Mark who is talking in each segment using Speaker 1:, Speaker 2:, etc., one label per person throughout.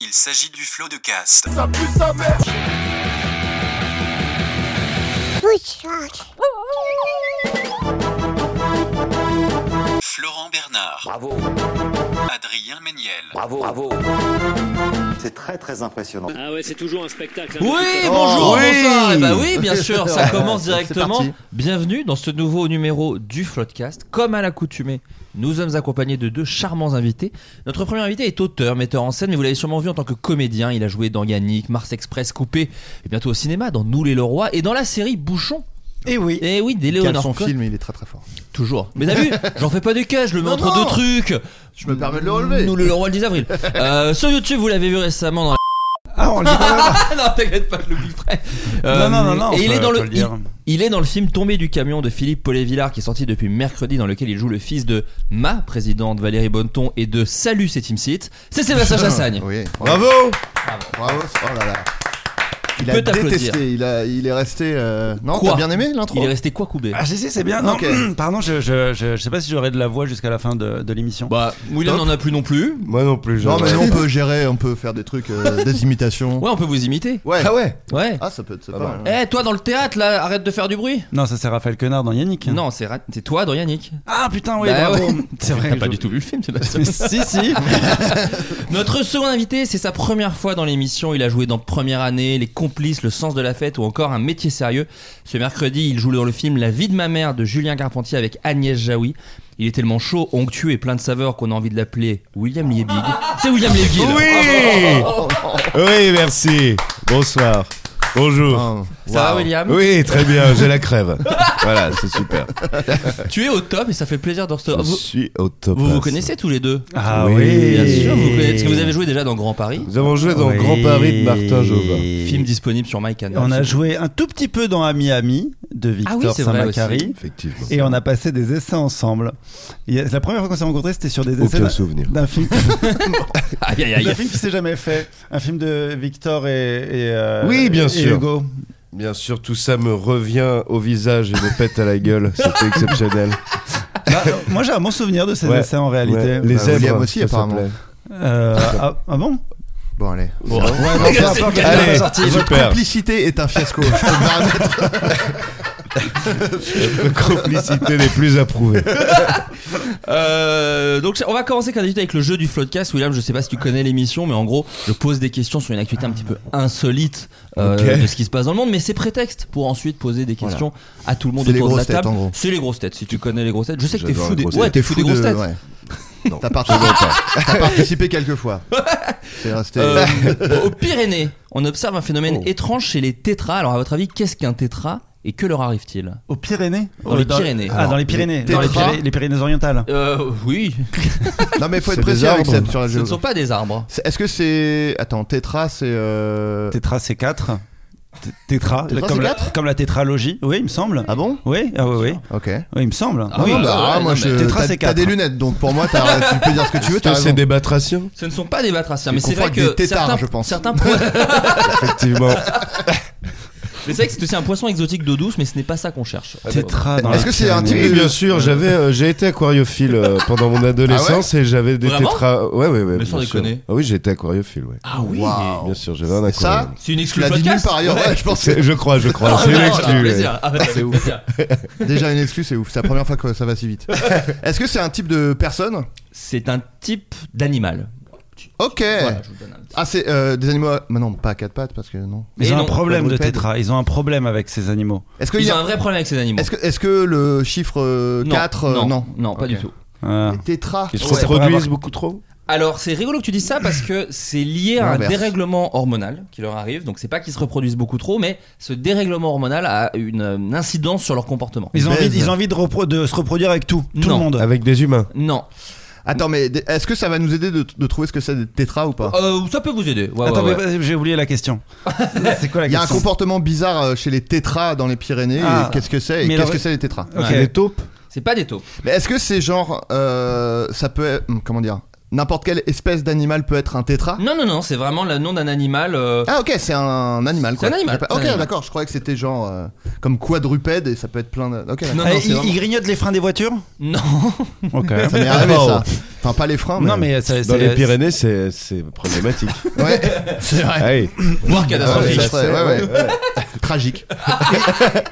Speaker 1: Il s'agit du flot de cast. Florent Bernard. Bravo. Adrien Méniel. Bravo.
Speaker 2: C'est très très impressionnant.
Speaker 3: Ah ouais, c'est toujours un spectacle. hein.
Speaker 4: Oui,
Speaker 3: Tout à fait.
Speaker 4: bonjour,
Speaker 5: oui.
Speaker 4: bonsoir. Eh ben oui, bien sûr, ça
Speaker 5: Ouais,
Speaker 4: commence
Speaker 5: c'est
Speaker 4: directement.
Speaker 5: parti.
Speaker 4: Bienvenue dans ce nouveau numéro du Floodcast. Comme à l'accoutumée, nous sommes accompagnés de deux charmants invités. Notre premier invité est auteur, metteur en scène, mais vous l'avez sûrement vu en tant que comédien. Il a joué dans Yannick, Mars Express, Coupé, et bientôt au cinéma, dans Nous les Leroy, et dans la série Bouchon.
Speaker 6: Eh
Speaker 5: Et oui.
Speaker 4: Et Eh oui,
Speaker 5: Quel
Speaker 4: d'Éléonore
Speaker 5: son
Speaker 4: Coste.
Speaker 5: film, il est très très fort.
Speaker 4: Toujours. Mais t'as vu J'en fais pas du cas, je le mets
Speaker 5: Non,
Speaker 4: entre
Speaker 5: non.
Speaker 4: deux trucs.
Speaker 5: Je me permets de le relever.
Speaker 4: Nous le Leroy le 10 avril. Euh, sur YouTube, vous l'avez vu récemment dans la...
Speaker 6: Ah, on le dit pas là.
Speaker 4: Ah non, t'inquiète pas, je le biperai. Euh,
Speaker 6: Non, non, non, non.
Speaker 4: Et il
Speaker 6: faut-
Speaker 4: est dans
Speaker 6: faut
Speaker 4: le... il-
Speaker 6: dire.
Speaker 4: Il est dans le film Tombé du camion de Philippe Paulet-Villard qui est sorti depuis mercredi dans lequel il joue le fils de ma présidente Valérie Bonneton et de Salut c'est Team Seat. C'est Sébastien Chassagne.
Speaker 5: Oui. Oh, Bravo.
Speaker 6: Bravo
Speaker 5: Bravo. Oh là là. Il
Speaker 4: Tu
Speaker 5: a
Speaker 4: peux t'applaudir.
Speaker 5: détesté. Il a, il est resté. euh, Non,
Speaker 4: Quoi
Speaker 5: t'as bien aimé l'intro.
Speaker 4: Il est resté quoi coubé
Speaker 6: Ah, je sais, c'est bien. Non,
Speaker 5: Ok.
Speaker 6: pardon, je, je, je, je sais pas si j'aurai de la voix jusqu'à la fin de, de l'émission.
Speaker 4: Bah, Moulian
Speaker 5: Top.
Speaker 4: n'en a plus non plus.
Speaker 6: Moi non plus.
Speaker 5: Non, mais non, on peut gérer, on peut faire des trucs, euh, des imitations.
Speaker 4: Ouais, on peut vous imiter.
Speaker 5: Ouais.
Speaker 6: Ah ouais
Speaker 4: Ouais.
Speaker 5: Ah, ça peut être ça.
Speaker 6: mal.
Speaker 4: Eh, toi dans le théâtre là, arrête de faire du bruit.
Speaker 6: Non, ça c'est Raphaël Quenard dans Yannick.
Speaker 4: Non, c'est ra- c'est toi dans Yannick.
Speaker 6: Ah putain, oui,
Speaker 4: Bah
Speaker 6: bravo.
Speaker 4: ouais.
Speaker 6: C'est vrai.
Speaker 4: T'as pas
Speaker 6: je-
Speaker 4: du tout vu le film, Sébastien.
Speaker 6: Mais si, si.
Speaker 4: Notre second invité, c'est sa première fois dans l'émission. Il a joué dans Première année, Les complices, Le sens de la fête ou encore Un métier sérieux. Ce mercredi, il joue dans le film La vie de ma mère de Julien Carpentier avec Agnès Jaoui. Il est tellement chaud, onctueux et plein de saveurs qu'on a envie de l'appeler William Liebig. C'est William Liebig.
Speaker 7: Oui
Speaker 5: Oh.
Speaker 7: Oui, merci. Bonsoir. Bonjour.
Speaker 5: Enfin,
Speaker 4: Ça
Speaker 5: waouh.
Speaker 4: va William
Speaker 7: Oui, très bien, j'ai la crève. Voilà, c'est super.
Speaker 4: Tu es au top et ça fait plaisir de recevoir.
Speaker 7: Je
Speaker 4: Vous
Speaker 7: suis au top.
Speaker 4: vous, vous connaissez tous les deux
Speaker 6: Ah
Speaker 7: Oui,
Speaker 6: oui,
Speaker 4: Bien sûr, vous connaissez. Parce que vous avez joué déjà dans Grand Paris.
Speaker 7: Nous avons joué dans
Speaker 6: Oui.
Speaker 7: Grand Paris de Martin Jovin.
Speaker 4: Film disponible sur MyCanal.
Speaker 6: On a joué un tout petit peu dans Ami Ami de
Speaker 4: Ah oui,
Speaker 6: Victor
Speaker 4: c'est vrai aussi.
Speaker 6: Saint-Macary.
Speaker 7: Effectivement.
Speaker 6: Et on a passé des essais ensemble. Il y a- La première fois qu'on s'est rencontrés, c'était sur des essais
Speaker 7: Aucun
Speaker 6: d'un-
Speaker 7: souvenir.
Speaker 6: d'un film
Speaker 4: Aïe aïe
Speaker 6: Un
Speaker 4: aïe.
Speaker 6: film qui s'est jamais fait. Un film de Victor et, et, euh,
Speaker 7: Oui, bien
Speaker 6: et
Speaker 7: sûr.
Speaker 6: Hugo.
Speaker 7: Bien sûr, tout ça me revient au visage et me pète à la gueule. C'était exceptionnel.
Speaker 6: Bah, euh, moi, j'ai un bon souvenir de ces
Speaker 7: Ouais.
Speaker 6: essais en réalité.
Speaker 7: Ouais, Les
Speaker 5: Bah,
Speaker 7: zèbres,
Speaker 5: William aussi,
Speaker 7: ça
Speaker 5: apparemment.
Speaker 7: s'appelait.
Speaker 6: Euh, ah, ah bon
Speaker 5: Bon, allez.
Speaker 7: Bon.
Speaker 5: Ouais, non, peu importe,
Speaker 7: Allez,
Speaker 4: Eh,
Speaker 5: la sortie.
Speaker 7: super.
Speaker 5: Votre complicité est un fiasco. Je peux me permettre.
Speaker 7: Complicité les plus approuvées.
Speaker 4: Euh, donc on va commencer comme d'habitude avec le jeu du Floodcast. William, je sais pas si tu connais l'émission, mais en gros, je pose des questions sur une actualité un petit peu insolite euh,
Speaker 7: Ok.
Speaker 4: de ce qui se passe dans le monde, mais c'est prétexte pour ensuite poser des questions à tout le monde
Speaker 5: C'est les
Speaker 4: autour de la
Speaker 5: grosses têtes,
Speaker 4: table.
Speaker 5: en gros.
Speaker 4: C'est les grosses têtes. Si tu connais les grosses têtes, je sais que t'es
Speaker 7: J'adore
Speaker 4: fou
Speaker 7: les
Speaker 4: des,
Speaker 7: grosses
Speaker 4: ouais,
Speaker 7: têtes.
Speaker 4: t'es fou des grosses
Speaker 5: de-
Speaker 4: têtes.
Speaker 5: ouais. T'as participé, t'as participé quelques fois. C'est Oh. resté.
Speaker 4: Euh, aux Pyrénées, on observe un phénomène étrange chez les tétras. Alors à votre avis, qu'est-ce qu'un tétra et que leur arrive-t-il
Speaker 6: Aux Pyrénées
Speaker 4: Dans les Pyrénées.
Speaker 6: Ah, dans les Pyrénées.
Speaker 5: Les
Speaker 6: Dans les
Speaker 5: tétras.
Speaker 6: Pyrénées, les Pyrénées orientales.
Speaker 4: Euh, oui,
Speaker 5: Non mais faut être
Speaker 7: C'est
Speaker 5: précis
Speaker 7: des
Speaker 5: avec
Speaker 7: arbres.
Speaker 5: cette sur la
Speaker 4: ce ne sont
Speaker 5: géographie.
Speaker 4: pas des arbres.
Speaker 5: C'est- Est-ce que c'est attends tétra c'est euh...
Speaker 6: Tétra, c'est 4. Tétra,
Speaker 5: Tétra,
Speaker 6: comme,
Speaker 5: c'est
Speaker 6: la,
Speaker 5: quatre
Speaker 6: comme la tétralogie. Oui, il me semble.
Speaker 5: ah bon
Speaker 6: Oui, ah, oui, oui.
Speaker 5: ok
Speaker 6: Oui, il me semble.
Speaker 4: Ah oui,
Speaker 5: Non, bah,
Speaker 4: ah ouais,
Speaker 5: moi
Speaker 4: non,
Speaker 5: je
Speaker 6: mais- Tétra,
Speaker 5: t'as-
Speaker 6: c'est
Speaker 5: t'as
Speaker 6: quatre.
Speaker 5: des lunettes donc pour moi t'as- tu peux dire ce que tu
Speaker 7: Est-ce
Speaker 5: veux
Speaker 7: que
Speaker 5: t'as
Speaker 7: c'est
Speaker 5: raison.
Speaker 7: des batraciens
Speaker 4: Ce ne sont pas des batraciens,
Speaker 5: Je
Speaker 4: mais c'est
Speaker 5: confonds
Speaker 4: vrai
Speaker 5: avec des
Speaker 4: que
Speaker 5: tétards,
Speaker 4: certains,
Speaker 5: je pense.
Speaker 4: certains po-
Speaker 7: Effectivement.
Speaker 4: Mais c'est vrai que c'est aussi un poisson exotique d'eau douce, mais ce n'est pas ça qu'on cherche.
Speaker 6: Tétra dans
Speaker 5: Est-ce
Speaker 6: les
Speaker 5: que c'est un type
Speaker 7: Oui,
Speaker 5: de
Speaker 7: bien sûr, j'avais euh, j'ai été aquariophile euh, pendant mon adolescence et j'avais des
Speaker 4: Ah Vraiment
Speaker 7: tétras. Ouais, ouais, ouais.
Speaker 4: Mais sans
Speaker 7: bien sûr.
Speaker 4: déconner.
Speaker 7: Ah oui, j'ai été aquariophile, ouais.
Speaker 4: Ah oui,
Speaker 5: Waouh.
Speaker 7: Bien sûr, j'avais un aquarium.
Speaker 5: Ça
Speaker 4: Ah, c'est une
Speaker 5: tu
Speaker 4: exclu
Speaker 5: l'as dit nulle
Speaker 4: podcast.
Speaker 5: part ailleurs ouais, je pense
Speaker 7: C'est- Je crois, je crois.
Speaker 4: Ah,
Speaker 7: C'est une
Speaker 4: non,
Speaker 7: exclu,
Speaker 4: non,
Speaker 7: ouais.
Speaker 4: plaisir. Ah,
Speaker 5: c'est ouf. déjà une exclue c'est ouf c'est la première fois que ça va si vite est-ce que c'est un type de personne
Speaker 4: C'est un type d'animal.
Speaker 5: Ok.
Speaker 4: Voilà, je vous donne un petit-
Speaker 5: Ah, c'est euh, des animaux. à- Mais non, pas à quatre pattes parce que non.
Speaker 4: Et
Speaker 6: Ils ont
Speaker 4: non,
Speaker 6: un problème de
Speaker 5: quadrupède.
Speaker 6: tétra. Ils ont un problème avec ces animaux.
Speaker 5: Est-ce que,
Speaker 4: Ils
Speaker 5: y
Speaker 4: ont
Speaker 5: a-
Speaker 4: un vrai problème avec ces animaux.
Speaker 5: est-ce que, est-ce que le chiffre euh,
Speaker 4: Non,
Speaker 5: 4 euh,
Speaker 4: non,
Speaker 5: non,
Speaker 4: non, pas
Speaker 5: Ok.
Speaker 4: du tout.
Speaker 6: Ah.
Speaker 5: Les tétras.
Speaker 7: Ils se
Speaker 5: Ouais.
Speaker 7: reproduisent beaucoup trop
Speaker 4: Alors, c'est rigolo que tu dis ça parce que c'est lié à un
Speaker 5: L'inverse.
Speaker 4: dérèglement hormonal qui leur arrive. Donc, c'est pas qu'ils se reproduisent beaucoup trop, mais ce dérèglement hormonal a une euh, une incidence sur leur comportement.
Speaker 6: Ils ont envie,
Speaker 5: baisent.
Speaker 6: ils ont envie de, repro- de se reproduire avec tout, tout
Speaker 4: Non.
Speaker 6: le monde.
Speaker 7: Avec des humains.
Speaker 4: Non.
Speaker 5: Attends, mais d- est-ce que ça va nous aider de, de trouver ce que c'est des tétras ou pas
Speaker 4: Euh, ça peut vous aider. Ouais,
Speaker 6: Attends,
Speaker 4: ouais, ouais.
Speaker 6: mais j'ai oublié la question. c'est quoi la
Speaker 5: Il y a un
Speaker 6: question
Speaker 5: comportement bizarre euh, chez les tétras dans les Pyrénées. et
Speaker 6: Ah.
Speaker 5: Qu'est-ce que c'est et
Speaker 6: Mais
Speaker 5: Qu'est-ce
Speaker 6: le-
Speaker 5: que c'est les tétras
Speaker 6: Ok.
Speaker 7: Les taupes
Speaker 4: C'est pas des taupes.
Speaker 5: Mais est-ce que c'est genre. euh, ça peut être. hum, Comment dire N'importe quelle espèce d'animal peut être un tétra
Speaker 4: Non, non, non, c'est vraiment le nom d'un animal. euh,
Speaker 5: Ah, ok, c'est un animal quoi.
Speaker 4: C'est un animal, c'est un
Speaker 5: Ok,
Speaker 4: animal.
Speaker 5: d'accord, je croyais que c'était genre. euh, comme quadrupède et ça peut être plein de. Ok, d'accord.
Speaker 4: Non,
Speaker 6: Ah,
Speaker 4: non,
Speaker 6: ils-
Speaker 4: c'est vraiment-
Speaker 6: ils grignotent les freins des voitures
Speaker 4: Non.
Speaker 6: Ok.
Speaker 5: Ça m'est arrivé ça. Enfin, pas les freins, mais.
Speaker 6: Non, mais ça-
Speaker 7: Dans les
Speaker 6: c'est-
Speaker 7: Pyrénées, c'est c'est problématique.
Speaker 5: Ouais, c'est vrai.
Speaker 7: Ah oui.
Speaker 4: Voire
Speaker 5: Ah ouais,
Speaker 4: catastrophique.
Speaker 5: ça serait- ouais, ouais. Tragique.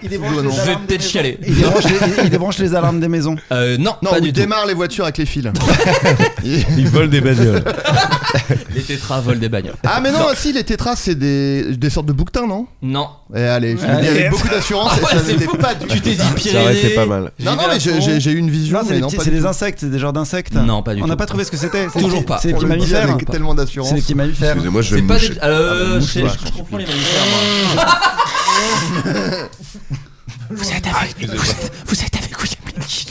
Speaker 6: Il
Speaker 5: les
Speaker 4: Je vais peut-être chialer.
Speaker 6: Il débranche, les, il débranche les alarmes des maisons.
Speaker 4: Euh, non,
Speaker 5: Non,
Speaker 4: pas
Speaker 5: on
Speaker 4: du tout.
Speaker 5: démarre les voitures avec les fils.
Speaker 7: Ils volent des bagnoles.
Speaker 4: Les tétras volent des bagnoles.
Speaker 5: ah, mais non, si, les tétras, c'est des, des sortes de bouquetins, non
Speaker 4: Non.
Speaker 5: Et allez, je l'ai
Speaker 6: Allez.
Speaker 5: dit avec beaucoup d'assurance et
Speaker 4: Ah ouais,
Speaker 5: ça
Speaker 4: c'est
Speaker 5: n'était
Speaker 4: fou.
Speaker 5: pas du
Speaker 4: Tu t'es dit
Speaker 7: Ça aurait été
Speaker 4: Pyrénées.
Speaker 7: pas mal.
Speaker 5: Non, non, mais j'ai- j'ai j'ai eu une vision,
Speaker 6: Non, c'est
Speaker 5: mais
Speaker 6: des,
Speaker 5: non,
Speaker 6: petits-
Speaker 5: pas
Speaker 6: c'est
Speaker 5: du
Speaker 6: des
Speaker 5: tout.
Speaker 6: insectes, c'est des genres d'insectes.
Speaker 4: Non, pas du
Speaker 6: On
Speaker 4: tout.
Speaker 6: n'a pas trouvé ce que c'était. C'est-
Speaker 4: Toujours pas.
Speaker 6: C'est des
Speaker 5: Pour
Speaker 6: petits
Speaker 5: le dire
Speaker 6: mammifères.
Speaker 5: avec tellement d'assurance.
Speaker 6: C'est des petits mammifères.
Speaker 7: Excusez-moi, je vais
Speaker 4: C'est
Speaker 7: me
Speaker 4: pas
Speaker 7: moucher.
Speaker 4: des. Euh,
Speaker 7: Ah, bah,
Speaker 4: je,
Speaker 7: mouche,
Speaker 4: je comprends les mammifères, moi. Vous êtes avec, vous êtes, vous êtes avec William Lynch.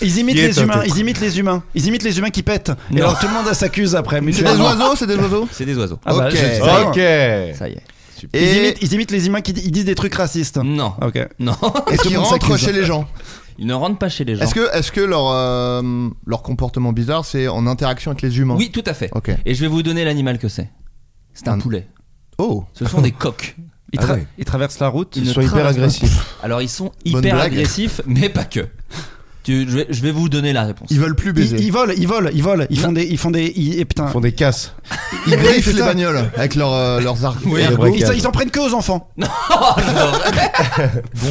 Speaker 6: Ils imitent
Speaker 7: Qui est
Speaker 6: les
Speaker 7: un
Speaker 6: humains.
Speaker 7: tétra
Speaker 6: Ils imitent les humains. Ils imitent les humains qui pètent. Et
Speaker 4: Non.
Speaker 6: alors tout le monde s'accuse après.
Speaker 5: C'est des oiseaux, c'est des oiseaux.
Speaker 4: C'est des oiseaux.
Speaker 6: Ah bah,
Speaker 5: Ok.
Speaker 6: je- c'est
Speaker 5: Ah,
Speaker 6: vrai.
Speaker 7: Ok.
Speaker 4: Ça y est.
Speaker 6: Ils,
Speaker 5: Et,
Speaker 6: imitent, ils imitent les humains qui ils disent des trucs racistes.
Speaker 4: Non.
Speaker 6: Ok.
Speaker 4: Non.
Speaker 5: et
Speaker 6: Tout
Speaker 5: qui
Speaker 6: le monde
Speaker 5: rentrent
Speaker 6: s'accuse.
Speaker 5: chez les gens.
Speaker 4: Ils ne rentrent pas chez les gens.
Speaker 5: Est-ce que, est que leur, euh, leur comportement bizarre, c'est en interaction avec les humains
Speaker 4: Oui, tout à fait.
Speaker 5: Ok.
Speaker 4: Et je vais vous donner l'animal que c'est. C'est un
Speaker 5: Un-
Speaker 4: poulet.
Speaker 5: Oh
Speaker 4: Ce sont des coqs.
Speaker 6: Ils,
Speaker 7: Ah
Speaker 6: tra-
Speaker 7: ouais.
Speaker 6: ils traversent la route.
Speaker 7: Ils
Speaker 4: ne
Speaker 7: sont hyper
Speaker 4: traversent pas.
Speaker 7: agressifs.
Speaker 4: Alors ils sont
Speaker 5: Bonne
Speaker 4: hyper
Speaker 5: blague.
Speaker 4: agressifs, mais pas que. Tu- je, vais, je vais vous donner la réponse.
Speaker 5: Ils veulent plus
Speaker 6: Ils,
Speaker 5: baiser.
Speaker 6: ils volent, ils volent, ils volent. Ils
Speaker 4: Non.
Speaker 6: font des, ils font des, ils, et putain.
Speaker 7: Ils font des casses.
Speaker 5: Ils griffent
Speaker 6: c'est
Speaker 5: les
Speaker 6: ça.
Speaker 5: bagnoles avec leurs euh, leurs arcs.
Speaker 4: Oui,
Speaker 5: ergots.
Speaker 7: le break.
Speaker 6: Ils, s'en- ils en prennent que aux enfants.
Speaker 5: Bon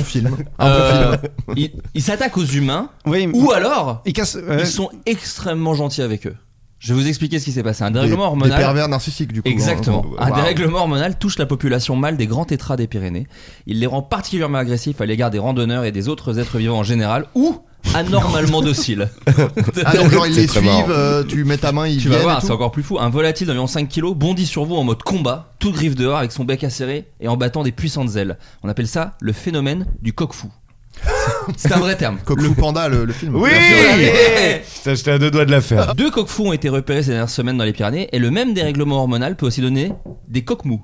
Speaker 5: film.
Speaker 4: Euh, ils ils s'attaquent aux humains,
Speaker 6: Oui.
Speaker 4: ou alors
Speaker 6: ils cassent. ouais.
Speaker 4: ils sont extrêmement gentils avec eux. Je vais vous expliquer ce qui s'est passé. Un
Speaker 5: Des,
Speaker 4: dérèglement
Speaker 5: des
Speaker 4: hormonal.
Speaker 5: pervers narcissiques du coup.
Speaker 4: Exactement.
Speaker 5: hein.
Speaker 4: Un
Speaker 5: Wow.
Speaker 4: dérèglement hormonal touche la population mâle des grands tétras des Pyrénées. Il les rend particulièrement agressifs à l'égard des randonneurs et des autres êtres vivants en général ou anormalement dociles.
Speaker 5: Ah donc genre ils
Speaker 7: C'est
Speaker 5: les
Speaker 7: très
Speaker 5: suivent,
Speaker 7: marrant.
Speaker 5: euh, tu mets ta main, ils
Speaker 4: Tu vas
Speaker 5: viennent
Speaker 4: voir,
Speaker 5: et tout.
Speaker 4: c'est encore plus fou. Un volatile d'environ 5 kilos bondit sur vous en mode combat, tout griffe dehors avec son bec acéré et en battant des puissantes ailes. On appelle ça le phénomène du coq fou. C'est un vrai terme.
Speaker 5: Coq Fou Panda le, le film.
Speaker 7: Oui
Speaker 4: Ouais.
Speaker 7: Putain, J'étais à deux doigts de la faire.
Speaker 4: Deux coqs fous ont été repérés ces dernières semaines dans les Pyrénées et le même dérèglement hormonal peut aussi donner des coqs mous.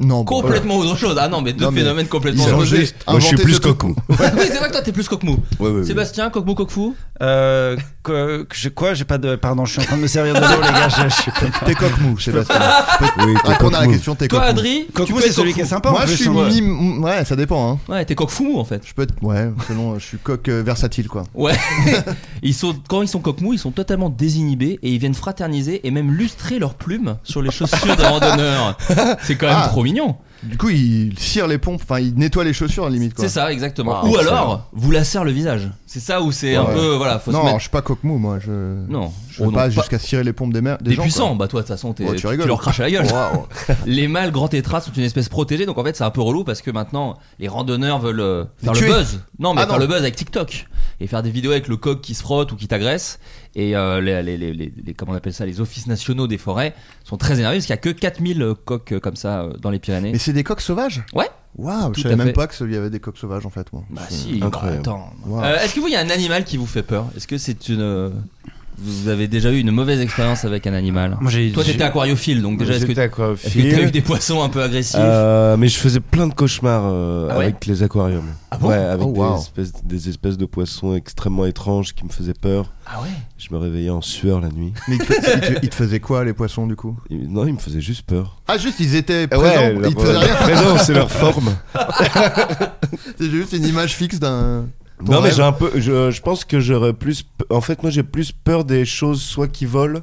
Speaker 5: Non, bon,
Speaker 4: Complètement autre chose. Ah non, mais deux
Speaker 5: Non, mais
Speaker 4: phénomènes complètement
Speaker 5: ils ont
Speaker 4: opposés.
Speaker 5: juste
Speaker 7: Moi, je suis
Speaker 5: inventé
Speaker 7: plus
Speaker 5: ce truc.
Speaker 7: coco.
Speaker 4: oui, c'est vrai que toi t'es plus coq mou.
Speaker 7: Ouais, ouais, ouais.
Speaker 4: Sébastien, coq mou, coq fou.
Speaker 6: Euh, que, que j'ai quoi J'ai pas de. Pardon, je suis en train de me servir de l'eau, les gars. Je, je suis pas.
Speaker 5: T'es coq mou, je sais pas.
Speaker 7: Oui, t'es
Speaker 5: Répondre à la
Speaker 7: coq-mou.
Speaker 5: question, t'es coq
Speaker 4: Toi,
Speaker 5: mou.
Speaker 4: Adri, tu
Speaker 6: Coquemou,
Speaker 4: peux
Speaker 6: c'est
Speaker 4: être
Speaker 6: celui
Speaker 4: coq
Speaker 6: qui est
Speaker 4: fou.
Speaker 6: sympa. en
Speaker 5: Moi je
Speaker 6: plus,
Speaker 5: suis
Speaker 6: hein.
Speaker 5: mi- ouais ça dépend hein.
Speaker 4: Ouais, t'es coq fou mou en fait.
Speaker 5: Je peux être ouais selon euh, je suis coq euh, versatile quoi.
Speaker 4: Ouais. ils sont, quand ils sont coquemous, ils sont totalement désinhibés et ils viennent fraterniser et même lustrer leurs plumes sur les chaussures des randonneurs. C'est quand même
Speaker 5: Ah.
Speaker 4: trop mignon.
Speaker 5: Du coup ils cirent les pompes, enfin ils nettoient les chaussures à la limite quoi.
Speaker 4: C'est ça, exactement.
Speaker 5: Wow.
Speaker 4: Ou alors, vous la serre le visage. C'est ça où c'est un
Speaker 5: Ouais.
Speaker 4: peu. Voilà, faut se
Speaker 5: non
Speaker 4: mettre.
Speaker 5: je suis pas coq mou moi je.
Speaker 4: Non,
Speaker 5: Je
Speaker 4: Oh
Speaker 5: veux
Speaker 4: non,
Speaker 5: pas jusqu'à cirer les pompes des mères.
Speaker 4: Des,
Speaker 5: gens,
Speaker 4: puissants,
Speaker 5: quoi.
Speaker 4: bah toi de toute façon t'es-
Speaker 5: Oh, tu
Speaker 4: tu,
Speaker 5: rigoles.
Speaker 4: leur craches à la gueule.
Speaker 5: Waouh.
Speaker 4: Les mâles grands tétras sont une espèce protégée, donc en fait c'est un peu relou parce que maintenant les randonneurs veulent euh, faire le
Speaker 5: tuer.
Speaker 4: buzz. Non mais
Speaker 5: Ah,
Speaker 4: faire
Speaker 5: non.
Speaker 4: le buzz avec TikTok et faire des vidéos avec le coq qui se frotte ou qui t'agresse. Et euh, les, les, les, les- les- comment on appelle ça, les offices nationaux des forêts sont très énervés parce qu'il y a que 4000 euh, coqs euh, comme ça euh, dans les Pyrénées.
Speaker 5: Mais c'est des coqs sauvages
Speaker 4: Ouais.
Speaker 5: Waouh,
Speaker 4: Tout
Speaker 5: je
Speaker 4: à
Speaker 5: savais même
Speaker 4: fait.
Speaker 5: pas qu'il y avait des coqs sauvages en fait moi.
Speaker 4: Bah
Speaker 5: C'est- Ah.
Speaker 4: si, bah,
Speaker 7: incroyable.
Speaker 4: attends.
Speaker 5: Wow.
Speaker 4: Euh, Est-ce que vous, il y a un animal qui vous fait peur Est-ce que c'est une... euh, Vous avez déjà eu une mauvaise expérience avec un animal
Speaker 6: Moi, j'ai-
Speaker 4: Toi
Speaker 6: j'ai-
Speaker 4: t'étais aquariophile, donc déjà est-ce que
Speaker 7: J'étais
Speaker 4: Est-ce que t'as eu
Speaker 7: aquariophile.
Speaker 4: des poissons un peu agressifs
Speaker 7: Euh, mais je faisais plein de cauchemars euh,
Speaker 4: Ah ouais
Speaker 7: avec les aquariums.
Speaker 4: Ah bon
Speaker 7: ouais, avec
Speaker 5: Oh,
Speaker 7: des,
Speaker 5: wow.
Speaker 7: espèces, des espèces de poissons extrêmement étranges qui me faisaient peur.
Speaker 4: Ah ouais
Speaker 7: Je me réveillais en sueur la nuit.
Speaker 5: Mais ils te, ils te- ils te faisaient quoi les poissons du coup
Speaker 7: Et- non, ils me faisaient juste peur.
Speaker 5: Ah juste ils étaient
Speaker 7: Ah
Speaker 5: présents, ils te faisaient rien.
Speaker 7: présent, c'est leur forme.
Speaker 5: C'est juste une image fixe d'un. ton
Speaker 7: non, mais
Speaker 5: rêve.
Speaker 7: j'ai un peu. Je, je pense que j'aurais plus. pe- En fait, moi, j'ai plus peur des choses soit qui volent,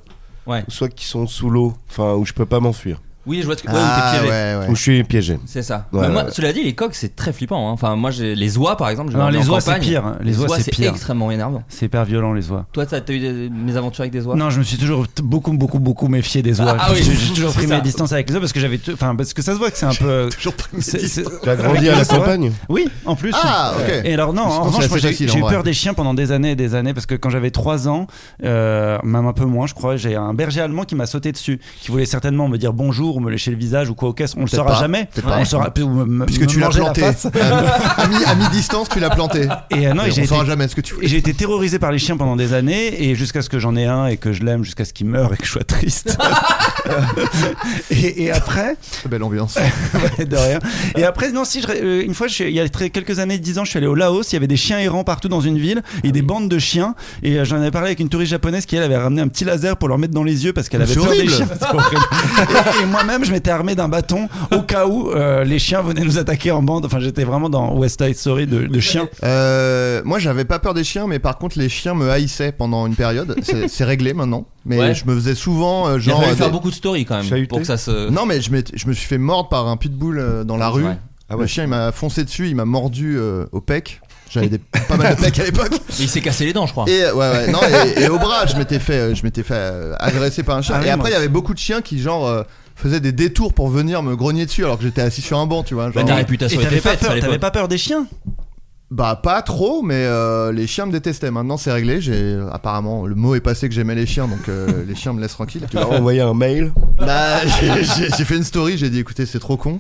Speaker 4: Ouais.
Speaker 7: soit qui sont sous l'eau, enfin où je peux pas m'enfuir.
Speaker 4: Oui, je vois ce que. Ouais, où t'es
Speaker 5: ah,
Speaker 4: piégé.
Speaker 5: ouais,
Speaker 7: Où
Speaker 5: ouais.
Speaker 7: je suis piégé.
Speaker 4: C'est ça.
Speaker 7: Ouais,
Speaker 4: Mais moi,
Speaker 7: ouais.
Speaker 4: Cela dit, les coqs, c'est très flippant. hein. Enfin, moi, j'ai les oies, par exemple. je
Speaker 6: Non,
Speaker 4: vais
Speaker 6: les
Speaker 4: en
Speaker 6: oies, c'est
Speaker 4: campagne.
Speaker 6: pire. hein. Les oies, c'est pire.
Speaker 4: extrêmement énervant.
Speaker 6: C'est hyper violent, les oies.
Speaker 4: Toi, t'as t'as eu des, des aventures avec des oies
Speaker 6: Non, je me suis toujours t- beaucoup, beaucoup, beaucoup méfié des oies.
Speaker 4: Ah, ah oui.
Speaker 6: J'ai j'ai toujours
Speaker 4: C'est
Speaker 6: pris
Speaker 4: ça.
Speaker 6: mes distances avec les oies parce que j'avais, tout- enfin, parce que ça se voit que c'est un peu.
Speaker 5: Toujours pas
Speaker 6: c'est-
Speaker 5: médisant.
Speaker 6: c'est-
Speaker 7: T'as grandi à la campagne
Speaker 6: Oui, en plus.
Speaker 5: Ah, ok.
Speaker 6: Et alors non,
Speaker 5: Je
Speaker 6: en
Speaker 5: pense que
Speaker 6: revanche,
Speaker 5: c'est
Speaker 6: moi,
Speaker 5: assez
Speaker 6: j'ai
Speaker 5: facile,
Speaker 6: j'ai eu
Speaker 5: en
Speaker 6: peur
Speaker 5: vrai.
Speaker 6: des chiens pendant des années et des années parce que quand j'avais 3 ans, euh, même un peu moins, je crois, j'ai un berger allemand qui m'a sauté dessus, qui voulait certainement me dire bonjour, ou me lécher le visage ou quoi au caisse. On le
Speaker 5: Peut-être
Speaker 6: saura
Speaker 5: pas,
Speaker 6: jamais.
Speaker 5: peut-être pas.
Speaker 6: On saura ou me- me-
Speaker 5: Puisque
Speaker 6: me
Speaker 5: tu l'as
Speaker 6: manger la
Speaker 5: planté. Euh,
Speaker 6: face.
Speaker 5: à, mi, à mi-distance, tu l'as planté.
Speaker 6: Et euh, non,
Speaker 5: Mais
Speaker 6: et j'ai
Speaker 5: on saura
Speaker 6: été-
Speaker 5: jamais ce que tu
Speaker 6: et
Speaker 5: voulais.
Speaker 6: j'ai été terrorisé par les chiens pendant des années et jusqu'à ce que j'en ai un et que je l'aime jusqu'à ce qu'il meure et que je sois triste. et, et après,
Speaker 5: Belle ambiance.
Speaker 6: Ouais, de rien. Et après, non, si je, ré- euh, une fois, je suis- il y a très, quelques années, 10 ans, je suis allé au Laos, il y avait des chiens errants partout dans une ville et des bandes de chiens. Et euh, j'en avais parlé avec une touriste japonaise qui, elle, avait ramené un petit laser pour leur mettre dans les yeux parce qu'elle
Speaker 5: Mais
Speaker 6: avait
Speaker 5: c'est
Speaker 6: peur des
Speaker 5: horrible.
Speaker 6: chiens. C'est horrible. et et moi-même, je m'étais armé d'un bâton au cas où euh, les chiens venaient nous attaquer en bande. Enfin, j'étais vraiment dans West Side Story de, de chiens.
Speaker 5: Euh, moi, j'avais pas peur des chiens, mais par contre, les chiens me haïssaient pendant une période. C'est c'est réglé maintenant. Mais
Speaker 4: Ouais.
Speaker 5: je me faisais souvent, euh,
Speaker 4: Il a
Speaker 5: genre.
Speaker 4: fallu
Speaker 5: euh,
Speaker 4: faire
Speaker 5: des-
Speaker 4: beaucoup de stories quand même
Speaker 7: Chahuté.
Speaker 4: pour que ça se.
Speaker 5: Non, mais je, m'étais- je me suis fait mordre par un pitbull euh, dans la rue.
Speaker 4: Ouais.
Speaker 7: Ah ouais.
Speaker 5: Le chien, il m'a foncé dessus, il m'a mordu euh, au pec. J'avais des- pas mal de pecs à l'époque.
Speaker 4: Mais Il s'est cassé les dents, je crois.
Speaker 5: Et euh, ouais, ouais, non, et, et au bras, je m'étais fait, euh, je m'étais fait euh, agresser par un chien.
Speaker 6: Ah oui,
Speaker 5: et
Speaker 6: moi
Speaker 5: après, il y avait beaucoup de chiens qui genre euh, faisaient des détours pour venir me grogner dessus alors que j'étais assis sur un banc, tu vois.
Speaker 4: Bah,
Speaker 5: genre.
Speaker 4: ta réputation
Speaker 6: et
Speaker 4: était
Speaker 6: t'avais pas,
Speaker 4: faite.
Speaker 6: peur,
Speaker 4: fallait
Speaker 6: t'avais pas peur des chiens
Speaker 5: Bah pas trop, mais euh, les chiens me détestaient. Maintenant, c'est réglé. J'ai apparemment le mot est passé que j'aimais les chiens, donc euh, les chiens me laissent tranquille.
Speaker 7: Tu leur as envoyé un mail
Speaker 5: Bah, j'ai- j'ai j'ai fait une story, j'ai dit écoutez, c'est trop con.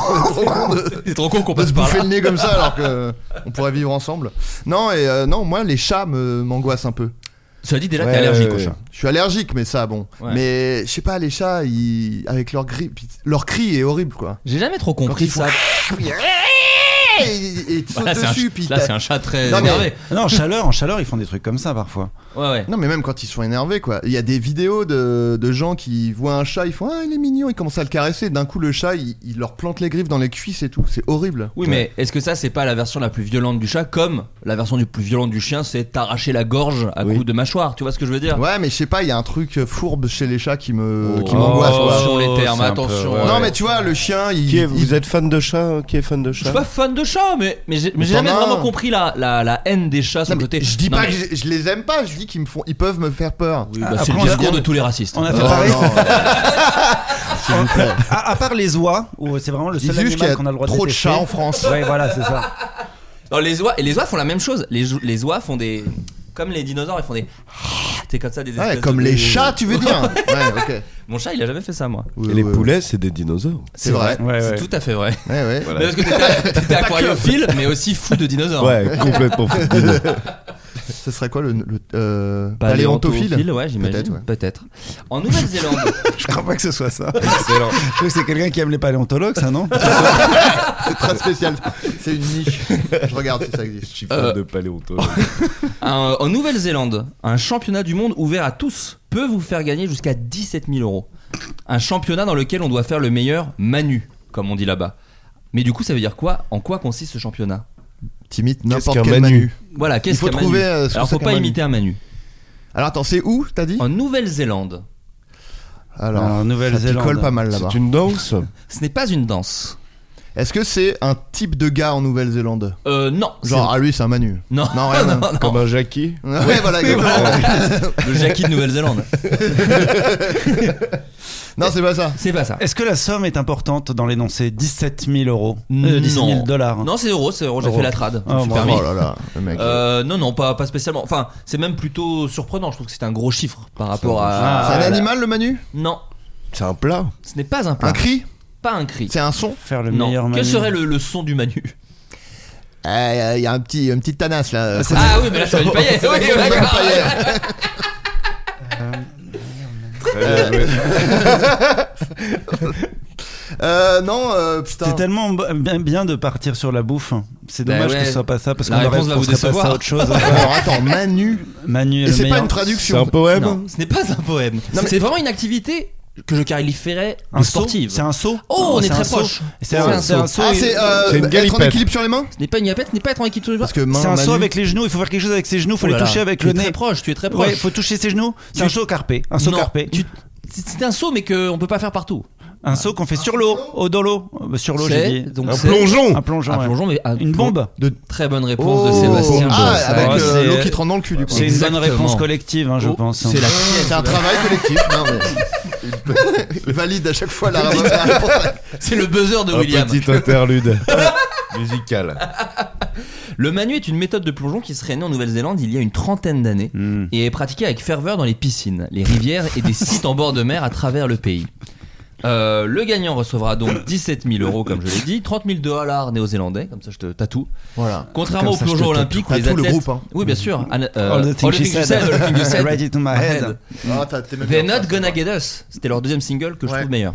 Speaker 5: C'est trop con de-
Speaker 4: C'est trop con qu'on
Speaker 5: de
Speaker 4: passe
Speaker 5: se
Speaker 4: par
Speaker 5: bouffer
Speaker 4: là.
Speaker 5: le nez comme ça alors que on pourrait vivre ensemble. Non et euh, non moi les chats me m'angoissent un peu.
Speaker 4: Cela dit, déjà,
Speaker 7: Ouais,
Speaker 4: t'es allergique
Speaker 7: ouais,
Speaker 4: aux
Speaker 7: ouais.
Speaker 4: chiens.
Speaker 5: Je suis allergique mais ça bon.
Speaker 4: Ouais.
Speaker 5: Mais je sais pas les chats ils avec leur grippe leur cri est horrible quoi.
Speaker 4: J'ai jamais trop
Speaker 5: Quand
Speaker 4: compris
Speaker 5: ils font
Speaker 4: ça.
Speaker 5: et ils ils te
Speaker 4: Bah, Là,
Speaker 5: sautent
Speaker 4: c'est un,
Speaker 5: dessus
Speaker 4: ch-
Speaker 5: puis
Speaker 4: là,
Speaker 5: t'as-
Speaker 4: c'est un chat très
Speaker 5: Non, mais-
Speaker 4: énervé.
Speaker 6: Non, en chaleur, en chaleur, ils font des trucs comme ça parfois.
Speaker 4: Ouais, ouais.
Speaker 5: non mais même quand ils sont énervés quoi. Il y a des vidéos de, de gens qui voient un chat ils font ah il est mignon ils commencent à le caresser d'un coup le chat il, il leur plante les griffes dans les cuisses et tout c'est horrible.
Speaker 4: Oui, mais est-ce que ça, c'est pas la version la plus violente du chat Comme la version du plus violente du chien, c'est t'arracher la gorge à
Speaker 7: Oui.
Speaker 4: coups de mâchoire. Tu vois ce que je veux dire
Speaker 5: Ouais mais je sais pas il y a un truc fourbe chez les chats qui me Euh, qui
Speaker 4: Oh,
Speaker 5: m'angoisse. quoi.
Speaker 4: Attention les termes,
Speaker 6: c'est un peu-
Speaker 4: attention.
Speaker 6: ouais.
Speaker 5: Non mais tu vois le chien il,
Speaker 7: Qui est-
Speaker 5: il-
Speaker 7: Vous êtes fan de chat hein Qui est fan de
Speaker 4: Je suis
Speaker 7: chat
Speaker 4: pas fan de chat, mais, mais j'ai mais
Speaker 5: Mais
Speaker 4: j'ai
Speaker 5: t'en
Speaker 4: jamais
Speaker 5: as
Speaker 4: vraiment
Speaker 5: un.
Speaker 4: compris la, la, la haine des chats sur
Speaker 5: Non,
Speaker 4: le
Speaker 5: mais
Speaker 4: côté.
Speaker 5: Je dis
Speaker 4: Non,
Speaker 5: pas
Speaker 4: mais-
Speaker 5: que je, je les aime pas, je dis qu'ils me font, ils peuvent me faire peur.
Speaker 4: Oui, bah, c'est
Speaker 6: Après,
Speaker 4: le
Speaker 6: on a-
Speaker 4: discours
Speaker 6: on-
Speaker 4: de tous les racistes.
Speaker 6: On a fait
Speaker 5: Oh,
Speaker 6: pareil.
Speaker 5: non.
Speaker 6: À, à part les oies, où euh, c'est vraiment le
Speaker 5: Dis
Speaker 6: seul
Speaker 5: juste qu'il y
Speaker 6: animal
Speaker 5: a
Speaker 6: qu'on a le droit de
Speaker 5: trop de
Speaker 6: détester.
Speaker 5: chats en France.
Speaker 6: Ouais, voilà, c'est ça.
Speaker 4: Non, les oies et les oies font la même chose. Les, jou- les oies font des comme les dinosaures, ils font des t'es comme ça des espèces
Speaker 5: Ouais, comme
Speaker 4: de-
Speaker 5: les chats, tu veux dire Ouais, ok.
Speaker 4: Mon chat, il a jamais fait ça moi.
Speaker 5: Oui,
Speaker 7: Et les
Speaker 5: oui,
Speaker 7: poulets, c'est des dinosaures.
Speaker 5: C'est vrai.
Speaker 6: Ouais,
Speaker 4: c'est
Speaker 6: ouais.
Speaker 4: tout à fait vrai.
Speaker 5: Ouais, ouais.
Speaker 7: Voilà.
Speaker 4: Mais Parce que t'étais- t'étais aquariophile, mais aussi fou de
Speaker 6: Ah.
Speaker 4: dinosaures.
Speaker 7: Ouais, complètement fou. Dino.
Speaker 5: Ce serait quoi le, le euh, paléontophile
Speaker 4: ouais, j'imagine.
Speaker 5: Peut-être, ouais.
Speaker 4: Peut-être. En Nouvelle-Zélande,
Speaker 6: Je crois pas que ce soit ça. Je trouve que c'est quelqu'un qui aime les paléontologues, ça, non
Speaker 5: C'est très spécial. C'est une niche. Je regarde si ça existe.
Speaker 7: Je suis fan
Speaker 4: Euh.
Speaker 7: de paléontologue.
Speaker 4: un- en Nouvelle-Zélande, un championnat du monde ouvert à tous peut vous faire gagner jusqu'à 17 000 euros. Un championnat dans lequel on doit faire le meilleur manu, comme on dit là-bas. Mais du coup, ça veut dire quoi En quoi consiste ce championnat
Speaker 5: Timide,
Speaker 7: qu'un
Speaker 5: n'importe quel
Speaker 7: Manu
Speaker 5: manu.
Speaker 4: Voilà, qu'est-ce
Speaker 5: faut
Speaker 4: qu'un
Speaker 5: trouver,
Speaker 4: manu
Speaker 5: euh, ce
Speaker 4: Alors,
Speaker 5: que c'est
Speaker 4: faut pas
Speaker 5: qu'un manu.
Speaker 4: imiter un manu.
Speaker 5: Alors attends, c'est où t'as dit
Speaker 4: En Nouvelle-Zélande,
Speaker 5: Alors, ça
Speaker 6: Nouvelle-Zélande.
Speaker 5: picole pas mal là-bas.
Speaker 7: C'est une danse
Speaker 4: ce n'est pas une danse.
Speaker 5: Est-ce que c'est un type de gars en Nouvelle-Zélande
Speaker 4: Euh, non.
Speaker 5: Genre, ah lui, c'est un manu.
Speaker 4: c'est- non,
Speaker 5: non, rien,
Speaker 4: non,
Speaker 5: hein.
Speaker 4: non.
Speaker 7: Comme un Jackie
Speaker 5: Ouais, voilà, exactement.
Speaker 4: le
Speaker 5: ah.
Speaker 4: Jackie de Nouvelle-Zélande.
Speaker 5: Non, c'est pas ça.
Speaker 4: C'est pas ça.
Speaker 6: Est-ce que la somme est importante dans l'énoncé 17 000 euros
Speaker 5: euh,
Speaker 4: Non.
Speaker 6: 17 000
Speaker 5: hein
Speaker 6: dollars.
Speaker 4: Non, c'est euro, c'est euro. J'ai
Speaker 6: Euro.
Speaker 4: fait la trad. je me
Speaker 6: Ah,
Speaker 4: suis
Speaker 6: bon.
Speaker 4: permis.
Speaker 5: Oh là là, le mec.
Speaker 4: Euh, non, non, pas, pas spécialement. Enfin, c'est même plutôt surprenant. Je trouve que c'est un gros chiffre par rapport à.
Speaker 5: c'est un animal le manu
Speaker 4: Non,
Speaker 7: C'est un plat
Speaker 4: ce n'est pas un plat,
Speaker 5: Un cri
Speaker 4: pas un cri.
Speaker 5: C'est un son
Speaker 6: Faire le meilleur
Speaker 4: Non.
Speaker 6: manu.
Speaker 4: Quel serait le, le son du manu
Speaker 5: Euh, Il y a un petit, une petite tanasse là.
Speaker 4: Ah oui, mais là, c'est Ah, une paillette. Oui, d'accord.
Speaker 7: Très bien joué.
Speaker 5: euh, non, euh, putain.
Speaker 6: C'est tellement b- bien bien de partir sur la bouffe. hein. C'est
Speaker 4: Bah
Speaker 6: dommage
Speaker 4: ouais.
Speaker 6: que ce soit pas ça parce
Speaker 4: La
Speaker 6: qu'on aurait
Speaker 4: réponse va vous
Speaker 6: penserait pas
Speaker 4: décevoir.
Speaker 6: ça à autre chose.
Speaker 5: Alors attends, Manu.
Speaker 6: Manu est
Speaker 5: Et
Speaker 6: le
Speaker 5: c'est pas
Speaker 6: meilleur.
Speaker 5: une
Speaker 7: C'est
Speaker 5: traduction.
Speaker 7: un poème
Speaker 4: Non, ce n'est pas un poème. C'est vraiment une activité que je qualifierais
Speaker 6: Un
Speaker 4: de
Speaker 6: saut
Speaker 4: sportive.
Speaker 6: C'est un saut
Speaker 4: Oh, on
Speaker 6: C'est
Speaker 4: est
Speaker 6: un
Speaker 4: très
Speaker 6: saut.
Speaker 4: proche.
Speaker 6: C'est un, c'est un saut.
Speaker 5: Ah,
Speaker 6: et-
Speaker 5: c'est euh,
Speaker 7: C'est une
Speaker 5: être en
Speaker 7: galipette.
Speaker 5: équilibre sur les mains
Speaker 4: Ce n'est pas une yapette, ce n'est pas être en équipe tous les jours.
Speaker 5: Parce que main,
Speaker 6: c'est un
Speaker 5: Manu-
Speaker 6: saut avec les genoux. Il faut faire quelque chose avec ses genoux. Il faut
Speaker 4: Oh
Speaker 6: les
Speaker 4: là là,
Speaker 6: toucher avec
Speaker 4: tu es
Speaker 6: le
Speaker 4: très
Speaker 6: nez.
Speaker 4: proche, tu es très
Speaker 6: Ouais,
Speaker 4: proche.
Speaker 6: faut toucher ses genoux. C'est
Speaker 4: Tu-
Speaker 6: un saut carpé. Un saut
Speaker 4: Non,
Speaker 6: carpé.
Speaker 4: tu- C'est un saut, mais qu'on peut pas faire partout.
Speaker 6: Un saut qu'on fait sur l'eau, au dolo, Euh, sur l'eau, j'ai
Speaker 4: C'est
Speaker 6: dit.
Speaker 4: donc
Speaker 7: Un
Speaker 4: c'est-
Speaker 7: plongeon
Speaker 6: Un plongeon.
Speaker 4: un
Speaker 6: ouais.
Speaker 4: plongeon, mais un
Speaker 6: Une
Speaker 4: plon-
Speaker 6: bombe.
Speaker 4: De très bonne réponse de
Speaker 5: Oh.
Speaker 4: Sébastien.
Speaker 5: Ah,
Speaker 4: Bourassa.
Speaker 5: avec
Speaker 6: Ouais,
Speaker 5: euh,
Speaker 6: c'est-
Speaker 5: l'eau qui te rentre dans le cul, du coup.
Speaker 6: C'est une bonne
Speaker 4: Exactement.
Speaker 6: réponse collective, hein, je
Speaker 4: Oh,
Speaker 6: pense. hein.
Speaker 4: C'est la
Speaker 5: C'est un travail collectif. Non, mais... Valide à chaque fois la
Speaker 4: C'est le buzzer de
Speaker 7: Un
Speaker 4: William.
Speaker 7: petit interlude musical.
Speaker 4: Le manu est une méthode de plongeon qui serait née en Nouvelle-Zélande il y a une trentaine d'années
Speaker 6: Hmm.
Speaker 4: et est pratiquée avec ferveur dans les piscines, les rivières et des sites en bord de mer à travers le pays. Euh, le gagnant recevra donc 17 000 euros, comme je l'ai dit, 30 000 dollars néo-zélandais, comme ça je te tatoue.
Speaker 5: Voilà.
Speaker 4: Contrairement au
Speaker 6: Comme ça, je
Speaker 4: plongeon
Speaker 6: te tatoue.
Speaker 4: olympique, où les
Speaker 5: Tatoue le
Speaker 4: athlètes.
Speaker 5: groupe, hein.
Speaker 4: Oui, bien sûr. An- euh,
Speaker 6: All the things she
Speaker 4: you
Speaker 6: said.
Speaker 4: said, all the things you said.
Speaker 6: Right into my head.
Speaker 5: Ah, t'as- t'es même
Speaker 4: They're
Speaker 5: pas en
Speaker 4: not
Speaker 5: face.
Speaker 4: gonna get us. C'était leur deuxième single que je
Speaker 5: Ouais.
Speaker 4: trouve meilleur.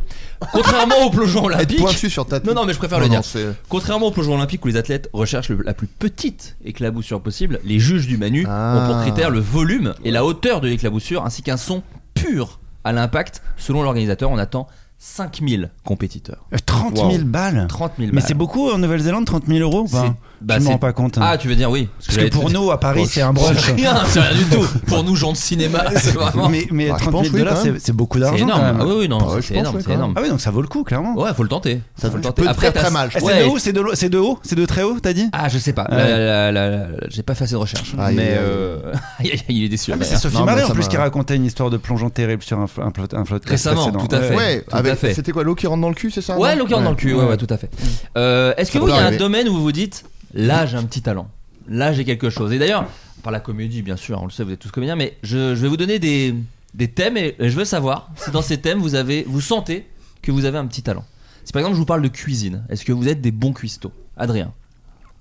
Speaker 4: Contrairement au plongeon
Speaker 5: Être
Speaker 4: olympique.
Speaker 5: pointu sur ta
Speaker 4: Non, non, mais je préfère le
Speaker 5: Non, non,
Speaker 4: dire.
Speaker 5: c'est-
Speaker 4: Contrairement au plongeon olympique où les athlètes recherchent le- la plus petite éclaboussure possible, les juges du Manu
Speaker 5: Ah.
Speaker 4: ont pour critère le volume et la hauteur de l'éclaboussure ainsi qu'un son pur à l'impact. Selon l'organisateur, on attend 5000 compétiteurs.
Speaker 6: Euh, 30 000
Speaker 7: Wow.
Speaker 6: balles.
Speaker 4: 30 000
Speaker 6: Mais
Speaker 4: balles.
Speaker 6: c'est beaucoup en Nouvelle-Zélande, 30 000 euros ou
Speaker 4: C'est-
Speaker 6: pas
Speaker 4: bah,
Speaker 6: Je me
Speaker 4: c'est-
Speaker 6: rends pas compte. hein.
Speaker 4: Ah, tu veux dire oui.
Speaker 6: Parce que pour nous, à Paris, c'est un brunch.
Speaker 4: c'est rien, c'est rien du tout. Pour nous, gens de cinéma, c'est vraiment.
Speaker 6: Mais, mais
Speaker 5: Bah, je
Speaker 6: 30
Speaker 5: pense,
Speaker 6: 000
Speaker 5: oui,
Speaker 7: hein.
Speaker 6: dollars,
Speaker 5: quand
Speaker 6: c'est
Speaker 5: même.
Speaker 6: c'est beaucoup
Speaker 4: C'est
Speaker 6: d'argent.
Speaker 4: énorme.
Speaker 6: quand même.
Speaker 4: Ah oui, oui, non,
Speaker 5: Ouais, Bah, je
Speaker 4: c'est
Speaker 5: pense,
Speaker 4: énorme,
Speaker 5: ouais,
Speaker 4: c'est
Speaker 5: quand
Speaker 4: énorme.
Speaker 6: Ah oui, donc ça vaut le coup, clairement.
Speaker 4: Ouais, faut le tenter.
Speaker 5: Ça
Speaker 4: Faut le
Speaker 5: peut
Speaker 4: tenter.
Speaker 5: te
Speaker 4: Après,
Speaker 5: faire
Speaker 4: t'as-
Speaker 5: très mal.
Speaker 6: Eh, C'est
Speaker 4: Ouais.
Speaker 6: de haut, c'est de, lo- c'est de haut, c'est de très haut, t'as dit
Speaker 4: Ah, je sais pas.
Speaker 6: Ouais.
Speaker 4: La- la- la- la- la- J'ai pas fait assez de recherche. hein.
Speaker 5: Aïe,
Speaker 4: mais
Speaker 5: aïe, aïe.
Speaker 4: euh, aïe, aïe, il est déçu.
Speaker 6: Ah, mais c'est
Speaker 4: Ouais.
Speaker 6: Sophie
Speaker 5: Non, mais
Speaker 6: Marais en
Speaker 5: ça
Speaker 6: plus
Speaker 5: m'a-
Speaker 6: qui racontait une histoire de plongeon terrible sur un, fl- un, plot- un floodcast
Speaker 4: Récemment,
Speaker 6: précédent.
Speaker 4: tout à fait.
Speaker 5: Ouais,
Speaker 4: Tout à
Speaker 5: avec.
Speaker 4: fait.
Speaker 5: C'était quoi l'eau qui rentre dans le cul, c'est ça
Speaker 4: Ouais,
Speaker 5: non
Speaker 4: l'eau qui rentre dans le cul, ouais, ouais, tout à fait. Euh, Est-ce que
Speaker 5: Ça
Speaker 4: vous, il
Speaker 5: peut
Speaker 4: y a un
Speaker 5: arriver.
Speaker 4: domaine où vous vous dites, là j'ai un petit talent, là j'ai quelque chose Et d'ailleurs, par la comédie, bien sûr, on le sait, vous êtes tous comédiens, mais je, je vais vous donner des, des thèmes et et je veux savoir si dans ces thèmes vous, avez, vous sentez que vous avez un petit talent. Si par exemple je vous parle de cuisine, est-ce que vous êtes des bons cuistots Adrien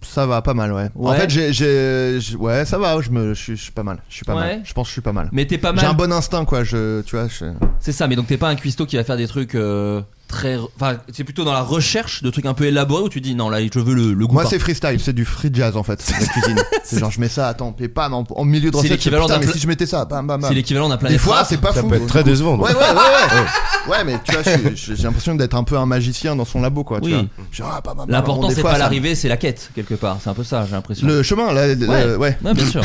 Speaker 5: Ça va, pas mal, ouais. En
Speaker 4: Ouais.
Speaker 5: fait, j'ai- j'ai. j'ai- Ouais, ça va, je me- je suis- je suis pas mal. Je suis pas
Speaker 4: Ouais.
Speaker 5: mal. Je pense que je suis pas mal.
Speaker 4: Mais t'es pas
Speaker 5: J'ai
Speaker 4: mal.
Speaker 5: un bon instinct, quoi. Je, tu vois, je-
Speaker 4: C'est ça, mais donc t'es pas un cuistot qui va faire des trucs euh, très. Enfin, c'est plutôt dans la recherche de trucs un peu élaborés où tu dis non, là je veux le, le goût.
Speaker 5: Moi,
Speaker 4: par-
Speaker 5: c'est freestyle, c'est du free jazz en fait, la cuisine. c'est genre, je mets ça, attends, et pam, en, en milieu de
Speaker 4: C'est
Speaker 5: recette. je fais,
Speaker 4: l'équivalent
Speaker 5: putain,
Speaker 4: d'un
Speaker 5: mais
Speaker 4: cl-
Speaker 5: si je mettais ça, bam, bam,
Speaker 4: c'est
Speaker 5: bam.
Speaker 4: l'équivalent d'un plein
Speaker 5: Des fois, c'est pas
Speaker 7: Ça
Speaker 5: fou.
Speaker 7: peut être très décevant. donc.
Speaker 5: Ouais, ouais, ouais, ouais. ouais, mais tu vois, je suis- j'ai l'impression d'être un peu un magicien dans son labo, quoi.
Speaker 4: Oui.
Speaker 5: Tu vois. Genre, ah, bam, bam, bam. Bon,
Speaker 4: L'important
Speaker 5: des
Speaker 4: c'est
Speaker 5: fois,
Speaker 4: pas
Speaker 5: ça-
Speaker 4: l'arrivée, c'est la quête quelque part. C'est un peu ça, j'ai l'impression.
Speaker 5: Le chemin, là, le-
Speaker 4: Ouais.
Speaker 5: le- ouais,
Speaker 4: Ouais, bien sûr.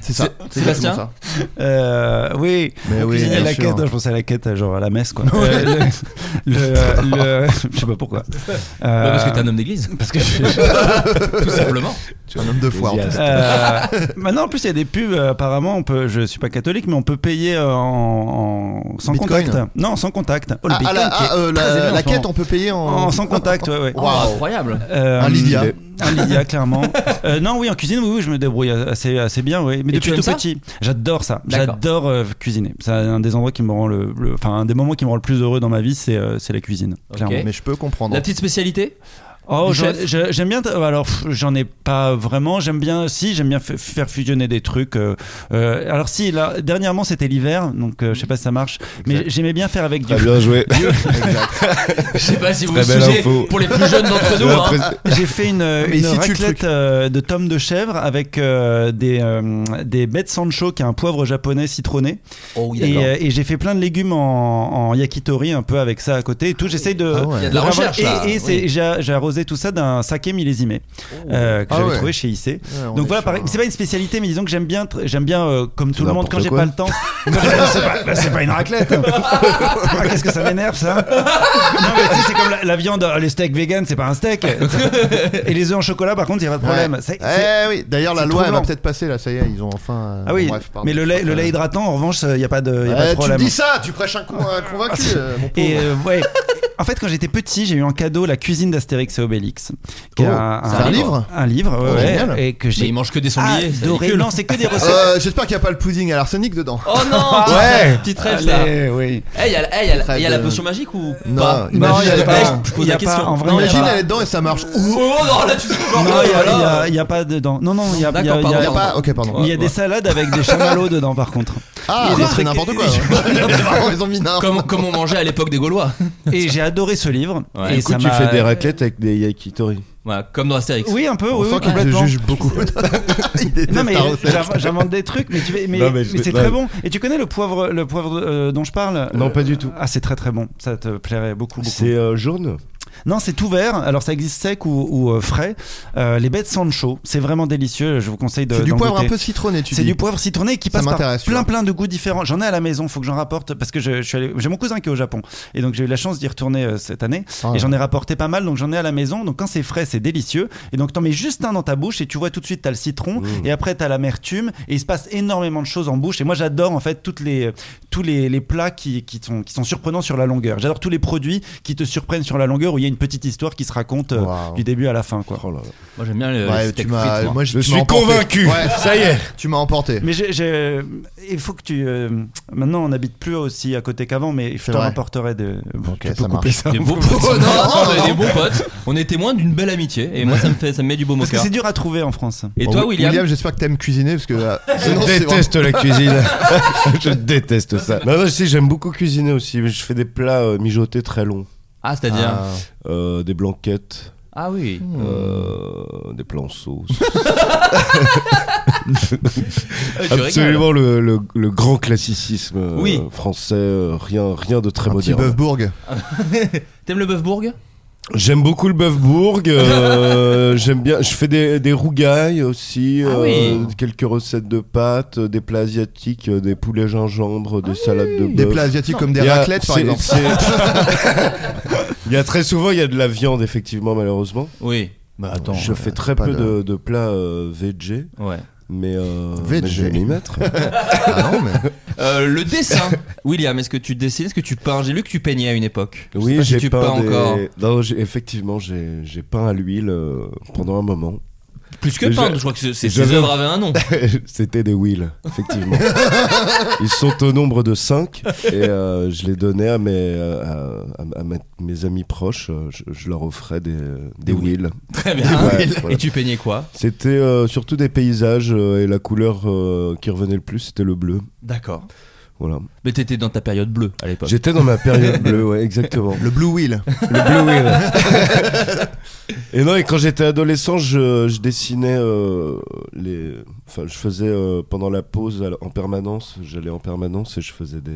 Speaker 5: c'est ça. C'est
Speaker 4: Sébastien
Speaker 5: exactement ça.
Speaker 6: Euh, oui.
Speaker 7: Eh
Speaker 5: Mais oui,
Speaker 6: Cuisiner
Speaker 5: bien
Speaker 6: la
Speaker 5: sûr.
Speaker 6: quête, je pensais à la quête, genre à la messe, quoi. Euh, le, le- le- je sais pas pourquoi. Euh,
Speaker 4: Bah, parce que t'es un homme d'église.
Speaker 6: parce que je-
Speaker 4: Tout simplement.
Speaker 5: Un homme de foi. en fait.
Speaker 6: Euh, maintenant, en plus, il y a des pubs. euh, apparemment, on peut. Je suis pas catholique, mais on peut payer euh, en, en- sans
Speaker 5: Bitcoin.
Speaker 6: contact. Non, sans contact. Oh, le
Speaker 5: Ah, ah,
Speaker 6: Bitcoin
Speaker 5: la,
Speaker 6: qui est
Speaker 5: ah, euh,
Speaker 6: très
Speaker 5: la,
Speaker 6: élevé en
Speaker 5: la
Speaker 6: ce moment.
Speaker 5: quête, on peut payer en.
Speaker 6: en sans contact, ouais, ouais.
Speaker 4: Oh, Incroyable.
Speaker 6: Euh,
Speaker 5: Un Lydia.
Speaker 6: Un Lydia, clairement. Euh, non, oui, en cuisine, oui, oui, je me débrouille assez, assez bien, oui. Mais
Speaker 4: Et tu
Speaker 6: depuis
Speaker 4: aimes
Speaker 6: tout
Speaker 4: ça
Speaker 6: petit, j'adore ça.
Speaker 4: D'accord.
Speaker 6: J'adore euh, cuisiner. C'est un des endroits qui me rend le, le- enfin, un des moments qui me rend le plus heureux dans ma vie, c'est, euh, c'est la cuisine, clairement.
Speaker 5: Mais je peux comprendre.
Speaker 4: La petite spécialité
Speaker 6: Oh,
Speaker 4: Du
Speaker 6: je-
Speaker 4: chef
Speaker 6: je- j'aime bien. t- Alors, pff, j'en ai pas vraiment. J'aime bien, si, j'aime bien f- faire fusionner des trucs. euh, euh, alors, si, là, dernièrement, c'était l'hiver, donc euh, je sais pas si ça marche, mais j'aimais bien faire avec du.
Speaker 7: Très bien joué.
Speaker 4: Je sais pas si vous vous
Speaker 7: Très belle
Speaker 4: suivez
Speaker 7: info.
Speaker 4: pour les plus jeunes d'entre nous. hein.
Speaker 6: J'ai fait une,
Speaker 5: Mais
Speaker 6: une
Speaker 5: si tu le
Speaker 6: raclette
Speaker 5: truc.
Speaker 6: euh, de tomes de chèvre avec euh, des, euh, des baies de sancho, qui est un poivre japonais citronné.
Speaker 4: Oh oui,
Speaker 6: et
Speaker 4: d'accord.
Speaker 6: euh, et j'ai fait plein de légumes en, en yakitori, un peu avec ça à côté et tout. J'essaye de.
Speaker 5: Ah ouais. Il y a
Speaker 4: de la
Speaker 6: vraiment-
Speaker 4: recherche,
Speaker 6: Et,
Speaker 4: là.
Speaker 6: et c'est-
Speaker 4: Oui.
Speaker 6: j'ai j'ai arrosé tout ça d'un saké millésimé euh, que
Speaker 5: Ah
Speaker 6: j'avais
Speaker 5: ouais.
Speaker 6: trouvé chez IC.
Speaker 5: Ouais, on
Speaker 6: Donc
Speaker 5: est
Speaker 6: voilà,
Speaker 5: sur
Speaker 6: pareil,
Speaker 5: un-
Speaker 6: c'est pas une spécialité, mais disons que j'aime bien, tr- j'aime bien euh, comme tout le monde quand
Speaker 7: n'importe
Speaker 6: j'ai
Speaker 7: quoi.
Speaker 6: pas le temps. Quand j'ai- c'est pas, bah, c'est pas une raclette. Ah, Qu'est-ce que ça m'énerve ça Non mais tu sais, c'est comme la, la viande, euh, le steak vegan, c'est pas un steak. Et les œufs en chocolat, par contre, il y a pas de problème.
Speaker 5: Ouais.
Speaker 6: C'est- c'est-
Speaker 5: Eh oui, d'ailleurs, la
Speaker 6: c'est
Speaker 5: loi, elle va
Speaker 6: troublant.
Speaker 5: peut-être passer là, ça y est, ils ont enfin. euh,
Speaker 6: Ah oui,
Speaker 5: bon, bref, pardon.
Speaker 6: mais le lait, le lait hydratant, en revanche, il y a pas de, y a pas
Speaker 5: Eh,
Speaker 6: de
Speaker 5: tu me
Speaker 6: problème. Ah,
Speaker 5: dis ça, tu prêches un con- un convaincu, euh, mon pauvre.
Speaker 6: Et euh, ouais. En fait, quand j'étais petit, j'ai eu en cadeau la cuisine d'astérix et Obélix, qui est
Speaker 5: Oh,
Speaker 6: un,
Speaker 5: c'est un livre
Speaker 6: un livre, ouais,
Speaker 5: Oh,
Speaker 6: ouais,
Speaker 5: génial.
Speaker 6: euh, et que
Speaker 4: Mais
Speaker 6: j'ai
Speaker 4: il mange que des sangliers. c'est
Speaker 6: adoré.
Speaker 4: ridicule.
Speaker 6: Non, c'est que des recettes.
Speaker 5: Euh, J'espère qu'il n'y a pas le pudding à l'arsenic dedans.
Speaker 4: Oh non
Speaker 7: Ouais.
Speaker 4: Petite rêve ça.
Speaker 6: Allez, oui.
Speaker 4: Eh, y a, la- eh, y a la-
Speaker 5: Trêve
Speaker 4: y a la
Speaker 5: de-
Speaker 4: potion magique ou
Speaker 5: Non,
Speaker 4: pas
Speaker 5: imagine,
Speaker 6: Non, il y a
Speaker 5: elle est
Speaker 6: pas-
Speaker 4: Eh,
Speaker 6: Bah,
Speaker 4: Je pose
Speaker 6: euh, il y a
Speaker 4: la
Speaker 6: pas-
Speaker 4: question.
Speaker 6: en vrai,
Speaker 4: Non,
Speaker 6: il y a
Speaker 5: Imagine,
Speaker 6: pas-
Speaker 5: elle est dedans et ça marche.
Speaker 4: Oh
Speaker 5: Ouh,
Speaker 4: non, là tu sais
Speaker 6: Non, il y a- il y
Speaker 4: pas.
Speaker 6: a- il y a pas dedans. Non, non, il y a, il y a-
Speaker 4: D'accord,
Speaker 6: il y a-
Speaker 5: Il
Speaker 4: pardon.
Speaker 5: n'y a pas. Ok, pardon.
Speaker 6: il y a des salades avec des chamallows dedans, par contre.
Speaker 5: Ah,
Speaker 6: il y a des
Speaker 5: c'est
Speaker 6: trucs-
Speaker 5: n'importe quoi. Vraiment, Ils ont mis n'importe
Speaker 4: Comme, comme on mangeait à l'époque des Gaulois.
Speaker 6: Et j'ai adoré ce livre.
Speaker 4: Ouais.
Speaker 6: Et
Speaker 7: Du coup,
Speaker 6: ça
Speaker 7: tu
Speaker 6: m'a-
Speaker 7: fais des raclettes avec des yakitori.
Speaker 4: Voilà, comme dans Astérix.
Speaker 6: Oui, un peu,
Speaker 5: On
Speaker 6: oui,
Speaker 5: sent
Speaker 6: oui,
Speaker 5: qu'ils te
Speaker 6: complètement.
Speaker 5: jugent beaucoup. Ils détestent
Speaker 6: Non mais
Speaker 5: ta recette.
Speaker 6: j'inv- j'invente des trucs, mais, tu fais- mais,
Speaker 7: Non, mais
Speaker 6: mais
Speaker 7: je-
Speaker 6: c'est
Speaker 7: non.
Speaker 6: très bon. Et tu connais le poivre, le poivre euh, dont je parle
Speaker 7: Non, pas du tout.
Speaker 6: Ah, c'est très très bon. Ça te plairait beaucoup beaucoup.
Speaker 7: C'est euh, jaune
Speaker 6: Non, c'est tout vert. Alors ça existe sec ou, ou, euh, frais. Euh, les bêtes sancho, c'est vraiment délicieux. Je vous conseille de.
Speaker 5: C'est du
Speaker 6: d'en
Speaker 5: poivre un
Speaker 6: goûter.
Speaker 5: peu citronné, tu dis.
Speaker 6: C'est du poivre citronné qui
Speaker 5: Ça
Speaker 6: passe par
Speaker 5: m'intéresse, tu
Speaker 6: plein
Speaker 5: vois.
Speaker 6: plein de goûts différents. J'en ai à la maison, faut que j'en rapporte parce que je, je suis allé- j'ai mon cousin qui est au Japon et donc j'ai eu la chance d'y retourner euh, cette année
Speaker 5: Ah ouais.
Speaker 6: et j'en ai rapporté pas mal donc j'en ai à la maison. Donc quand c'est frais, c'est délicieux et donc t'en mets juste un dans ta bouche et tu vois tout de suite t'as le citron
Speaker 5: Mmh.
Speaker 6: et après t'as l'amertume et il se passe énormément de choses en bouche et moi j'adore en fait toutes les tous les, les plats qui, qui sont qui sont surprenants sur la longueur. J'adore tous les produits qui te surprennent sur la longueur où il y a une petite histoire qui se raconte euh,
Speaker 5: Waouh. Oh
Speaker 6: du début à la fin quoi.
Speaker 4: Moi j'aime bien le
Speaker 6: Euh,
Speaker 5: Ouais,
Speaker 4: steak
Speaker 5: tu m'as-
Speaker 4: frites, moi.
Speaker 5: moi,
Speaker 7: Je
Speaker 5: tu
Speaker 7: suis
Speaker 5: m'as emporté.
Speaker 7: convaincu.
Speaker 5: Ouais,
Speaker 7: Ça y est.
Speaker 5: tu m'as emporté.
Speaker 6: Mais j'ai- j'ai- il faut que tu. euh, maintenant, on n'habite plus aussi à côté qu'avant, mais je
Speaker 5: C'est
Speaker 6: t'en
Speaker 5: vrai.
Speaker 6: rapporterai de.
Speaker 5: Ok,
Speaker 6: tu peux
Speaker 5: ça
Speaker 6: couper
Speaker 5: marche.
Speaker 6: ça.
Speaker 4: Des bons potes. Non, non, on est des bons potes. On est témoins d'une belle amitié. Et moi, ça me fait, ça me met du beau
Speaker 6: Parce que
Speaker 4: moqueur.
Speaker 6: c'est dur à trouver en France.
Speaker 4: Et
Speaker 5: Bon,
Speaker 4: toi,
Speaker 5: Wi-
Speaker 4: William,
Speaker 5: j'espère que t'aimes cuisiner parce que euh,
Speaker 7: Je
Speaker 5: sinon, c'est vraiment-
Speaker 7: déteste la cuisine. je déteste ça. Non, non, je sais, j'aime beaucoup cuisiner aussi. mais Je fais des plats euh, mijotés très longs.
Speaker 4: Ah, c'est-à-dire. Ah,
Speaker 7: Euh, des blanquettes,
Speaker 4: oui.
Speaker 7: Hmm.
Speaker 6: Oh,
Speaker 7: euh, des plats en sauce.
Speaker 4: Euh, tu rigoles.
Speaker 7: Absolument le, le- le grand classicisme euh,
Speaker 4: Oui.
Speaker 7: français. euh, rien, rien de très
Speaker 5: un petit
Speaker 7: moderne.
Speaker 5: bœuf bourg.
Speaker 4: T'aimes le bœuf bourg
Speaker 7: J'aime beaucoup le bœuf bourg. euh, J'aime bien. Je fais des, des rougailles aussi.
Speaker 4: Ah
Speaker 7: euh,
Speaker 4: oui.
Speaker 7: Quelques recettes de pâtes, euh, des plats asiatiques, euh, des poulets gingembre, des
Speaker 4: Ah
Speaker 7: salades de bœuf.
Speaker 5: Des plats asiatiques comme des
Speaker 7: Il y a-
Speaker 5: raclettes par
Speaker 7: c'est-
Speaker 5: exemple.
Speaker 7: c'est- il y a très souvent il y a de la viande effectivement malheureusement.
Speaker 4: Oui. Bah attends.
Speaker 7: je fais très
Speaker 5: euh, pas
Speaker 7: peu
Speaker 5: de-
Speaker 7: de, de plats euh, VG,
Speaker 4: Ouais.
Speaker 7: mais, euh,
Speaker 5: VG.
Speaker 7: mais je vais m'y mettre.
Speaker 5: Ah non, mais
Speaker 4: Euh, le dessin. William, est-ce que tu dessines Est-ce que tu peins J'ai lu que tu peignais à une époque. Je sais
Speaker 7: oui,
Speaker 4: pas si
Speaker 7: j'ai
Speaker 4: tu
Speaker 7: peint,
Speaker 4: peins
Speaker 7: des-
Speaker 4: encore.
Speaker 7: Non, j'ai- effectivement, j'ai j'ai peint à l'huile euh, pendant un moment.
Speaker 4: Plus que
Speaker 7: Je-
Speaker 4: peindre, je crois que ce- ces
Speaker 7: je-
Speaker 4: ces œuvres avaient un nom.
Speaker 7: C'était des wheels, effectivement. Ils sont au nombre de 5 et euh, je les donnais à mes, euh, à, à- à ma- mes amis proches. euh, Je, je leur offrais des, des wheels.
Speaker 4: Très bien.
Speaker 7: Ouais,
Speaker 4: Et
Speaker 7: voilà.
Speaker 4: tu peignais quoi
Speaker 7: C'était euh, surtout des paysages euh, et la couleur euh, qui revenait le plus, c'était le bleu.
Speaker 4: D'accord.
Speaker 7: Voilà.
Speaker 4: Mais t'étais dans ta période bleue à l'époque.
Speaker 7: J'étais dans ma période bleue, ouais, exactement.
Speaker 5: le Blue Wheel.
Speaker 7: Le bleu, oui. ouais. et non, et quand j'étais adolescent, je, je dessinais euh, les. Enfin, je faisais euh, pendant la pause à la- en permanence, j'allais en permanence et je faisais des,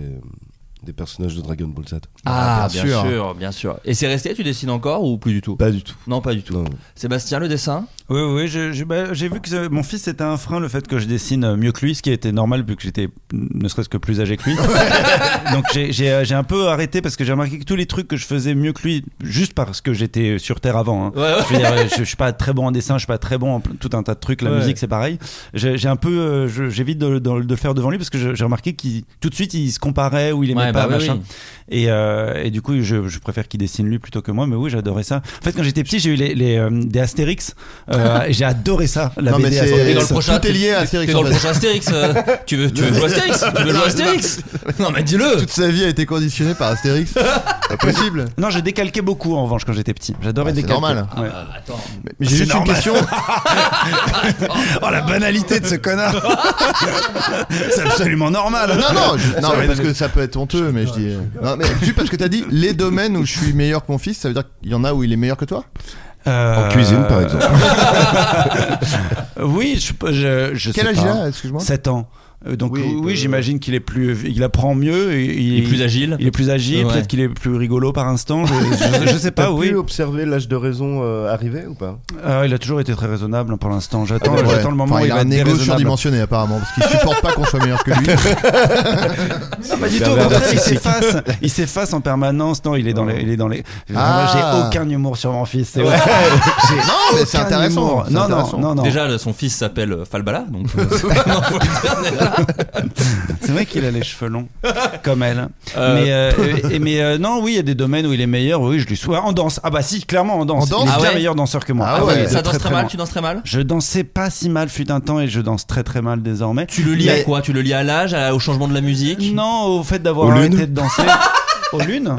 Speaker 7: des personnages de Dragon Ball Z.
Speaker 4: Ah,
Speaker 5: bien
Speaker 4: bien,
Speaker 5: sûr.
Speaker 4: sûr. bien sûr. Et c'est resté Tu dessines encore ou plus du tout
Speaker 7: Pas du tout.
Speaker 4: Non, pas du tout.
Speaker 7: Non.
Speaker 4: Sébastien, le dessin
Speaker 6: Oui, oui, je- je- bah, j'ai vu que euh, mon fils était un frein le fait que je dessine euh, mieux que lui, ce qui était normal vu que j'étais euh, ne serait-ce que plus âgé que lui. Donc j'ai- j'ai euh, j'ai un peu arrêté parce que j'ai remarqué que tous les trucs que je faisais mieux que lui, juste parce que j'étais sur Terre avant. hein.
Speaker 4: Ouais, ouais.
Speaker 6: Je veux dire, je, je suis pas très bon en dessin, je suis pas très bon en pl- tout un tas de trucs. La
Speaker 4: Ouais.
Speaker 6: musique, c'est pareil. J'ai j'ai un peu, euh, je- j'évite de, de- de le faire devant lui parce que je- j'ai remarqué qu'il tout de suite il se comparait ou il aimait
Speaker 4: Ouais,
Speaker 6: pas
Speaker 4: bah oui,
Speaker 6: machin.
Speaker 4: oui.
Speaker 6: Et, euh, et du coup, je, je préfère qu'il dessine lui plutôt que moi. Mais oui, j'adorais ça. En fait, quand j'étais petit, j'ai eu les, les, euh, des Astérix. Euh, et j'ai adoré ça. La
Speaker 5: Non, mais
Speaker 6: BD
Speaker 5: c'est-
Speaker 6: Astérix.
Speaker 4: T'es dans le
Speaker 5: ça-
Speaker 4: prochain.
Speaker 5: tout est lié à
Speaker 4: t'es-
Speaker 5: Astérix,
Speaker 4: T'es dans
Speaker 5: en
Speaker 4: le
Speaker 5: fait.
Speaker 4: prochain Astérix. euh, tu veux, tu veux jouer à Astérix Tu veux jouer à Astérix Non, mais dis-le.
Speaker 5: Sa vie a été conditionnée par Astérix. Pas possible.
Speaker 6: Non, j'ai décalqué beaucoup en revanche quand j'étais petit. J'adorais
Speaker 5: Ouais, Ah, c'est
Speaker 6: décalquer.
Speaker 5: normal.
Speaker 6: Ouais.
Speaker 4: Attends.
Speaker 5: Mais J'ai juste une question.
Speaker 6: Oh la banalité de ce connard C'est absolument normal
Speaker 5: Non, non, je- non,
Speaker 6: Ça va
Speaker 5: mais parce
Speaker 6: être-
Speaker 5: que ça peut être honteux, mais je dis. euh, Non, mais juste parce que t'as dit les domaines où je suis meilleur que mon fils, ça veut dire qu'il y en a où il est meilleur que toi
Speaker 6: Euh,
Speaker 7: En cuisine, par exemple.
Speaker 6: Oui, je, je, je
Speaker 5: Quel
Speaker 6: sais
Speaker 5: âge
Speaker 6: pas.
Speaker 5: il a, excuse-moi
Speaker 6: 7 ans. Euh, Donc
Speaker 5: Oui,
Speaker 6: oui,
Speaker 5: il peut-
Speaker 6: j'imagine qu'il est plus, il apprend mieux, et,
Speaker 4: Il est plus agile.
Speaker 6: il est plus agile,
Speaker 4: Ouais.
Speaker 6: peut-être qu'il est plus rigolo par instant. Je, je- je sais
Speaker 7: T'as
Speaker 6: pas, oui.
Speaker 7: pu observer l'âge de raison euh, arriver ou pas
Speaker 6: Euh, il a toujours été très raisonnable pour l'instant. J'attends,
Speaker 5: Ah Ouais.
Speaker 6: j'attends le moment
Speaker 5: Enfin,
Speaker 6: où il,
Speaker 5: il a
Speaker 6: va
Speaker 5: un
Speaker 6: être
Speaker 5: égo
Speaker 6: déraisonnable.
Speaker 5: surdimensionné apparemment parce qu'il supporte pas qu'on soit meilleur que lui.
Speaker 6: Ah, Pas du tout, au
Speaker 7: Pervers
Speaker 6: contraire, il s'efface. Il s'efface en permanence. Non, il est dans les. Il est dans les...
Speaker 5: Ah.
Speaker 6: Moi, j'ai aucun humour sur mon fils. c'est
Speaker 4: Ouais.
Speaker 6: vrai. J'ai
Speaker 5: Non, mais c'est
Speaker 6: aucun
Speaker 5: intéressant,
Speaker 6: humour.
Speaker 5: c'est
Speaker 6: Non,
Speaker 5: intéressant.
Speaker 6: non, non, non.
Speaker 4: Déjà, le- son fils s'appelle euh, Falbala, donc. euh, c'est- non, faut le dire, déjà.
Speaker 6: C'est vrai qu'il a les cheveux longs, comme elle.
Speaker 4: Euh,
Speaker 6: Mais, euh, et- mais euh, non, oui, il y a des domaines où il est meilleur. Oui, je lui souhaite. En danse. Ah bah si, clairement en danse.
Speaker 5: En
Speaker 6: il
Speaker 5: danse
Speaker 6: est
Speaker 4: Ah
Speaker 6: bien
Speaker 4: ouais
Speaker 6: meilleur danseur que moi.
Speaker 5: Ah
Speaker 4: Ah
Speaker 5: ouais,
Speaker 4: ouais,
Speaker 6: il est
Speaker 4: ça danse
Speaker 6: très,
Speaker 4: très,
Speaker 6: très
Speaker 4: mal.
Speaker 6: bon.
Speaker 4: Tu danses très mal
Speaker 6: Je dansais pas si mal fut un temps et je danse très très mal désormais.
Speaker 4: Tu le lis
Speaker 5: Mais-
Speaker 4: à quoi Tu le lis à l'âge, à- au changement de la musique
Speaker 6: Non, au fait d'avoir
Speaker 7: Aux
Speaker 6: arrêté
Speaker 7: lunes
Speaker 6: de danser. Aux lunes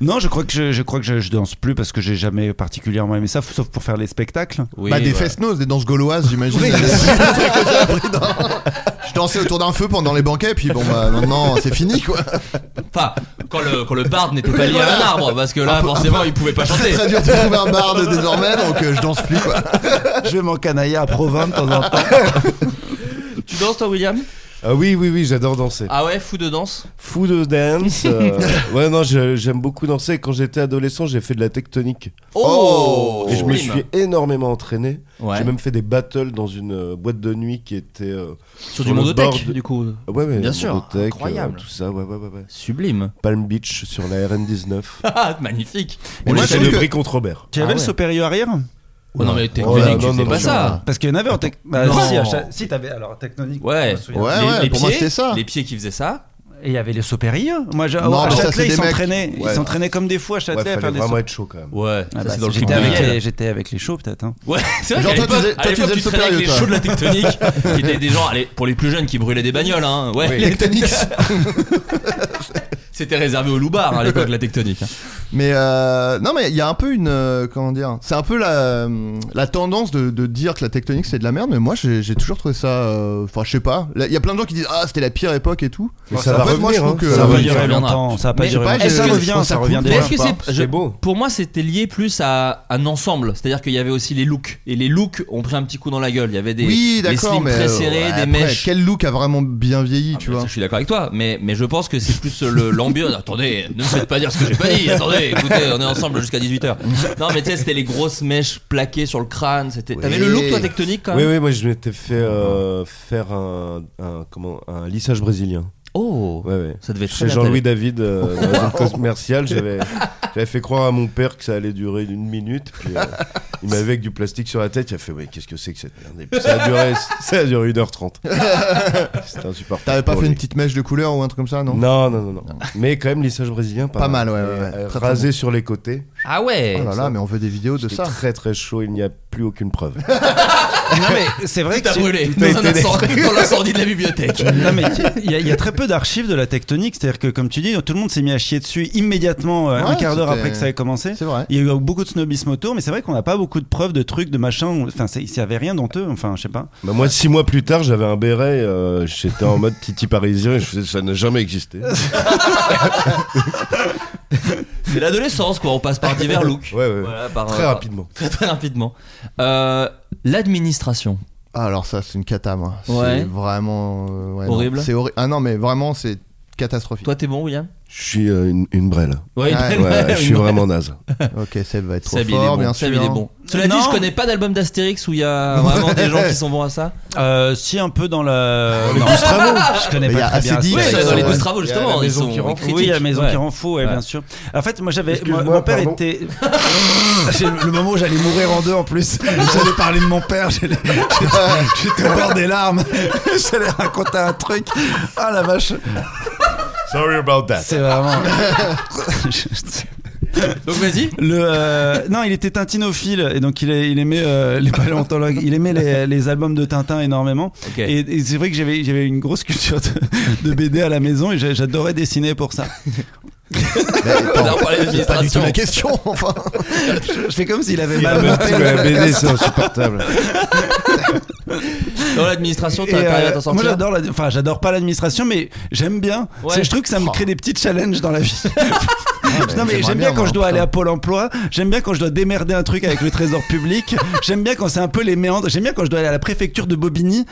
Speaker 6: Non, je crois que je, je crois que je, je danse plus parce que j'ai jamais particulièrement aimé ça, sauf pour faire les spectacles.
Speaker 4: Oui,
Speaker 5: bah, des
Speaker 4: voilà.
Speaker 5: fest des danses gauloises, j'imagine.
Speaker 6: Oui.
Speaker 5: Des- des trucs que j'ai appris dans- Je dansais autour d'un feu pendant les banquets, puis bon, bah maintenant c'est fini quoi.
Speaker 4: Enfin, quand le, quand le barde n'était pas lié à un arbre, parce que là,
Speaker 5: Un peu-
Speaker 4: forcément, il pouvait pas
Speaker 5: C'est
Speaker 4: chanter.
Speaker 5: très dur de trouver un barde désormais, donc euh, je danse plus quoi.
Speaker 6: Je vais m'encanailler à Provence de temps en temps.
Speaker 4: Tu danses, toi, William
Speaker 7: Ah oui, oui, oui, j'adore danser.
Speaker 4: Ah ouais, fou de danse
Speaker 7: Fou de dance. euh, ouais, non, je- j'aime beaucoup danser. Quand j'étais adolescent, j'ai fait de la tectonique.
Speaker 4: Oh,
Speaker 7: Et je me
Speaker 4: Sublime.
Speaker 7: suis énormément entraîné.
Speaker 4: Ouais.
Speaker 7: J'ai même fait des battles dans une euh, boîte de nuit qui était euh,
Speaker 4: Sur
Speaker 7: le
Speaker 4: du mondothèque,
Speaker 7: bord de-
Speaker 4: du coup.
Speaker 7: Ouais, ouais,
Speaker 4: Bien sûr,
Speaker 7: Mondothèque, euh,
Speaker 4: incroyable.
Speaker 7: tout ça, ouais, ouais, ouais, ouais.
Speaker 4: Sublime.
Speaker 7: Palm Beach sur la RN19.
Speaker 4: Ah, magnifique.
Speaker 7: On
Speaker 6: moi,
Speaker 7: l'a
Speaker 6: je
Speaker 7: fait
Speaker 6: trouve
Speaker 7: le
Speaker 6: que-
Speaker 7: brick contre Robert.
Speaker 6: Tu avais
Speaker 4: Ah
Speaker 6: le
Speaker 4: ouais.
Speaker 6: supérieur arrière
Speaker 4: Oh non, mais
Speaker 7: Oh là,
Speaker 4: techniquement,
Speaker 7: non,
Speaker 4: tu fais
Speaker 7: non,
Speaker 4: pas
Speaker 7: non,
Speaker 4: ça.
Speaker 6: Parce qu'il y en avait en tech. Bah,
Speaker 4: Non.
Speaker 6: si, à chaque- si, t'avais alors Technonique. je
Speaker 4: Ouais.
Speaker 6: me souviens.
Speaker 5: Ouais, ouais, pour moi,
Speaker 4: pieds-
Speaker 5: c'était ça.
Speaker 4: Les pieds qui faisaient ça.
Speaker 6: Et il y avait les Sopérieux. Moi, je-
Speaker 5: Non,
Speaker 6: à
Speaker 5: mais ça, c'est
Speaker 6: Châtelet, ils
Speaker 5: des mecs.
Speaker 6: s'entraînaient. Ils
Speaker 7: Ouais.
Speaker 6: s'entraînaient comme des fous à
Speaker 7: Ouais,
Speaker 6: Châtelet à
Speaker 7: fallait
Speaker 6: faire des.
Speaker 7: vraiment
Speaker 6: so-
Speaker 7: être chaud quand même.
Speaker 4: Ouais,
Speaker 6: Ah
Speaker 4: ça
Speaker 6: bah,
Speaker 4: c'est dans le film
Speaker 6: j'étais
Speaker 4: de
Speaker 6: avec,
Speaker 4: Miguel.
Speaker 6: les- j'étais avec les chauds peut-être. hein.
Speaker 4: Ouais, c'est vrai
Speaker 5: Genre,
Speaker 4: qu'à
Speaker 5: toi, tu
Speaker 4: l'époque,
Speaker 5: faisais-
Speaker 4: à
Speaker 5: toi, tu
Speaker 4: l'époque,
Speaker 5: faisais
Speaker 4: tu
Speaker 5: le
Speaker 4: traînais avec les
Speaker 5: supérieur,
Speaker 4: shows de la tectonique, qui étaient des gens, allez, pour les plus jeunes, qui brûlaient des bagnoles, hein. Ouais. C'était réservé aux loupards hein, à l'époque, la tectonique. hein.
Speaker 5: Mais euh, non, mais il y a un peu une. euh, comment dire C'est un peu la, euh, la tendance de, de dire que la tectonique c'est de la merde, mais moi j'ai j'ai toujours trouvé ça. euh, Enfin, je sais pas. Là, Il y a plein de gens qui disent Ah, c'était la pire époque et tout.
Speaker 7: Mais
Speaker 5: Enfin,
Speaker 7: ça va
Speaker 5: en fait, moi, je
Speaker 7: revenir, hein.
Speaker 5: trouve que-
Speaker 7: Ça
Speaker 6: Ça
Speaker 7: va
Speaker 6: va
Speaker 7: pas
Speaker 6: pas
Speaker 7: durer
Speaker 6: durer longtemps. Ça va pas
Speaker 4: Mais-
Speaker 6: durer.
Speaker 5: Ouais,
Speaker 6: longtemps.
Speaker 5: je-
Speaker 6: Et ça
Speaker 5: je
Speaker 6: revient,
Speaker 5: pense
Speaker 6: ça
Speaker 5: à
Speaker 6: revient.
Speaker 5: coupe,
Speaker 6: des
Speaker 4: Mais
Speaker 5: Ouais,
Speaker 4: est-ce que
Speaker 5: pas.
Speaker 4: c'est
Speaker 7: C'est
Speaker 4: je-
Speaker 7: beau.
Speaker 4: Pour moi, c'était lié plus à un ensemble, c'est-à-dire qu'il y avait aussi les looks et les looks ont pris un petit coup dans la gueule. Il y avait des
Speaker 5: oui,
Speaker 4: des
Speaker 5: d'accord,
Speaker 4: slims
Speaker 5: mais.
Speaker 4: très
Speaker 5: euh,
Speaker 4: serrés,
Speaker 5: ouais,
Speaker 4: des
Speaker 5: après,
Speaker 4: mèches.
Speaker 5: Quel look a vraiment bien vieilli,
Speaker 4: Ah,
Speaker 5: tu
Speaker 4: mais
Speaker 5: vois
Speaker 4: ça, Je suis d'accord avec toi, mais, mais je pense que c'est plus le- l'ambiance. attendez, ne me faites pas dire ce que j'ai pas dit. Attendez, écoutez, on est ensemble jusqu'à 18h. Non, mais tu sais, c'était les grosses mèches plaquées sur le crâne. c'était- T'avais
Speaker 5: Oui.
Speaker 4: le look, toi, tectonique quand
Speaker 7: Oui,
Speaker 4: même
Speaker 7: oui, moi je m'étais fait euh, faire un, un- comment, un lissage brésilien.
Speaker 4: Oh
Speaker 7: Ouais, ouais.
Speaker 4: Ça devait être très
Speaker 7: Chez
Speaker 4: bien,
Speaker 7: Jean-Louis David, euh, dans la zone commerciale, j'avais, j'avais fait croire à mon père que ça allait durer une minute. Puis, euh, il m'avait avec du plastique sur la tête. Il a fait Ouais, qu'est-ce que c'est que cette merde Et puis ça a duré, ça a duré 1h30. C'était insupportable.
Speaker 5: T'avais pas
Speaker 7: pour
Speaker 5: fait une
Speaker 7: lui.
Speaker 5: petite mèche de couleur ou un truc comme ça, non
Speaker 7: Non, non, non, non. Mais quand même, lissage brésilien, pas,
Speaker 5: Pas mal, ouais,
Speaker 7: Et,
Speaker 5: ouais, ouais.
Speaker 7: euh,
Speaker 5: Très, très
Speaker 7: rasé
Speaker 5: bon.
Speaker 7: sur les côtés.
Speaker 4: Ah ouais
Speaker 5: Oh là là, mais on veut des vidéos de
Speaker 7: J'étais
Speaker 5: ça.
Speaker 7: très très chaud, il n'y a plus aucune preuve.
Speaker 6: Non mais c'est vrai
Speaker 4: Tout
Speaker 6: que
Speaker 4: a
Speaker 6: c'est-
Speaker 4: brûlé
Speaker 7: a
Speaker 4: dans un
Speaker 7: été
Speaker 4: incendie- dans l'incendie de la bibliothèque.
Speaker 6: Non, mais il y, a- il y a très peu d'archives de la tectonique, c'est-à-dire que comme tu dis, tout le monde s'est mis à chier dessus immédiatement euh, un
Speaker 5: Ouais,
Speaker 6: quart d'heure
Speaker 5: c'était-
Speaker 6: après que ça ait commencé.
Speaker 5: C'est vrai.
Speaker 6: Il y a eu beaucoup de snobisme autour, mais c'est vrai qu'on n'a pas beaucoup de preuves de trucs, de machins. Enfin, c'est- il n'y avait rien d'honteux. Enfin, je sais pas.
Speaker 7: Bah, moi, six mois plus tard, j'avais un béret, euh, j'étais en mode titi parisien et je faisais ça n'a jamais existé.
Speaker 4: C'est l'adolescence, quoi. On passe par divers looks.
Speaker 7: Ouais, ouais.
Speaker 4: Voilà, par-
Speaker 7: Très
Speaker 4: par-
Speaker 7: rapidement.
Speaker 4: Très, très rapidement. Euh, L'administration.
Speaker 5: Ah, alors ça, c'est une cata, moi.
Speaker 4: Ouais.
Speaker 5: C'est vraiment. euh, ouais, non.
Speaker 4: Horrible.
Speaker 5: C'est horri- Ah non, mais vraiment, c'est catastrophique.
Speaker 4: Toi, t'es bon, William
Speaker 7: Je suis euh, une, une brêle.
Speaker 4: Ouais,
Speaker 5: Ah,
Speaker 4: une-
Speaker 7: Ouais, je suis
Speaker 4: une-
Speaker 7: vraiment naze.
Speaker 5: ok, Seb va être trop
Speaker 4: Seb, il est bon.
Speaker 5: fort, bien sûr.
Speaker 4: Seb, il est bon. Cela dit,
Speaker 6: Non.
Speaker 4: je connais pas d'album d'Astérix où il y a vraiment des gens qui sont bons à ça.
Speaker 6: Euh, si un peu dans la. Non, je connais
Speaker 5: Mais il y a
Speaker 6: pas très bien.
Speaker 5: Acédic,
Speaker 4: Oui,
Speaker 5: Ouais,
Speaker 4: dans les
Speaker 5: ouais.
Speaker 4: douze travaux,
Speaker 7: Il y a
Speaker 4: justement.
Speaker 7: la
Speaker 4: Ils
Speaker 7: maison
Speaker 4: sont
Speaker 7: qui rend
Speaker 4: ils
Speaker 7: fou.
Speaker 4: critiquent.
Speaker 6: Oui, la maison
Speaker 4: Ouais.
Speaker 6: qui rend fou, ouais,
Speaker 4: Ouais.
Speaker 6: bien sûr. En fait, moi j'avais.
Speaker 7: Excuse-moi,
Speaker 6: mon- mon père
Speaker 7: pardon.
Speaker 6: était.
Speaker 3: C'est le moment où j'allais mourir en deux en plus. J'allais parler de mon père, j'allais- j'étais j'étais au bord des larmes. J'allais raconter un truc. Ah la vache.
Speaker 7: Sorry about that.
Speaker 3: C'est vraiment.
Speaker 4: Donc vas-y.
Speaker 6: Le euh, non, il était tintinophile et donc il, a- il aimait euh, les paléontologues, il aimait les, les albums de Tintin énormément.
Speaker 4: Ok.
Speaker 6: Et, et c'est vrai que j'avais j'avais une grosse culture de, de BD à la maison et j'a- j'adorais dessiner pour ça.
Speaker 4: On a parlé
Speaker 5: C'est pas du tout
Speaker 4: d'administration.
Speaker 5: la question, enfin.
Speaker 3: Je fais comme s'il avait
Speaker 7: Il
Speaker 3: mal
Speaker 7: m'a
Speaker 3: monté.
Speaker 7: parti à la BD, c'est insupportable.
Speaker 4: Dans l'administration,
Speaker 6: Et,
Speaker 4: t'as intérêt à
Speaker 6: euh,
Speaker 4: t'en
Speaker 6: moi
Speaker 4: sortir.
Speaker 6: j'adore la- enfin j'adore pas l'administration mais j'aime bien.
Speaker 4: Ouais.
Speaker 6: C'est- Je trouve que ça me
Speaker 5: Oh.
Speaker 6: crée des petits challenges dans la vie. non mais
Speaker 5: j'aimerais
Speaker 6: j'aime
Speaker 5: bien,
Speaker 6: bien quand
Speaker 5: moi, hein.
Speaker 6: je dois
Speaker 5: putain.
Speaker 6: aller à Pôle Emploi, j'aime bien quand je dois démerder un truc avec le Trésor Public, j'aime bien quand c'est un peu les méandres, j'aime bien quand je dois aller à la préfecture de Bobigny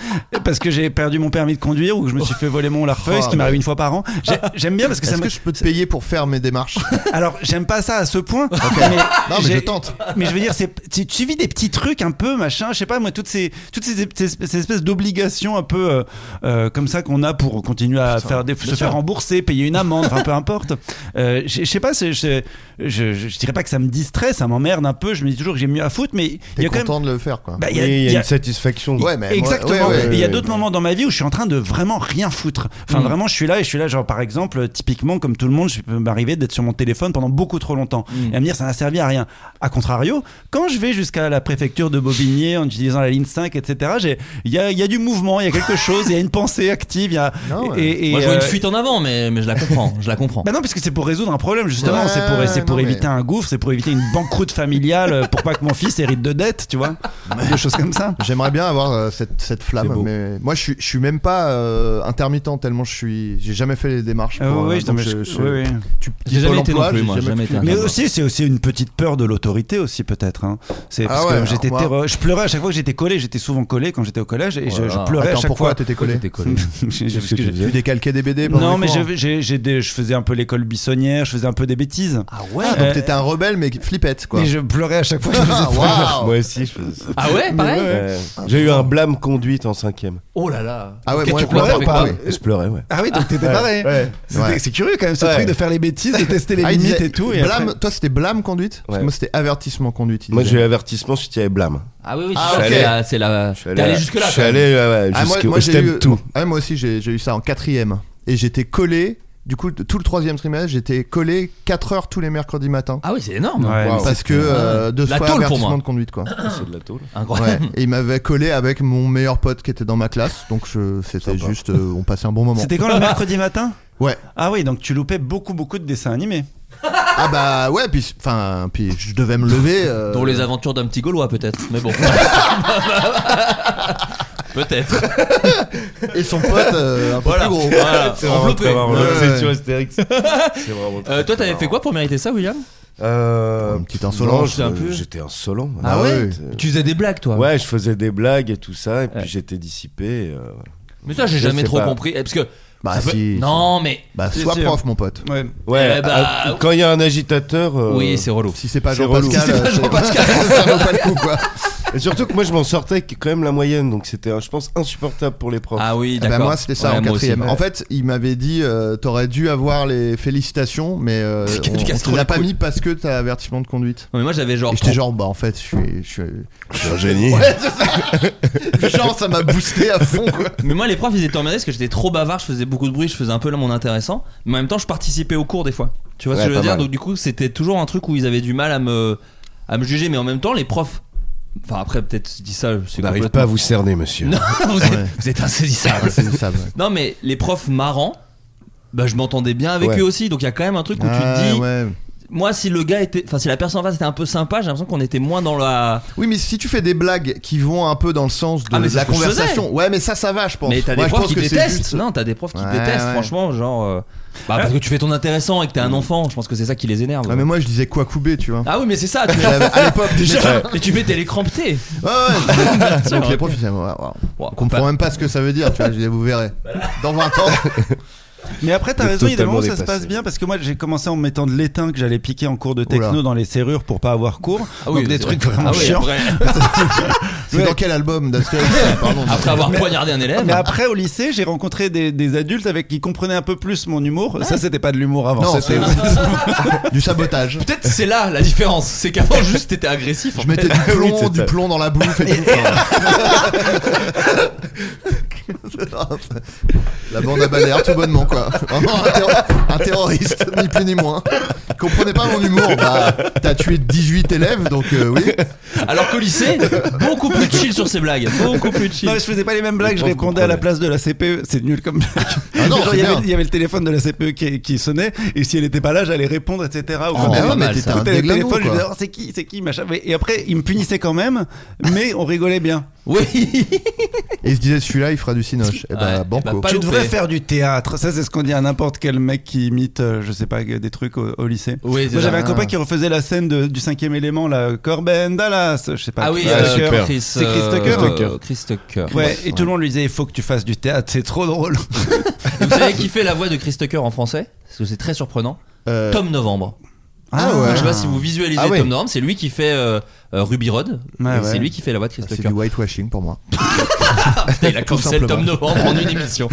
Speaker 6: parce que j'ai perdu mon permis de conduire ou que je me suis fait voler mon larfeuille,
Speaker 5: Oh,
Speaker 6: ce qui
Speaker 5: mais-
Speaker 6: m'arrive une fois par an. J'ai- J'aime bien parce que ça
Speaker 5: Est-ce
Speaker 6: me.
Speaker 5: que je peux te payer pour faire mes démarches
Speaker 6: Alors j'aime pas ça à ce point. mais
Speaker 5: Non, mais
Speaker 6: j'ai-
Speaker 5: je tente.
Speaker 6: mais je veux dire, c'est, tu, tu vis des petits trucs un peu, machin, je sais pas, moi, toutes ces, toutes ces, ces- ces espèces d'obligations un peu euh, euh, comme ça qu'on a pour continuer à faire des- se faire rembourser, payer une amende, enfin peu importe. Euh, je je sais pas, c'est- je, je, je- je dirais pas que ça me distrait, ça m'emmerde un peu, je me dis toujours que j'ai mieux à foutre, mais il y
Speaker 5: T'es
Speaker 6: a quand
Speaker 5: content
Speaker 6: même.
Speaker 5: de le faire, quoi.
Speaker 6: bah,
Speaker 7: Oui, Il y, a une satisfaction.
Speaker 5: Ouais, mais moi-
Speaker 6: Exactement.
Speaker 5: ouais, ouais,
Speaker 6: Et il y a
Speaker 7: ouais,
Speaker 6: d'autres
Speaker 7: ouais.
Speaker 6: moments dans ma vie où je suis en train de vraiment rien foutre. Enfin,
Speaker 4: Mm.
Speaker 6: vraiment, je suis là et je suis là, genre par exemple, typiquement, comme tout le monde, je peux m'arriver d'être sur mon téléphone pendant beaucoup trop longtemps
Speaker 5: Mm.
Speaker 6: et à me dire ça n'a servi à rien. A contrario, quand je vais jusqu'à la préfecture de Bobigny en utilisant la ligne 5, etc., j'ai- il y a, il y a du mouvement, il y a quelque chose, il y a une pensée active, il y a.
Speaker 5: Non, ouais.
Speaker 6: et- et-
Speaker 4: Moi, je vois
Speaker 6: euh,
Speaker 4: une fuite en avant, mais mais je la comprends. Je la comprends.
Speaker 6: Bah non, parce que c'est pour résoudre un problème. Je justement.
Speaker 5: Ouais,
Speaker 6: c'est pour, c'est pour
Speaker 5: non, mais-
Speaker 6: éviter un gouffre, c'est pour éviter une banqueroute familiale, euh, pour pas que mon fils hérite de dettes, tu vois. Des choses comme ça.
Speaker 5: J'aimerais bien avoir euh, cette, cette flamme,
Speaker 6: beau.
Speaker 5: mais moi je suis, je suis même pas euh, intermittent tellement je suis. J'ai jamais fait les démarches.
Speaker 6: Ah
Speaker 5: pour,
Speaker 6: oui,
Speaker 5: euh,
Speaker 6: je-
Speaker 5: donc
Speaker 6: mais je-
Speaker 5: je- je-
Speaker 6: oui, oui.
Speaker 5: tu-
Speaker 4: J'ai jamais
Speaker 5: Pôle
Speaker 4: été
Speaker 5: emploi,
Speaker 4: non plus,
Speaker 5: j'ai
Speaker 4: moi, j'ai jamais été
Speaker 6: Mais
Speaker 4: intermittent.
Speaker 6: aussi, c'est aussi une petite peur de l'autorité aussi peut-être. hein. C'est parce
Speaker 5: Ah ouais,
Speaker 6: que j'étais
Speaker 5: alors,
Speaker 6: terreur- je pleurais à chaque fois que j'étais collé. J'étais souvent collé quand j'étais au collège et je- je,
Speaker 4: Ah.
Speaker 5: Voilà.
Speaker 6: pleurais
Speaker 5: Attends,
Speaker 6: à chaque
Speaker 5: pourquoi
Speaker 6: fois.
Speaker 5: t'étais collé
Speaker 4: T'étais collé.
Speaker 6: J'ai-
Speaker 5: Qu'est-ce que
Speaker 6: parce que
Speaker 5: tu
Speaker 6: j'ai-
Speaker 5: faisais Tu décalquais des BD pendant
Speaker 6: Non
Speaker 5: les
Speaker 6: mais
Speaker 5: cours.
Speaker 6: j'ai- j'ai- j'ai des- je faisais un peu l'école buissonnière. Je faisais un peu des bêtises.
Speaker 5: Ah ouais
Speaker 6: Euh,
Speaker 5: Donc t'étais un rebelle mais flippette quoi.
Speaker 6: Mais je pleurais à chaque fois. que je faisais
Speaker 5: Ah, waouh
Speaker 7: Moi aussi, je faisais ça.
Speaker 4: Ah ouais, pareil
Speaker 7: Ouais. J'ai eu un blâme conduite en cinquième.
Speaker 4: Oh là là.
Speaker 5: Ah ouais,
Speaker 4: Ok,
Speaker 5: moi,
Speaker 4: tu
Speaker 5: je
Speaker 4: pleurais
Speaker 5: pleurais
Speaker 4: ou
Speaker 5: pas,
Speaker 4: pas
Speaker 5: oui.
Speaker 7: Et je pleurais, ouais.
Speaker 6: Ah oui, donc t'étais
Speaker 7: Ouais,
Speaker 6: barré.
Speaker 7: ouais.
Speaker 6: C'était-
Speaker 5: Ouais.
Speaker 6: C'est curieux quand même ce
Speaker 7: Ouais.
Speaker 6: truc de faire les bêtises, de tester les
Speaker 5: Ah, il
Speaker 6: limites
Speaker 5: disait
Speaker 6: et tout. Et
Speaker 5: blâme-
Speaker 6: après-
Speaker 5: Toi c'était blâme conduite Parce que
Speaker 7: Ouais.
Speaker 5: Moi c'était avertissement conduite. il
Speaker 7: Moi,
Speaker 5: disait.
Speaker 7: j'ai eu avertissement, ensuite il y avait blâme.
Speaker 4: Ah oui, oui,
Speaker 5: Ah,
Speaker 4: c'est
Speaker 5: ok.
Speaker 4: ça, c'est la- c'est la.
Speaker 7: Je suis
Speaker 4: T'es allé
Speaker 7: à-
Speaker 4: jusque là.
Speaker 7: Je suis allé, ouais, ouais,
Speaker 5: Ah, moi,
Speaker 7: jusqu'au-
Speaker 5: moi,
Speaker 7: je
Speaker 5: j'ai
Speaker 7: t'aime
Speaker 5: eu,
Speaker 7: tout.
Speaker 5: Ah, moi aussi j'ai j'ai eu ça en quatrième et j'étais collé. Du coup, tout le troisième trimestre, j'étais collé 4 heures tous les mercredis matin.
Speaker 4: Ah oui, c'est énorme.
Speaker 6: Ouais, mais
Speaker 5: parce que euh, deux
Speaker 4: La
Speaker 5: fois
Speaker 4: tôle pour
Speaker 5: avertissement
Speaker 4: moi.
Speaker 5: de conduite quoi.
Speaker 7: C'est de la tôle.
Speaker 5: Ouais.
Speaker 4: Incroyable.
Speaker 5: Et il m'avait collé avec mon meilleur pote qui était dans ma classe, donc je- c'était
Speaker 7: Sympa.
Speaker 5: juste, euh, on passait un bon moment.
Speaker 6: C'était quand le mercredi matin
Speaker 5: Ouais.
Speaker 6: Ah oui, donc tu loupais beaucoup beaucoup de dessins animés.
Speaker 5: Ah bah ouais, puis enfin, puis je devais me lever. euh,
Speaker 4: Dont les aventures d'un petit Gaulois, peut-être. Mais bon. peut-être.
Speaker 5: et son pote euh, un peu
Speaker 4: Voilà.
Speaker 5: plus gros.
Speaker 4: Voilà. Enveloppé.
Speaker 5: Ouais, ouais.
Speaker 7: C'est sur Astérix. C'est vraiment
Speaker 4: Euh,
Speaker 7: très,
Speaker 4: toi,
Speaker 7: très
Speaker 4: t'avais fait
Speaker 7: marrant.
Speaker 4: quoi pour mériter ça, William
Speaker 7: euh,
Speaker 5: Une petite insolence,
Speaker 7: non,
Speaker 4: un
Speaker 7: je-
Speaker 4: peu.
Speaker 7: J'étais insolent.
Speaker 5: Ah ouais
Speaker 4: Tu faisais des blagues, toi.
Speaker 7: Ouais, je faisais des blagues et tout ça, et
Speaker 4: Ouais.
Speaker 7: puis j'étais dissipé. euh, voilà.
Speaker 4: Mais ça, j'ai
Speaker 7: Je
Speaker 4: jamais
Speaker 7: sais
Speaker 4: trop
Speaker 7: pas.
Speaker 4: compris. Eh, Parce que.
Speaker 5: Bah
Speaker 4: ça peut-
Speaker 5: si.
Speaker 4: Non, mais.
Speaker 5: Bah sois
Speaker 6: Si, si.
Speaker 5: prof mon pote.
Speaker 6: Ouais.
Speaker 7: Ouais,
Speaker 4: Eh bah,
Speaker 7: ah, quand il y a un agitateur. euh,
Speaker 4: Oui, c'est relou.
Speaker 5: Si c'est pas
Speaker 7: C'est
Speaker 5: Jean-Pascal,
Speaker 7: relou. Si c'est pas
Speaker 5: euh, c'est- ça vaut pas le coup quoi.
Speaker 7: Et surtout que moi, je m'en sortais avec quand même la moyenne, donc c'était, euh, je pense, insupportable pour les profs.
Speaker 4: Ah oui,
Speaker 5: Eh ben,
Speaker 4: d'accord.
Speaker 5: moi c'était ça
Speaker 4: Ouais,
Speaker 5: en
Speaker 4: moi aussi.
Speaker 5: quatrième. En fait, il m'avait dit euh, t'aurais dû avoir les félicitations, mais euh,
Speaker 4: C'est qu'il y a
Speaker 5: on,
Speaker 4: du
Speaker 5: on
Speaker 4: gastro-
Speaker 5: te l'a pas
Speaker 4: cool. Oh.
Speaker 5: mis parce que t'as avertissement de conduite.
Speaker 4: Non, mais moi, j'avais genre.
Speaker 5: Et j'étais
Speaker 4: trente-
Speaker 5: genre bah en fait je suis, je suis-
Speaker 7: Je suis un génie.
Speaker 5: genre ça m'a boosté à fond quoi.
Speaker 4: Mais moi, les profs, ils étaient emmerdés parce que j'étais trop bavard, je faisais beaucoup de bruit, je faisais un peu là mon intéressant. Mais en même temps, je participais au cours des fois. Tu vois ce
Speaker 7: Ouais,
Speaker 4: que je veux
Speaker 7: pas
Speaker 4: dire
Speaker 7: mal.
Speaker 4: Donc, du coup, c'était toujours un truc où ils avaient du mal à me, à me juger. Mais en même temps, les profs. Enfin, après, peut-être, je dis ça, c'est
Speaker 7: Je n'arrive
Speaker 4: complètement-
Speaker 7: pas à vous cerner, monsieur.
Speaker 4: Non, vous êtes,
Speaker 5: Bah, Ouais.
Speaker 4: vous êtes insaisissables.
Speaker 5: C'est ça, ouais.
Speaker 4: non, mais les profs marrants, bah, je m'entendais bien avec
Speaker 7: Ouais.
Speaker 4: eux aussi. Donc, il y a quand même un truc où tu
Speaker 5: Ah,
Speaker 4: te dis.
Speaker 5: ouais.
Speaker 4: Moi, si le gars était. Enfin, si la personne en face était un peu sympa, j'ai l'impression qu'on était moins dans la.
Speaker 5: Oui, mais si tu fais des blagues qui vont un peu dans le sens de
Speaker 4: Ah, mais c'est
Speaker 5: la
Speaker 4: ce que je
Speaker 5: conversation, ouais, mais ça, ça va, je pense.
Speaker 4: Mais t'as des
Speaker 5: Moi, je
Speaker 4: profs
Speaker 5: pense
Speaker 4: qui
Speaker 5: que c'est
Speaker 4: détestent.
Speaker 5: juste-
Speaker 4: Non, t'as des profs qui
Speaker 5: Ouais,
Speaker 4: détestent,
Speaker 5: ouais.
Speaker 4: franchement, genre. euh, Bah, parce que tu fais ton intéressant et que t'es un enfant, je pense que c'est ça qui les énerve.
Speaker 5: Ah, mais moi, je disais quoi couper, tu vois.
Speaker 4: Ah oui, mais c'est ça, tu
Speaker 5: J'avais- à l'époque, déjà.
Speaker 4: Déjà, mais tu mets tes les crampes-tés.
Speaker 5: Ouais, ouais.
Speaker 4: sûr.
Speaker 5: Donc, les profs, ils disaient, ouais, ouais,
Speaker 4: Bon,
Speaker 5: on comprend
Speaker 4: pas-
Speaker 5: même pas ce que ça veut dire, tu vois. Je disais, vous verrez. Dans 20 ans.
Speaker 6: Mais après, t'as
Speaker 7: T'es
Speaker 6: raison, il y a des moments où ça
Speaker 7: totalement
Speaker 6: se passe
Speaker 7: dépassé.
Speaker 6: bien parce que moi j'ai commencé en mettant de l'étain que j'allais piquer en cours de techno
Speaker 5: Oula.
Speaker 6: dans les serrures pour pas avoir cours.
Speaker 4: Ah oui,
Speaker 6: Donc des
Speaker 4: c'est vrai.
Speaker 6: trucs vraiment
Speaker 4: Ah oui,
Speaker 6: chiants.
Speaker 4: après,
Speaker 5: C'est dans quel album d'Astérix Pardon.
Speaker 4: après avoir poignardé un élève.
Speaker 6: Mais après, au lycée, j'ai rencontré des, des adultes avec qui comprenaient un peu plus mon humour. Ça, c'était pas de l'humour avant.
Speaker 5: Non,
Speaker 6: c'était-
Speaker 5: Du sabotage.
Speaker 4: Peut-être c'est là la différence, c'est qu'avant juste t'étais agressif. en
Speaker 5: Je mettais
Speaker 4: fait.
Speaker 5: du plomb,
Speaker 7: c'est
Speaker 5: du
Speaker 7: ça.
Speaker 5: plomb dans la bouffe et tout. enfin. la bande à Bader, tout bonnement, quoi. Vraiment un, terro- un terroriste, ni plus ni moins. Comprenez pas mon humour. Bah, t'as tué 18 élèves, donc euh, oui.
Speaker 4: Alors qu'au lycée, beaucoup plus de chill sur ses blagues. Beaucoup plus de chill.
Speaker 6: Non, mais je faisais pas les mêmes blagues, je
Speaker 7: profs
Speaker 6: répondais à la
Speaker 7: comprenaient.
Speaker 6: place de la CPE. C'est nul comme blague.
Speaker 5: Ah non,
Speaker 6: Genre,
Speaker 5: c'est
Speaker 6: il, y avait,
Speaker 5: bien.
Speaker 6: il y avait le téléphone de la CPE qui, qui sonnait, et si elle était pas là, j'allais répondre, etc. Au
Speaker 5: mais
Speaker 6: téléphone,
Speaker 5: ouais, mais
Speaker 4: mal,
Speaker 5: t'étais
Speaker 4: ça.
Speaker 5: un
Speaker 6: le
Speaker 5: déglano,
Speaker 6: téléphone, je disais,
Speaker 5: quoi.
Speaker 6: Oh, c'est qui, c'est qui, machin. Mais- Et après, il me punissait quand même, mais on rigolait bien.
Speaker 4: Oui.
Speaker 5: Et il se disait, celui-là, il fera du cinoche. Et
Speaker 4: Ouais,
Speaker 5: bah,
Speaker 4: eh
Speaker 5: banco.
Speaker 4: bah, pas
Speaker 6: tu
Speaker 4: loupé.
Speaker 6: devrais faire du théâtre. Ça, c'est ce qu'on dit à n'importe quel mec qui imite, euh, je sais pas, des trucs au, au lycée.
Speaker 4: Oui, c'est
Speaker 6: Moi, j'avais
Speaker 4: ça.
Speaker 6: un copain qui refaisait la scène de- du cinquième élément, là, Corben Dallas, je sais pas.
Speaker 4: Ah oui,
Speaker 6: Chris
Speaker 4: euh,
Speaker 6: Tucker.
Speaker 7: super.
Speaker 4: Chris,
Speaker 6: C'est Chris
Speaker 4: euh,
Speaker 6: Tucker.
Speaker 4: euh, Chris Tucker.
Speaker 6: Ouais, et tout le monde lui disait, il faut que tu fasses du théâtre, c'est trop drôle.
Speaker 4: Vous savez qui fait la voix de Chris Tucker en français Parce que c'est très surprenant.
Speaker 5: Euh,
Speaker 4: Tom Novembre.
Speaker 5: Ah ouais.
Speaker 4: Je sais pas si vous visualisez
Speaker 7: Ah ouais.
Speaker 4: Tom Novembre, c'est lui qui fait euh, euh, Ruby Rod.
Speaker 6: Ouais,
Speaker 4: Et C'est
Speaker 6: ouais.
Speaker 4: lui qui fait la voix de Chris
Speaker 5: C'est
Speaker 4: Tucker.
Speaker 5: du whitewashing pour moi.
Speaker 4: Ah, putain, il a cancel
Speaker 5: simplement.
Speaker 4: Tom Novembre en une émission.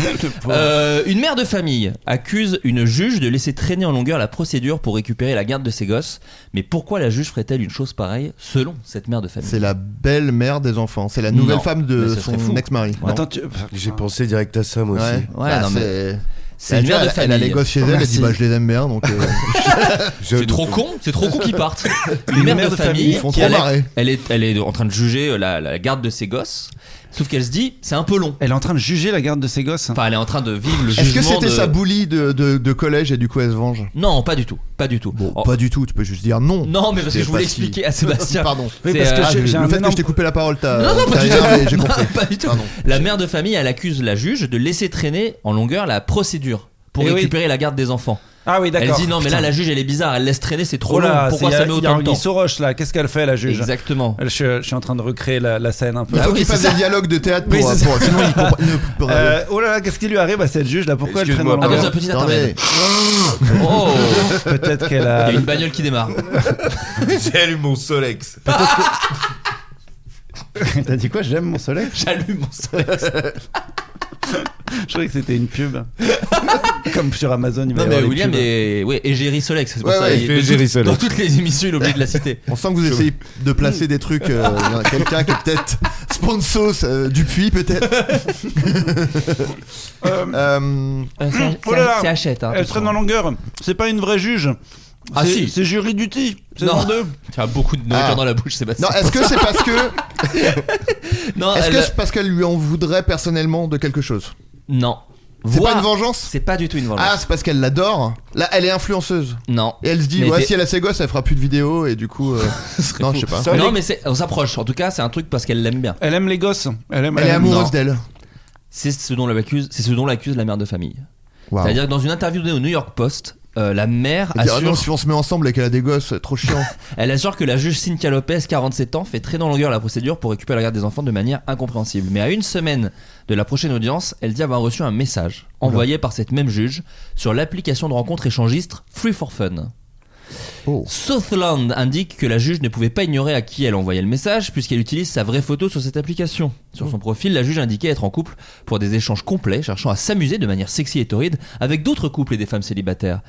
Speaker 4: Euh, une mère de famille accuse une juge de laisser traîner en longueur la procédure pour récupérer la garde de ses gosses. Mais pourquoi la juge ferait-elle une chose pareille selon cette mère de famille
Speaker 5: C'est la belle-mère des enfants. C'est la nouvelle
Speaker 4: Non,
Speaker 5: femme
Speaker 4: mais
Speaker 5: de
Speaker 4: ce serait
Speaker 5: son
Speaker 4: fou.
Speaker 5: ex-mari.
Speaker 4: Ouais.
Speaker 6: Attends, tu.
Speaker 7: J'ai pensé direct à ça, moi
Speaker 5: Ouais.
Speaker 7: aussi.
Speaker 4: Ouais, Bah, non, mais-
Speaker 5: c'est-
Speaker 4: C'est une
Speaker 5: tu vois,
Speaker 4: mère de
Speaker 5: elle,
Speaker 4: famille.
Speaker 5: elle a les gosses chez elle, elle
Speaker 4: Merci.
Speaker 5: dit bah je les aime bien donc. euh,
Speaker 4: C'est trop con, c'est trop con qu'ils partent. Une mère de famille,
Speaker 5: Ils font
Speaker 4: qui
Speaker 5: trop
Speaker 4: elle, est-
Speaker 5: marrer.
Speaker 4: euh, elle est, elle est en train de juger la, la garde de ses gosses Sauf qu'elle se dit, c'est un peu long.
Speaker 6: Elle est en train de juger la garde de ses gosses.
Speaker 4: Enfin, elle est en train de vivre le
Speaker 5: Est-ce que
Speaker 4: jugement
Speaker 5: c'était
Speaker 4: de-
Speaker 5: sa boulie de, de- de collège et du coup elle se venge
Speaker 4: Non, pas du tout. Pas du tout.
Speaker 5: Bon, pas du tout, tu peux juste dire non.
Speaker 4: Oh. Non, mais parce que je
Speaker 5: C'est
Speaker 4: voulais
Speaker 5: pas si-
Speaker 4: expliquer à Sébastien.
Speaker 5: Pardon.
Speaker 4: C'est, euh,
Speaker 5: Ah, le fait que je t'ai coupé la parole, t'as.
Speaker 4: Non, non,
Speaker 5: t'as
Speaker 4: pas du
Speaker 5: rien, mais
Speaker 4: tout.
Speaker 5: J'ai
Speaker 4: Non,
Speaker 5: compris.
Speaker 4: pas du tout.
Speaker 5: Pardon.
Speaker 4: La mère de famille, elle accuse la juge de laisser traîner en longueur la procédure pour
Speaker 6: Eh oui.
Speaker 4: récupérer la garde des enfants.
Speaker 6: Ah oui, d'accord.
Speaker 4: Elle dit non, mais là,
Speaker 6: Putain.
Speaker 4: la juge, elle est bizarre. Elle laisse traîner, c'est trop
Speaker 6: Oh là,
Speaker 4: long. Pourquoi
Speaker 6: c'est-
Speaker 4: ça
Speaker 6: il y
Speaker 4: met
Speaker 6: a-
Speaker 4: autant de
Speaker 6: Il y a
Speaker 4: temps
Speaker 6: Anguille Soroche, là, qu'est-ce qu'elle fait la juge
Speaker 4: Exactement.
Speaker 6: Elle- Je, je suis en train de recréer la, la scène un peu.
Speaker 5: Il faut
Speaker 4: Ah oui,
Speaker 5: qu'il
Speaker 4: c'est
Speaker 5: fasse
Speaker 4: ça.
Speaker 5: des dialogues de théâtre pour.
Speaker 6: Oui, c'est
Speaker 5: pour- sinon, il comprend. ne peut pas-
Speaker 6: Euh, oh là là, qu'est-ce qui lui arrive à cette juge là Pourquoi elle traîne
Speaker 7: Excuse-moi,
Speaker 6: dans le
Speaker 4: Ah, dans
Speaker 6: mur
Speaker 4: un petit
Speaker 5: Attendez.
Speaker 4: intermède. Oh
Speaker 6: Peut-être qu'elle
Speaker 4: Il y
Speaker 6: a.
Speaker 4: a une bagnole qui démarre.
Speaker 7: Salut mon Solex.
Speaker 6: T'as dit quoi J'aime mon soleil.
Speaker 4: J'allume mon soleil.
Speaker 6: Je croyais que c'était une pub. Comme sur Amazon, il va
Speaker 4: Non,
Speaker 6: y
Speaker 4: mais
Speaker 6: avoir des
Speaker 4: William
Speaker 6: pubs.
Speaker 4: est. Ouais, Égérie Solex. C'est pour
Speaker 5: Ouais,
Speaker 4: ça.
Speaker 5: ouais,
Speaker 7: il fait
Speaker 4: dans
Speaker 7: Égérie
Speaker 4: toutes-
Speaker 7: Solex.
Speaker 4: Dans toutes les émissions, il est obligé de la citer.
Speaker 5: On sent que vous essayez de placer des trucs. euh, il y a Quelqu'un qui est peut-être sponsor euh, du puits, peut-être. Euh,
Speaker 6: Oh là là.
Speaker 4: C'est hein, Hachette.
Speaker 6: Elle traîne en longueur. C'est pas une vraie juge.
Speaker 4: Ah,
Speaker 6: C'est-
Speaker 4: si.
Speaker 6: C'est jury duty.
Speaker 4: Non.
Speaker 6: Saison 2.
Speaker 4: Tu as beaucoup de nourriture
Speaker 5: Ah.
Speaker 4: dans la bouche, Sébastien.
Speaker 5: Non, est-ce que c'est parce que
Speaker 4: Non,
Speaker 5: est-ce
Speaker 4: elle-
Speaker 5: que c'est parce qu'elle lui en voudrait personnellement de quelque chose
Speaker 4: Non.
Speaker 5: C'est
Speaker 4: Voire-
Speaker 5: pas une vengeance
Speaker 4: C'est pas du tout une vengeance.
Speaker 5: Ah, c'est parce qu'elle l'adore. Là, elle est influenceuse.
Speaker 4: non.
Speaker 5: Et elle se dit,
Speaker 4: Mais
Speaker 5: ouais,
Speaker 4: t'es-
Speaker 5: si elle a ses gosses, elle fera plus de vidéos et du coup. euh, non, je sais pas.
Speaker 7: Ça,
Speaker 4: non,
Speaker 7: les-
Speaker 4: mais c'est- on s'approche. En tout cas, c'est un truc parce qu'elle l'aime bien.
Speaker 6: Elle aime les gosses. Elle aime.
Speaker 5: Elle est
Speaker 6: aime-
Speaker 5: amoureuse
Speaker 6: Non.
Speaker 5: d'elle.
Speaker 4: C'est ce dont l'accuse. C'est ce dont l'accuse la mère de famille.
Speaker 5: Waouh.
Speaker 4: C'est-à-dire que dans une interview donnée au New York Post, euh, la mère
Speaker 5: Elle dit, ah non,
Speaker 4: assure,
Speaker 5: si on se met ensemble et qu'elle a des gosses, trop chiant.
Speaker 4: elle assure que la juge Cynthia Lopez, 47 ans, fait très dans longueur la procédure pour récupérer la garde des enfants de manière incompréhensible. Mais à une semaine de la prochaine audience, elle dit avoir reçu un message envoyé par cette même juge sur l'application de rencontre échangiste Free for Fun.
Speaker 5: Oh.
Speaker 4: Southland indique que la juge ne pouvait pas ignorer à qui elle envoyait le message puisqu'elle utilise sa vraie photo sur cette application. Sur
Speaker 5: Hmm.
Speaker 4: son profil, la juge indiquait être en couple pour des échanges complets, cherchant à s'amuser de manière sexy et torride avec d'autres couples et des femmes célibataires.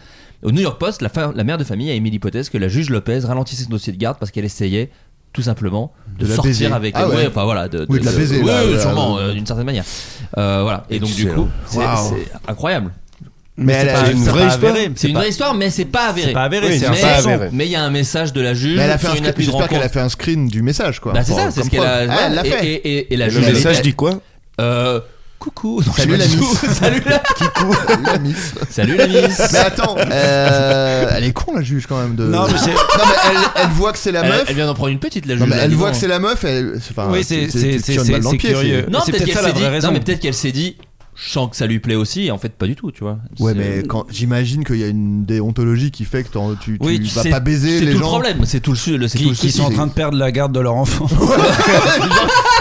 Speaker 4: Au New York Post, la, fa- la mère de famille a émis l'hypothèse que la juge Lopez ralentissait son dossier de garde parce qu'elle essayait tout simplement de,
Speaker 5: De la
Speaker 4: sortir
Speaker 5: baiser.
Speaker 4: avec
Speaker 5: Ah
Speaker 4: elle.
Speaker 5: ouais.
Speaker 4: Ouais, enfin voilà de,
Speaker 5: Oui, de la baiser,
Speaker 4: oui,
Speaker 5: là,
Speaker 4: oui,
Speaker 5: là,
Speaker 4: sûrement
Speaker 5: là.
Speaker 4: euh, d'une certaine manière Euh, voilà et donc du
Speaker 7: Excellent.
Speaker 4: coup c'est
Speaker 5: Waouh.
Speaker 4: c'est incroyable
Speaker 6: Mais
Speaker 5: elle
Speaker 6: c'est
Speaker 5: a-
Speaker 6: pas-
Speaker 5: c'est
Speaker 7: une
Speaker 6: c'est
Speaker 7: vraie
Speaker 6: pas
Speaker 7: histoire.
Speaker 6: avéré.
Speaker 4: c'est une
Speaker 6: pas-
Speaker 4: vraie histoire mais c'est pas avéré
Speaker 6: C'est pas avéré.
Speaker 7: Oui,
Speaker 6: c'est
Speaker 7: c'est
Speaker 6: un
Speaker 4: mais,
Speaker 7: pas
Speaker 6: façon.
Speaker 7: avéré.
Speaker 4: mais il y a un message de la juge
Speaker 5: Mais elle a fait
Speaker 4: sur
Speaker 5: un
Speaker 4: une
Speaker 5: screen-
Speaker 4: appli de
Speaker 5: J'espère qu'elle a
Speaker 4: rencontre
Speaker 5: fait un screen du message, quoi.
Speaker 4: bah c'est ça
Speaker 5: Pour-
Speaker 4: c'est ce
Speaker 5: comme
Speaker 4: qu'elle a
Speaker 5: preuve. Ah, elle l'a
Speaker 4: et,
Speaker 5: fait.
Speaker 4: et, et- et la
Speaker 7: Le
Speaker 4: juge
Speaker 7: message
Speaker 4: elle-
Speaker 7: dit quoi
Speaker 4: euh, coucou Non,
Speaker 5: Salut
Speaker 4: je sais
Speaker 5: la
Speaker 4: pas du
Speaker 5: miss.
Speaker 4: tout. salut la
Speaker 5: Kikou, la miss.
Speaker 4: salut la miss
Speaker 5: Mais attends, euh, elle est con la juge quand même de.
Speaker 6: Non, mais c'est-
Speaker 5: Non, mais elle, elle voit que c'est la
Speaker 4: elle,
Speaker 5: meuf.
Speaker 4: elle vient d'en prendre une petite la juge
Speaker 5: Non, mais
Speaker 4: là,
Speaker 5: elle
Speaker 4: dis
Speaker 5: voit
Speaker 4: donc.
Speaker 5: que c'est la meuf. Elle... Enfin,
Speaker 6: Oui, c'est-
Speaker 5: tu- tu-
Speaker 6: c'est-
Speaker 5: tu te
Speaker 6: c'est-
Speaker 5: tires une balle
Speaker 6: c'est-
Speaker 5: dans le
Speaker 6: c'est
Speaker 5: pied,
Speaker 6: curieux.
Speaker 4: non
Speaker 6: C'est
Speaker 4: peut-être
Speaker 6: peut-être
Speaker 4: qu'elle
Speaker 6: ça la
Speaker 4: s'est
Speaker 6: vraie
Speaker 4: dit
Speaker 6: raison.
Speaker 4: non mais peut-être qu'elle s'est dit je sens que ça lui plaît aussi et en fait pas du tout tu vois
Speaker 5: Ouais,
Speaker 4: C'est-
Speaker 5: mais quand j'imagine qu'il y a une déontologie qui fait que t'en- tu, tu
Speaker 4: oui tu
Speaker 5: vas
Speaker 4: sais-
Speaker 5: pas baiser
Speaker 4: c'est
Speaker 5: les
Speaker 4: tout le
Speaker 5: gens.
Speaker 4: problème c'est tout le su- le c'est
Speaker 6: Qui,
Speaker 4: tout le
Speaker 6: qui
Speaker 4: souci.
Speaker 6: sont en train de perdre la garde de leur enfant.
Speaker 5: les, gens,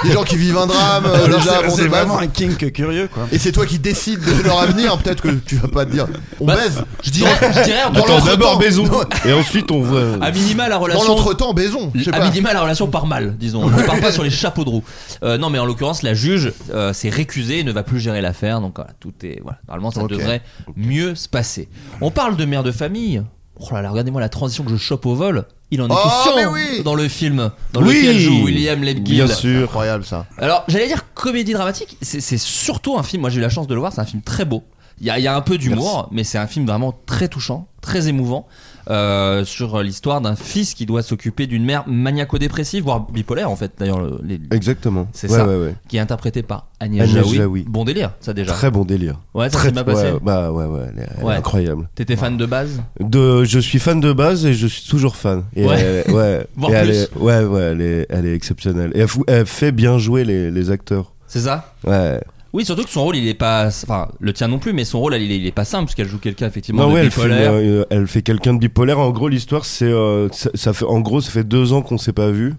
Speaker 5: les gens qui vivent un drame. euh,
Speaker 6: Alors,
Speaker 5: déjà,
Speaker 6: c'est-
Speaker 5: bon,
Speaker 6: c'est
Speaker 5: de base.
Speaker 6: vraiment un kink curieux, quoi.
Speaker 5: Et c'est toi qui décides de leur avenir. Peut-être que tu vas pas te dire. On
Speaker 4: Bah,
Speaker 5: baise.
Speaker 4: je dirais je dirais en tout cas,
Speaker 5: Dans
Speaker 7: Attends,
Speaker 5: l'entretemps.
Speaker 7: d'abord baisons
Speaker 5: Non.
Speaker 7: et ensuite on voit.
Speaker 4: à minima la
Speaker 5: Dans
Speaker 4: relation Ah,
Speaker 5: l'entretemps, baisons. Je sais
Speaker 4: à
Speaker 5: pas.
Speaker 4: minima la relation part mal disons on ne part pas sur les chapeaux de roue Euh, non mais en l'occurrence la juge euh, s'est récusée et ne va plus gérer l'affaire donc voilà tout est voilà normalement ça
Speaker 5: Ok.
Speaker 4: devrait mieux se passer on parle de mère de famille oh là là regardez-moi la transition que je chope au vol il en est
Speaker 5: Oh, mais
Speaker 4: question
Speaker 5: oui
Speaker 4: dans le film dans
Speaker 7: Oui
Speaker 4: lequel joue William Ledgill
Speaker 7: Bien sûr.
Speaker 5: Incroyable ça.
Speaker 4: alors, j'allais dire comédie dramatique, c'est c'est surtout un film, moi j'ai eu la chance de le voir, c'est un film très beau. Il y a, il y a un peu d'humour, mais c'est un film vraiment très touchant, très émouvant, euh, sur l'histoire d'un fils qui doit s'occuper d'une mère maniaco-dépressive, voire bipolaire en fait, d'ailleurs, le- les-
Speaker 7: Exactement.
Speaker 4: C'est
Speaker 7: Ouais,
Speaker 4: ça.
Speaker 7: ouais, ouais.
Speaker 4: qui est interprétée par Agnès
Speaker 7: Agnès
Speaker 4: Jaoui.
Speaker 7: Jaoui.
Speaker 4: Bon délire, ça déjà.
Speaker 7: Très bon délire.
Speaker 4: Ouais, ça
Speaker 7: Très
Speaker 4: s'est bien passé.
Speaker 7: ouais, bah ouais, ouais, elle est- elle est
Speaker 4: Ouais.
Speaker 7: incroyable.
Speaker 4: T'étais fan de base
Speaker 7: De, je suis fan de base et je suis toujours fan. Et
Speaker 4: Ouais.
Speaker 7: Elle, ouais.
Speaker 4: Voire
Speaker 7: Et elle
Speaker 4: plus.
Speaker 7: est, ouais, ouais, elle est, elle est exceptionnelle. Et elle, fou- elle fait bien jouer les, les acteurs.
Speaker 4: C'est ça
Speaker 7: Ouais.
Speaker 4: Oui, surtout que son rôle, il est pas. Enfin, le tien non plus, mais son rôle, il est, il est pas simple, parce qu'elle joue quelqu'un effectivement
Speaker 7: Non,
Speaker 4: de
Speaker 7: ouais, elle fait,
Speaker 4: bipolaire.
Speaker 7: euh, elle fait quelqu'un de bipolaire. En gros, l'histoire, c'est, euh, ça, ça fait, en gros, ça fait deux ans qu'on s'est pas vu.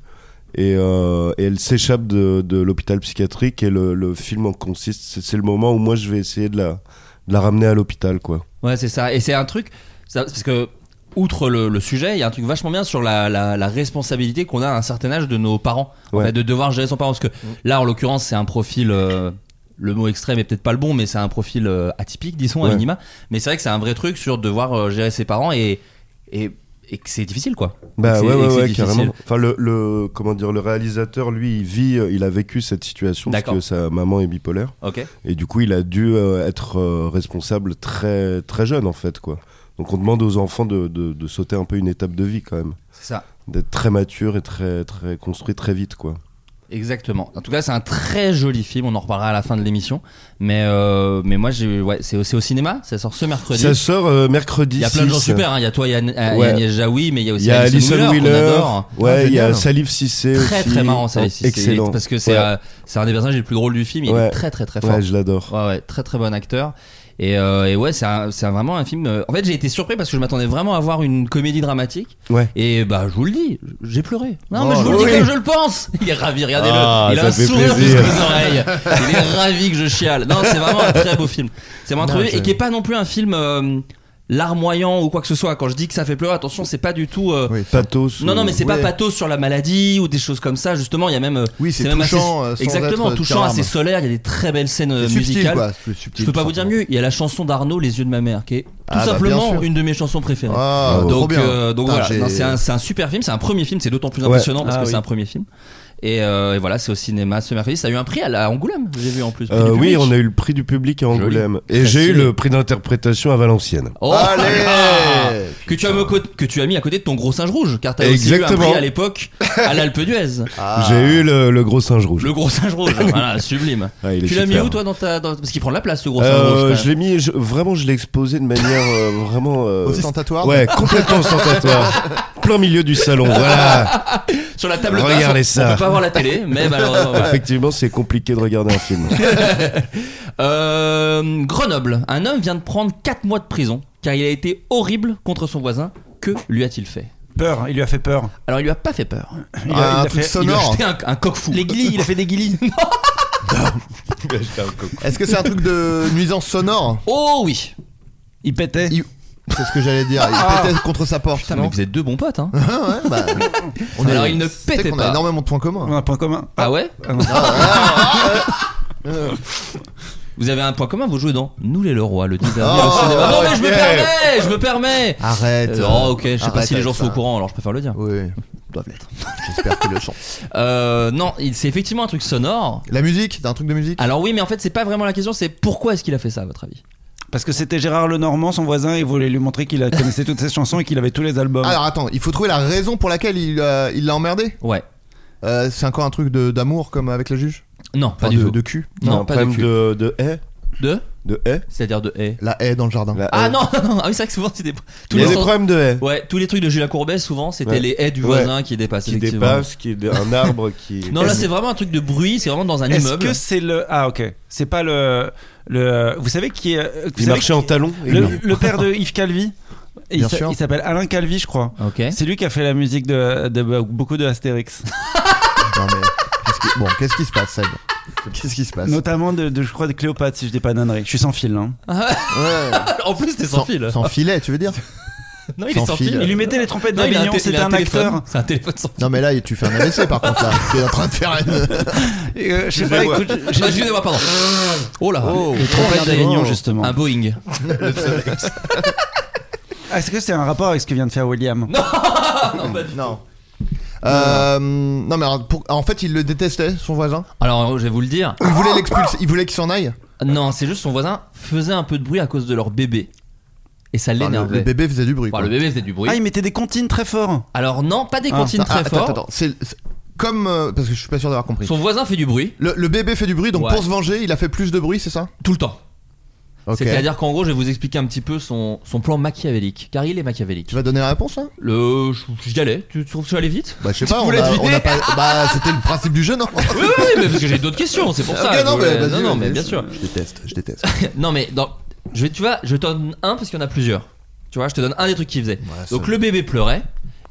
Speaker 7: Et, euh, et elle s'échappe de, de l'hôpital psychiatrique. Et le, le film en consiste. C'est, c'est le moment où moi, je vais essayer de la, de la ramener à l'hôpital, quoi.
Speaker 4: Ouais, c'est ça. Et c'est un truc, ça- parce que outre le, le sujet, il y a un truc vachement bien sur la, la- la responsabilité qu'on a à un certain âge de nos parents, En
Speaker 7: Ouais.
Speaker 4: fait, de devoir gérer son parent. Parce que là, en l'occurrence, c'est un profil. euh, le mot extrême est peut-être pas le bon, mais c'est un profil euh, atypique, disons, à
Speaker 7: Ouais.
Speaker 4: minima. Mais c'est vrai que c'est un vrai truc sur devoir euh, gérer ses parents et, et, et que c'est difficile, quoi. Et
Speaker 7: Bah
Speaker 4: que
Speaker 7: ouais,
Speaker 4: c'est- et
Speaker 7: ouais,
Speaker 4: que c'est
Speaker 7: ouais,
Speaker 4: difficile.
Speaker 7: carrément. Enfin, le, le, comment dire, le réalisateur, lui, il vit, euh, il a vécu cette situation parce
Speaker 4: D'accord.
Speaker 7: que sa maman est bipolaire.
Speaker 4: Ok.
Speaker 7: Et du coup, il a dû euh, être euh, responsable très, très jeune, en fait, quoi. Donc, on demande aux enfants de, de, de sauter un peu une étape de vie, quand même.
Speaker 4: C'est ça.
Speaker 7: D'être très mature et très, très construit très vite, quoi.
Speaker 4: Exactement. En tout cas, c'est un très joli film. On en reparlera à la fin de l'émission. Mais, euh, mais moi, j'ai, ouais, c'est, c'est au cinéma. Ça sort ce mercredi.
Speaker 7: Ça sort euh, mercredi.
Speaker 4: Il y a plein de gens
Speaker 7: 6.
Speaker 4: super. hein. Il y a toi, il y a An-
Speaker 7: Ouais.
Speaker 4: euh, il y a Agnès Jaoui, mais il y a aussi
Speaker 7: Il y a
Speaker 4: Alison
Speaker 7: Alison
Speaker 4: Wheeler. qu'on
Speaker 7: Wheeler.
Speaker 4: adore. Ah,
Speaker 7: Ouais, il y a Salif Sissé.
Speaker 4: Très
Speaker 7: aussi.
Speaker 4: très marrant, Salif Sissé.
Speaker 7: Excellent.
Speaker 4: Parce que c'est
Speaker 7: Ouais.
Speaker 4: euh, c'est un des personnages les plus drôles du film. Il
Speaker 7: Ouais.
Speaker 4: est très très très fort.
Speaker 7: Ouais, je l'adore.
Speaker 4: Ouais, ouais, très très bon acteur. Et, euh, et ouais, c'est un- c'est un- vraiment un film. euh, En fait, j'ai été surpris parce que je m'attendais vraiment à voir une comédie dramatique.
Speaker 7: Ouais.
Speaker 4: Et bah, je vous le dis, j'ai pleuré. Non,
Speaker 7: Oh,
Speaker 4: mais je vous le
Speaker 7: oui.
Speaker 4: dis comme je le pense. Il est ravi, regardez-le.
Speaker 7: Ah,
Speaker 4: Il a
Speaker 7: ça
Speaker 4: un
Speaker 7: fait
Speaker 4: sourire
Speaker 7: plaisir.
Speaker 4: jusqu'aux oreilles. Il est ravi que je chiale. Non, c'est vraiment un très beau film. C'est vraiment un
Speaker 5: Non,
Speaker 4: très beau film.
Speaker 5: c'est-
Speaker 4: et qui est pas non plus un film. euh, larmoyant ou quoi que ce soit quand je dis que ça fait pleurer attention c'est pas du tout euh,
Speaker 7: Pathos.
Speaker 4: non, non, mais c'est pas
Speaker 5: Ouais.
Speaker 4: pathos sur la maladie ou des choses comme ça. Justement, il y a même. euh,
Speaker 5: Oui, c'est
Speaker 4: même
Speaker 5: touchant, euh,
Speaker 4: Assez,
Speaker 5: sans
Speaker 4: exactement,
Speaker 5: être
Speaker 4: touchant,
Speaker 5: terme.
Speaker 4: assez solaire. Il y a des très belles scènes euh,
Speaker 5: C'est subtil,
Speaker 4: musicales.
Speaker 5: quoi, c'est plus subtil,
Speaker 4: Je peux pas vous dire
Speaker 5: simplement.
Speaker 4: mieux. Il y a la chanson d'Arnaud, Les yeux de ma mère, qui est tout
Speaker 5: Ah, bah, bien
Speaker 4: simplement
Speaker 5: sûr.
Speaker 4: une de mes chansons préférées.
Speaker 5: Ah,
Speaker 4: donc,
Speaker 5: trop bien.
Speaker 4: euh, donc
Speaker 5: Putain,
Speaker 4: voilà.
Speaker 5: j'ai-
Speaker 4: Non, c'est un, c'est un super film. C'est un premier film. C'est d'autant plus
Speaker 5: Ouais.
Speaker 4: impressionnant parce
Speaker 5: Ah,
Speaker 4: que
Speaker 5: oui.
Speaker 4: c'est un premier film. Et, euh, et voilà, c'est au cinéma ce mercredi. Ça a eu un prix à, la- à Angoulême. J'ai vu en plus.
Speaker 7: Euh,
Speaker 4: Prix du
Speaker 7: oui,
Speaker 4: public.
Speaker 7: on a eu le prix du public à Angoulême. Et
Speaker 4: Très
Speaker 7: j'ai eu
Speaker 4: stylé.
Speaker 7: le prix d'interprétation à Valenciennes.
Speaker 4: Oh,
Speaker 5: Allez
Speaker 4: ah, que, tu as mis au côté- que tu as mis à côté de ton gros singe rouge, car t'as aussi eu un
Speaker 7: Exactement. Ah.
Speaker 4: prix à l'époque à l'Alpe d'Huez.
Speaker 7: J'ai eu le, le gros singe rouge.
Speaker 4: Ah. Le gros singe rouge, voilà, sublime.
Speaker 7: Ah, il est
Speaker 4: tu l'as mis
Speaker 7: super.
Speaker 4: où toi dans ta. dans- Parce qu'il prend de la place ce gros singe
Speaker 7: Euh,
Speaker 4: rouge. quand même.
Speaker 7: je l'ai mis, je- vraiment, je l'ai exposé de manière euh, vraiment euh,
Speaker 5: Ostentatoire
Speaker 7: Ouais, complètement ostentatoire. Plein milieu du salon, voilà.
Speaker 4: Sur la table basse,
Speaker 7: Regardez
Speaker 4: On
Speaker 7: ça.
Speaker 4: peut pas voir la télé, mais malheureusement. voilà.
Speaker 7: Effectivement, c'est compliqué de regarder un film.
Speaker 4: Euh, Grenoble, un homme vient de prendre 4 mois de prison car il a été horrible contre son voisin. Que lui a-t-il fait
Speaker 6: Peur, il lui a fait peur.
Speaker 4: Alors il lui a pas fait peur.
Speaker 6: Il
Speaker 5: Ah, un
Speaker 6: il
Speaker 5: truc
Speaker 6: fait-
Speaker 4: Il lui a
Speaker 5: sonore.
Speaker 4: jeté un, un coq fou.
Speaker 6: Les guillis, il a fait des guillis.
Speaker 5: Est-ce que c'est un truc de nuisance sonore
Speaker 4: Oh oui
Speaker 6: Il pétait.
Speaker 5: Il- C'est ce que j'allais dire. Il pétait contre sa porte.
Speaker 4: Ah. Putain,
Speaker 5: non
Speaker 4: mais vous êtes deux bons potes, hein
Speaker 5: Ah ouais, bah, on
Speaker 4: Alors, il ne
Speaker 5: c'est vrai
Speaker 4: pétait
Speaker 5: qu'on
Speaker 4: pas.
Speaker 5: a énormément de points communs.
Speaker 6: On a un point commun.
Speaker 4: Ah ouais
Speaker 6: Ah non.
Speaker 4: Vous avez un point commun, vous jouez dans Nous les Leroy le 10 avril
Speaker 5: Oh,
Speaker 4: au cinéma. Non, mais je me
Speaker 5: ok.
Speaker 4: permets Je me permets
Speaker 5: Arrête. hein.
Speaker 4: Euh, oh, ok, je sais pas
Speaker 5: arrête
Speaker 4: si les
Speaker 5: avec
Speaker 4: gens sont au
Speaker 5: ça.
Speaker 4: courant, alors je préfère le dire.
Speaker 5: Oui,
Speaker 4: Ils doivent l'être.
Speaker 5: j'espère qu'ils le sont.
Speaker 4: Euh, non, il- c'est effectivement un truc sonore.
Speaker 5: La musique, d'un truc de musique
Speaker 4: Alors oui, mais en fait, c'est pas vraiment la question, c'est pourquoi est-ce qu'il a fait ça, à votre avis
Speaker 6: Parce que c'était Gérard Lenormand, son voisin, et voulait lui montrer qu'il a- connaissait toutes ses chansons et qu'il avait tous les albums.
Speaker 5: Alors attends, il faut trouver la raison pour laquelle il euh, il l'a emmerdé.
Speaker 4: Ouais.
Speaker 5: Euh, c'est encore un truc de- d'amour comme avec la juge
Speaker 4: Non, pas
Speaker 5: Enfin,
Speaker 4: du
Speaker 5: de,
Speaker 4: tout.
Speaker 5: de cul
Speaker 4: Non,
Speaker 7: un
Speaker 4: pas de
Speaker 7: problème
Speaker 4: cul.
Speaker 7: de, de haie
Speaker 4: De
Speaker 7: De haie
Speaker 4: C'est-à-dire de haie.
Speaker 5: La haie dans le jardin.
Speaker 7: La
Speaker 4: Ah
Speaker 7: haie.
Speaker 4: non, non, non, ah oui, c'est vrai que souvent c'était.
Speaker 7: Il y a des
Speaker 4: trucs-
Speaker 7: problèmes de haie.
Speaker 4: Ouais, tous les trucs de Julien Courbet, souvent, c'était
Speaker 7: Ouais.
Speaker 4: les haies du
Speaker 7: Ouais.
Speaker 4: voisin qui dépassent.
Speaker 7: Qui
Speaker 4: effectivement.
Speaker 7: dépasse, qui est de- un arbre qui.
Speaker 4: Non, là, c'est vraiment un truc de bruit, c'est vraiment dans un
Speaker 6: Est-ce
Speaker 4: immeuble.
Speaker 6: que c'est le. Ah, ok. C'est pas le. le... Vous savez qui est. euh, vous
Speaker 7: Il
Speaker 6: savez
Speaker 7: marchait
Speaker 6: qui-
Speaker 7: en talons. et
Speaker 6: le,
Speaker 7: il-
Speaker 6: le père de Yves Calvi. Et
Speaker 5: Bien
Speaker 6: il s'a-
Speaker 5: sûr.
Speaker 6: il s'appelle Alain Calvi, je crois.
Speaker 4: Ok.
Speaker 6: C'est lui qui a fait la musique de, de beaucoup de Astérix,
Speaker 5: Non, mais qu'est-ce qui- Bon, qu'est-ce qui se passe, Seb Qu'est-ce qui se passe
Speaker 6: notamment de, de- je crois de Cléopâtre si je dis pas d'annerie. Je suis sans fil. Hein.
Speaker 5: Ouais.
Speaker 4: En plus, t'es sans, fil.
Speaker 5: Sans filet, tu veux dire
Speaker 4: Non, il est sans
Speaker 5: sans
Speaker 4: fil.
Speaker 5: fil.
Speaker 6: Il lui mettait les trompettes
Speaker 4: Non, il a un
Speaker 6: d'Avignon,
Speaker 4: tél- il
Speaker 6: c'était
Speaker 4: a
Speaker 6: un,
Speaker 4: téléphone.
Speaker 6: acteur.
Speaker 4: C'est un téléphone sans fil.
Speaker 5: Non, mais là, tu fais un AVC par contre, là. T'es en train de faire une.
Speaker 6: Et, euh, je sais pas, écoute,
Speaker 4: Ah,
Speaker 6: j'ai-
Speaker 4: Excusez-moi, pardon. Oh là,
Speaker 6: les trompettes d'Avignon justement.
Speaker 4: un Boeing.
Speaker 6: Ah, Est-ce que c'est un rapport avec ce que vient de faire William Non.
Speaker 5: Non. Euh, non mais alors, pour- en fait il le détestait son voisin.
Speaker 4: Alors, je vais vous le dire.
Speaker 5: Il voulait l'expulser, il voulait qu'il s'en aille.
Speaker 4: Non, c'est juste son voisin faisait un peu de bruit à cause de leur bébé. Et ça
Speaker 5: Enfin, le,
Speaker 4: l'énervait.
Speaker 5: le bébé faisait du bruit.
Speaker 4: Enfin,
Speaker 5: quoi.
Speaker 4: le bébé faisait du bruit.
Speaker 6: Ah, il mettait des comptines très fort.
Speaker 4: Alors, non, pas des
Speaker 6: Ah,
Speaker 4: comptines
Speaker 5: Ah,
Speaker 4: très
Speaker 5: attends,
Speaker 4: fortes.
Speaker 5: attends, c'est c'est comme euh, parce que je suis pas sûr d'avoir compris.
Speaker 4: Son voisin fait du bruit
Speaker 5: Le, le bébé fait du bruit donc
Speaker 4: Ouais.
Speaker 5: pour se venger il a fait plus de bruit c'est ça
Speaker 4: tout le temps.
Speaker 5: Ok.
Speaker 4: C'est-à-dire qu'en gros, je vais vous expliquer un petit peu son, son plan machiavélique. Car il est machiavélique.
Speaker 5: Tu vas donner la réponse là
Speaker 4: Le, je, je y allais. Tu trouves que je suis allé vite
Speaker 5: Bah je sais pas. On
Speaker 4: voulais
Speaker 5: a,
Speaker 4: deviner
Speaker 5: on a pas. Bah c'était le principe du jeu non
Speaker 4: Oui, oui, oui, mais parce que j'ai d'autres questions, c'est pour ça.
Speaker 5: Ok, non,
Speaker 4: Je voulais-
Speaker 5: mais vas-y,
Speaker 4: Ah, non, non, mais
Speaker 5: vas-y.
Speaker 4: bien sûr.
Speaker 5: Je déteste, je déteste.
Speaker 4: Non, mais dans, je vais, tu vois, je t'en donne un parce qu'il y en a plusieurs. Tu vois, je te donne un des trucs qu'il faisait. donc le bébé pleurait,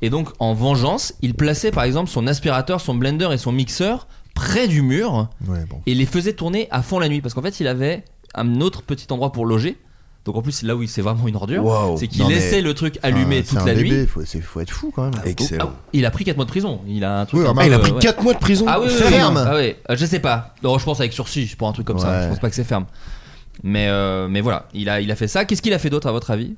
Speaker 4: et donc en vengeance, il plaçait par exemple son aspirateur, son blender et son mixeur près du mur
Speaker 5: Ouais bon.
Speaker 4: et les faisait tourner à fond la nuit parce qu'en fait, il avait un autre petit endroit pour loger. Donc en plus, là où c'est vraiment une ordure,
Speaker 7: Wow.
Speaker 4: c'est qu'il
Speaker 5: Non, mais-
Speaker 4: laissait le truc allumé
Speaker 5: Enfin,
Speaker 4: toute
Speaker 5: Ah, c'est
Speaker 4: la
Speaker 5: un
Speaker 4: nuit.
Speaker 5: bébé, Faut, c'est- faut être fou quand même.
Speaker 4: Donc,
Speaker 7: Excellent.
Speaker 4: ah, il a pris 4 mois de prison. Il a un truc.
Speaker 5: Oui,
Speaker 4: un
Speaker 5: remarque,
Speaker 4: peu,
Speaker 7: il a pris
Speaker 4: ouais.
Speaker 7: 4 mois de prison.
Speaker 4: Ah oui, oui, oui.
Speaker 5: Ferme.
Speaker 4: Ah oui. Euh, je sais pas. Non, je pense avec sursis pour un truc comme ça.
Speaker 5: Ouais.
Speaker 4: Je pense pas que c'est ferme. Mais, euh, mais voilà, il a, il a fait ça. Qu'est-ce qu'il a fait d'autre à votre avis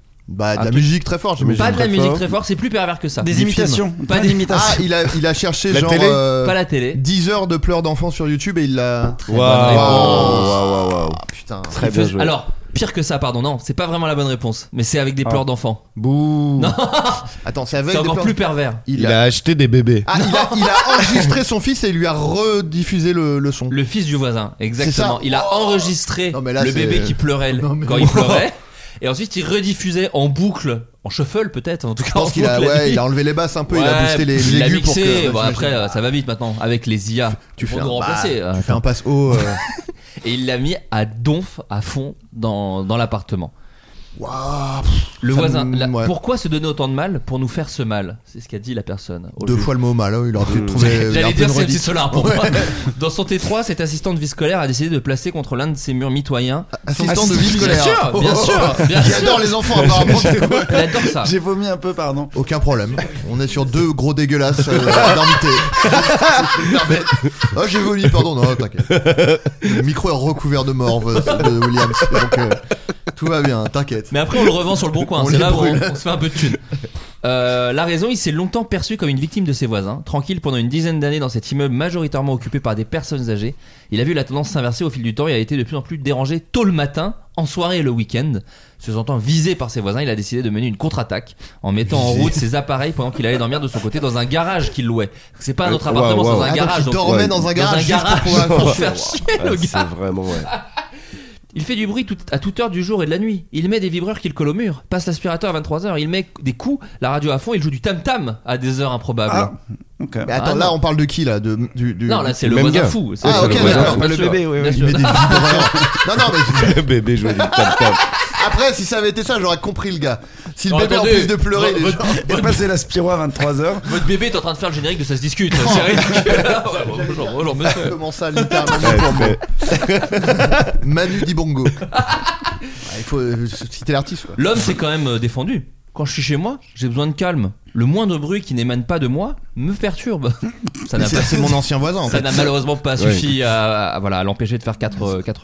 Speaker 4: Un
Speaker 5: Bah
Speaker 7: Ah,
Speaker 5: de la
Speaker 4: truc-
Speaker 5: musique très forte j'imagine.
Speaker 4: Pas de la
Speaker 7: très
Speaker 4: musique
Speaker 7: fort.
Speaker 4: très fort, c'est plus pervers que ça.
Speaker 6: Des
Speaker 4: Du
Speaker 6: imitations.
Speaker 4: film.
Speaker 6: Plein
Speaker 4: Pas des
Speaker 5: Ah
Speaker 4: imitations.
Speaker 5: il a il a cherché
Speaker 7: La
Speaker 5: genre.
Speaker 7: télé
Speaker 5: euh,
Speaker 4: Pas la télé.
Speaker 5: 10 heures de pleurs d'enfants sur YouTube et il l'a. Oh,
Speaker 7: Waouh,
Speaker 4: bonne réponse.
Speaker 7: waouh, waouh, waouh.
Speaker 5: Putain.
Speaker 7: Très
Speaker 4: Il
Speaker 7: bien
Speaker 4: faisait-
Speaker 7: joué.
Speaker 4: Alors, Pire que ça, pardon. Non, c'est pas vraiment la bonne réponse. Mais c'est avec des
Speaker 7: Ah.
Speaker 4: pleurs d'enfants.
Speaker 5: Bouh.
Speaker 4: Non.
Speaker 5: Attends, c'est avec
Speaker 4: C'est
Speaker 5: des
Speaker 4: encore
Speaker 5: plans-
Speaker 4: plus pervers.
Speaker 5: Il,
Speaker 7: Il
Speaker 5: a...
Speaker 7: a acheté des bébés.
Speaker 5: Ah, il a, il a enregistré son fils et il lui a rediffusé le, le son.
Speaker 4: Le fils du voisin, exactement.
Speaker 5: ça.
Speaker 4: Il a
Speaker 5: Oh.
Speaker 4: enregistré
Speaker 5: Non, mais là,
Speaker 4: le
Speaker 5: c'est-
Speaker 4: bébé qui pleurait
Speaker 5: Non, mais-
Speaker 4: quand il pleurait. Et ensuite, il rediffusait en boucle, en shuffle peut-être, en tout cas
Speaker 5: Je pense
Speaker 4: en
Speaker 5: qu'il a,
Speaker 4: boucle la
Speaker 5: ouais,
Speaker 4: nuit.
Speaker 5: il a enlevé les basses un peu, il
Speaker 4: Ouais,
Speaker 5: a boosté les,
Speaker 4: il
Speaker 5: les
Speaker 4: a
Speaker 5: aigus pour
Speaker 4: mixé.
Speaker 5: que.
Speaker 4: Bon,
Speaker 5: ouais,
Speaker 4: après,
Speaker 5: j'imagine.
Speaker 4: euh, ça va vite maintenant avec les IA.
Speaker 5: tu fais
Speaker 4: Pour
Speaker 5: un-
Speaker 4: nous remplacer.
Speaker 5: bah,
Speaker 4: euh,
Speaker 5: tu fais un passe haut. euh,
Speaker 4: Et il l'a mis à donf, à fond, dans, dans l'appartement.
Speaker 5: waouh, pff,
Speaker 4: Le
Speaker 5: Ça
Speaker 4: voisin.
Speaker 5: me-
Speaker 4: la-
Speaker 5: ouais.
Speaker 4: Pourquoi se donner autant de mal pour nous faire ce mal C'est ce qu'a dit la personne. au
Speaker 5: deux
Speaker 4: juge.
Speaker 5: fois le mot mal, hein, il aurait pu trouver. un
Speaker 4: Euh, J'allais
Speaker 5: peu
Speaker 4: dire
Speaker 5: une
Speaker 4: c'est
Speaker 5: redite.
Speaker 4: Solar pour
Speaker 5: Ouais.
Speaker 4: moi. Dans son T3, cette assistante vie scolaire a décidé de placer contre l'un de ses murs mitoyens.
Speaker 5: Assistant de
Speaker 4: Bien
Speaker 5: vie scolaire.
Speaker 4: sûr, bien sûr, bien
Speaker 5: Il
Speaker 4: sûr.
Speaker 5: adore les enfants apparemment.
Speaker 4: Elle adore ça.
Speaker 6: J'ai vomi un peu, pardon.
Speaker 5: Aucun problème. On est sur deux gros dégueulasses euh, d'invités. Je me permets. Ah, j'ai vomi, pardon, non, t'inquiète. Le micro est recouvert de morve euh, de Williams. Donc, euh, tout va bien, t'inquiète.
Speaker 4: Mais après, on le revend sur le bon coin.
Speaker 5: On
Speaker 4: C'est
Speaker 5: les
Speaker 4: là où on,
Speaker 5: brûle.
Speaker 4: on se fait un peu de thune. Euh, la raison, il s'est longtemps perçu comme une victime de ses voisins. Tranquille pendant une dizaine d'années dans cet immeuble majoritairement occupé par des personnes âgées, il a vu la tendance s'inverser au fil du temps et a été de plus en plus dérangé tôt le matin, en soirée et le week-end. Se sentant visé par ses voisins, il a décidé de mener une contre-attaque en mettant en route ses appareils pendant qu'il allait dormir de son côté dans un garage qu'il louait. C'est pas un autre
Speaker 7: Ouais,
Speaker 4: appartement,
Speaker 7: ouais,
Speaker 4: c'est dans
Speaker 7: ouais.
Speaker 4: un
Speaker 5: Ah, donc
Speaker 4: garage.
Speaker 5: il
Speaker 4: donc-
Speaker 5: dormait
Speaker 7: ouais,
Speaker 5: dans un
Speaker 4: dans un
Speaker 5: garage. juste
Speaker 4: garage
Speaker 5: pour pouvoir
Speaker 4: pour
Speaker 5: sortir.
Speaker 4: faire chier
Speaker 7: Ah,
Speaker 4: le
Speaker 7: c'est
Speaker 4: gars.
Speaker 7: vraiment, ouais.
Speaker 4: Il fait du bruit tout- à toute heure du jour et de la nuit. Il met des vibreurs qu'il colle au mur, passe l'aspirateur à 23h, il met des coups, la radio à fond, il joue du tam-tam à des heures improbables.
Speaker 6: Ah, ok.
Speaker 5: Mais attends,
Speaker 4: Ah,
Speaker 5: là,
Speaker 4: non.
Speaker 5: on parle de qui là de, du, du-
Speaker 4: non, là c'est
Speaker 7: le
Speaker 4: le
Speaker 7: même
Speaker 4: voisin
Speaker 7: gars.
Speaker 4: fou. c'est-
Speaker 5: Ah,
Speaker 4: c'est
Speaker 5: ok,
Speaker 4: voisin
Speaker 5: d'accord,
Speaker 4: fou,
Speaker 6: pas
Speaker 4: bien
Speaker 6: le
Speaker 4: sûr.
Speaker 6: bébé, oui,
Speaker 4: Bien
Speaker 6: oui.
Speaker 5: Il
Speaker 4: sûr.
Speaker 5: met des vibreurs. Non, non, mais
Speaker 7: bébé jouait du tam-tam.
Speaker 5: après, si ça avait été ça, j'aurais compris le gars. Si le
Speaker 4: Non,
Speaker 5: bébé, en
Speaker 4: attendez.
Speaker 5: plus de pleurer, il est genre-
Speaker 6: Et passer la Spiro à 23h.
Speaker 4: Votre bébé est en train de faire le générique de ça se discute. hein, C'est ridicule. Ouais, bon, Bonjour, bonjour, monsieur.
Speaker 5: Comment ça, littéralement pour moi Manu Dibongo. Ah, il faut euh, citer l'artiste. quoi.
Speaker 4: L'homme s'est quand même euh, défendu. Quand je suis chez moi, j'ai besoin de calme. Le moindre bruit qui n'émane pas de moi me perturbe. Ça n'a
Speaker 5: C'est
Speaker 4: pas-
Speaker 5: c'est mon ancien voisin en
Speaker 4: ça
Speaker 5: fait.
Speaker 4: n'a malheureusement pas
Speaker 7: Ouais.
Speaker 4: suffi à, à- voilà, à l'empêcher de faire 4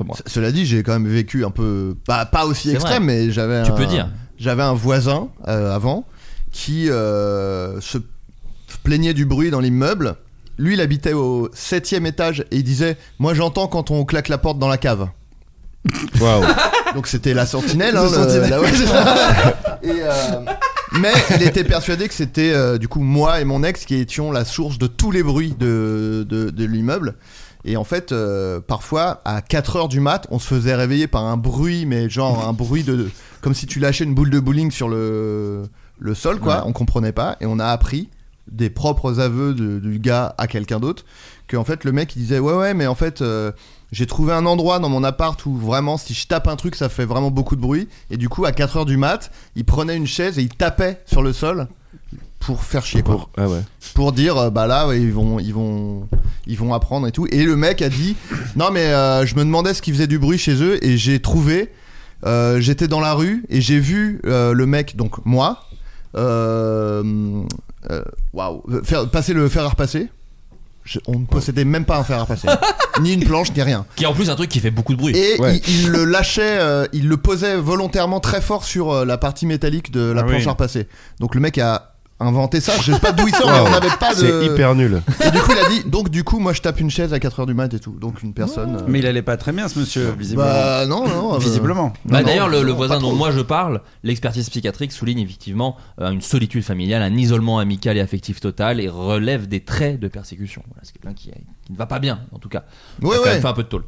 Speaker 4: mois.
Speaker 5: C- Cela dit, j'ai quand même vécu un peu, bah, pas aussi
Speaker 4: C'est
Speaker 5: extrême, mais j'avais
Speaker 4: Tu
Speaker 5: un-
Speaker 4: peux dire.
Speaker 5: J'avais un voisin euh, avant qui euh, se plaignait du bruit dans l'immeuble. Lui, il habitait au septième étage et il disait Moi, j'entends quand on claque la porte dans la cave.
Speaker 7: Waouh.
Speaker 5: Donc c'était la sentinelle.
Speaker 6: Le
Speaker 5: hein,
Speaker 6: sentinelle.
Speaker 5: là, ouais, c'est ça. Et, euh, mais il était persuadé que c'était euh, du coup moi et mon ex qui étions la source de tous les bruits de, de, de l'immeuble. Et en fait, euh, parfois, à 4 heures du mat, on se faisait réveiller par un bruit, mais genre un bruit de. de- comme si tu lâchais une boule de bowling sur le, le sol, quoi. On comprenait pas. Et on a appris des propres aveux de- du gars à quelqu'un d'autre que en fait le mec il disait ouais ouais mais en fait euh, j'ai trouvé un endroit dans mon appart où vraiment si je tape un truc ça fait vraiment beaucoup de bruit et du coup à 4h du mat il prenait une chaise et il tapait sur le sol pour faire chier quoi.
Speaker 7: Pour- Ah ouais.
Speaker 5: pour dire euh, bah là ouais, ils vont ils vont ils vont apprendre et tout et le mec a dit non mais euh, je me demandais ce qui faisait du bruit chez eux et j'ai trouvé euh, j'étais dans la rue et j'ai vu euh, le mec donc moi euh, euh, waouh faire passer le fer à repasser Je- on ne possédait même pas un fer à repasser ni une planche ni rien
Speaker 4: Qui est en plus un truc qui fait beaucoup de bruit.
Speaker 5: et
Speaker 7: Ouais.
Speaker 5: il, il le lâchait, euh, il le posait volontairement très fort sur euh, la partie métallique de la
Speaker 6: Ah oui.
Speaker 5: planche à repasser. Donc le mec a inventé ça, je sais pas d'où il sort, mais on
Speaker 7: Wow.
Speaker 5: n'avait pas de.
Speaker 7: C'est hyper nul.
Speaker 5: Et du coup, il a dit donc du coup, moi je tape une chaise à 4h du mat et tout. Donc une personne. euh,
Speaker 6: Mais il allait pas très bien, ce monsieur, visiblement.
Speaker 5: Bah non, non. euh,
Speaker 6: visiblement.
Speaker 4: Bah,
Speaker 5: non,
Speaker 4: D'ailleurs, le,
Speaker 5: non,
Speaker 4: le
Speaker 5: pas
Speaker 4: voisin
Speaker 5: trop.
Speaker 4: dont moi je parle, l'expertise psychiatrique souligne effectivement euh, une solitude familiale, un isolement amical et affectif total et relève des traits de persécution. Voilà, c'est quelqu'un qui, qui ne va pas bien, en tout cas.
Speaker 5: Ouais,
Speaker 4: Ça a quand
Speaker 5: ouais. Mm.
Speaker 4: même fait un peu de tôle.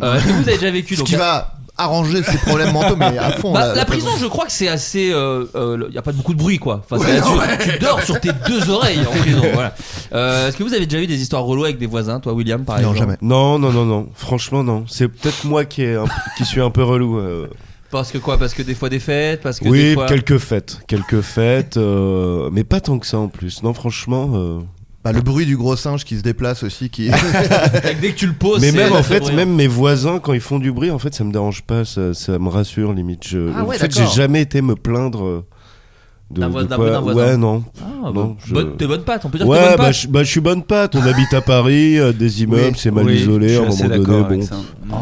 Speaker 4: Euh, vous avez déjà vécu
Speaker 5: Ce
Speaker 4: donc,
Speaker 5: qui va arranger ses problèmes mentaux, mais à fond.
Speaker 4: Bah,
Speaker 5: là,
Speaker 4: la prison, je crois que c'est assez. euh, Il n'y a pas beaucoup de bruit, quoi. Enfin, c'est
Speaker 5: Ouais,
Speaker 4: là-dessus.
Speaker 5: ouais.
Speaker 4: tu, dors sur tes deux oreilles en prison. Voilà. Euh, Est-ce que vous avez déjà eu des histoires reloues avec des voisins, toi, William, par
Speaker 5: Non,
Speaker 4: exemple
Speaker 5: jamais.
Speaker 7: Non, non, non, non. Franchement, non. C'est peut-être moi qui, est un- qui suis un peu relou. euh.
Speaker 4: Parce que quoi Parce que des fois des fêtes parce que des
Speaker 7: Oui,
Speaker 4: fois...
Speaker 7: quelques fêtes. Quelques fêtes. euh, Mais pas tant que ça en plus. Non, franchement. euh,
Speaker 5: Bah, le bruit du gros singe qui se déplace aussi, qui.
Speaker 4: Dès que tu le poses,
Speaker 7: Mais
Speaker 4: c'est-
Speaker 7: même en
Speaker 4: c'est
Speaker 7: fait,
Speaker 4: bruyant.
Speaker 7: même mes voisins, quand ils font du bruit, en fait, ça me dérange pas. Ça, ça me rassure limite. Je...
Speaker 4: Ah ouais,
Speaker 7: en fait, j'ai
Speaker 4: d'accord.
Speaker 7: jamais été me plaindre. euh, De,
Speaker 4: D'un voi-
Speaker 7: de
Speaker 4: d'un
Speaker 7: quoi.
Speaker 4: bon- d'un voisin.
Speaker 7: Ouais, non.
Speaker 4: Ah, bah,
Speaker 7: Non, je-
Speaker 4: bonne- t'es bonne patte, on peut dire que
Speaker 7: ouais,
Speaker 4: t'es bonne
Speaker 7: bah,
Speaker 4: patte.
Speaker 7: je, bah, je suis bonne patte. On habite à Paris, euh, des immeubles,
Speaker 6: Oui,
Speaker 7: c'est mal
Speaker 6: oui, je
Speaker 7: isolé.
Speaker 6: suis
Speaker 7: À un
Speaker 6: assez
Speaker 7: moment donné,
Speaker 6: d'accord
Speaker 7: bon.
Speaker 6: avec ça.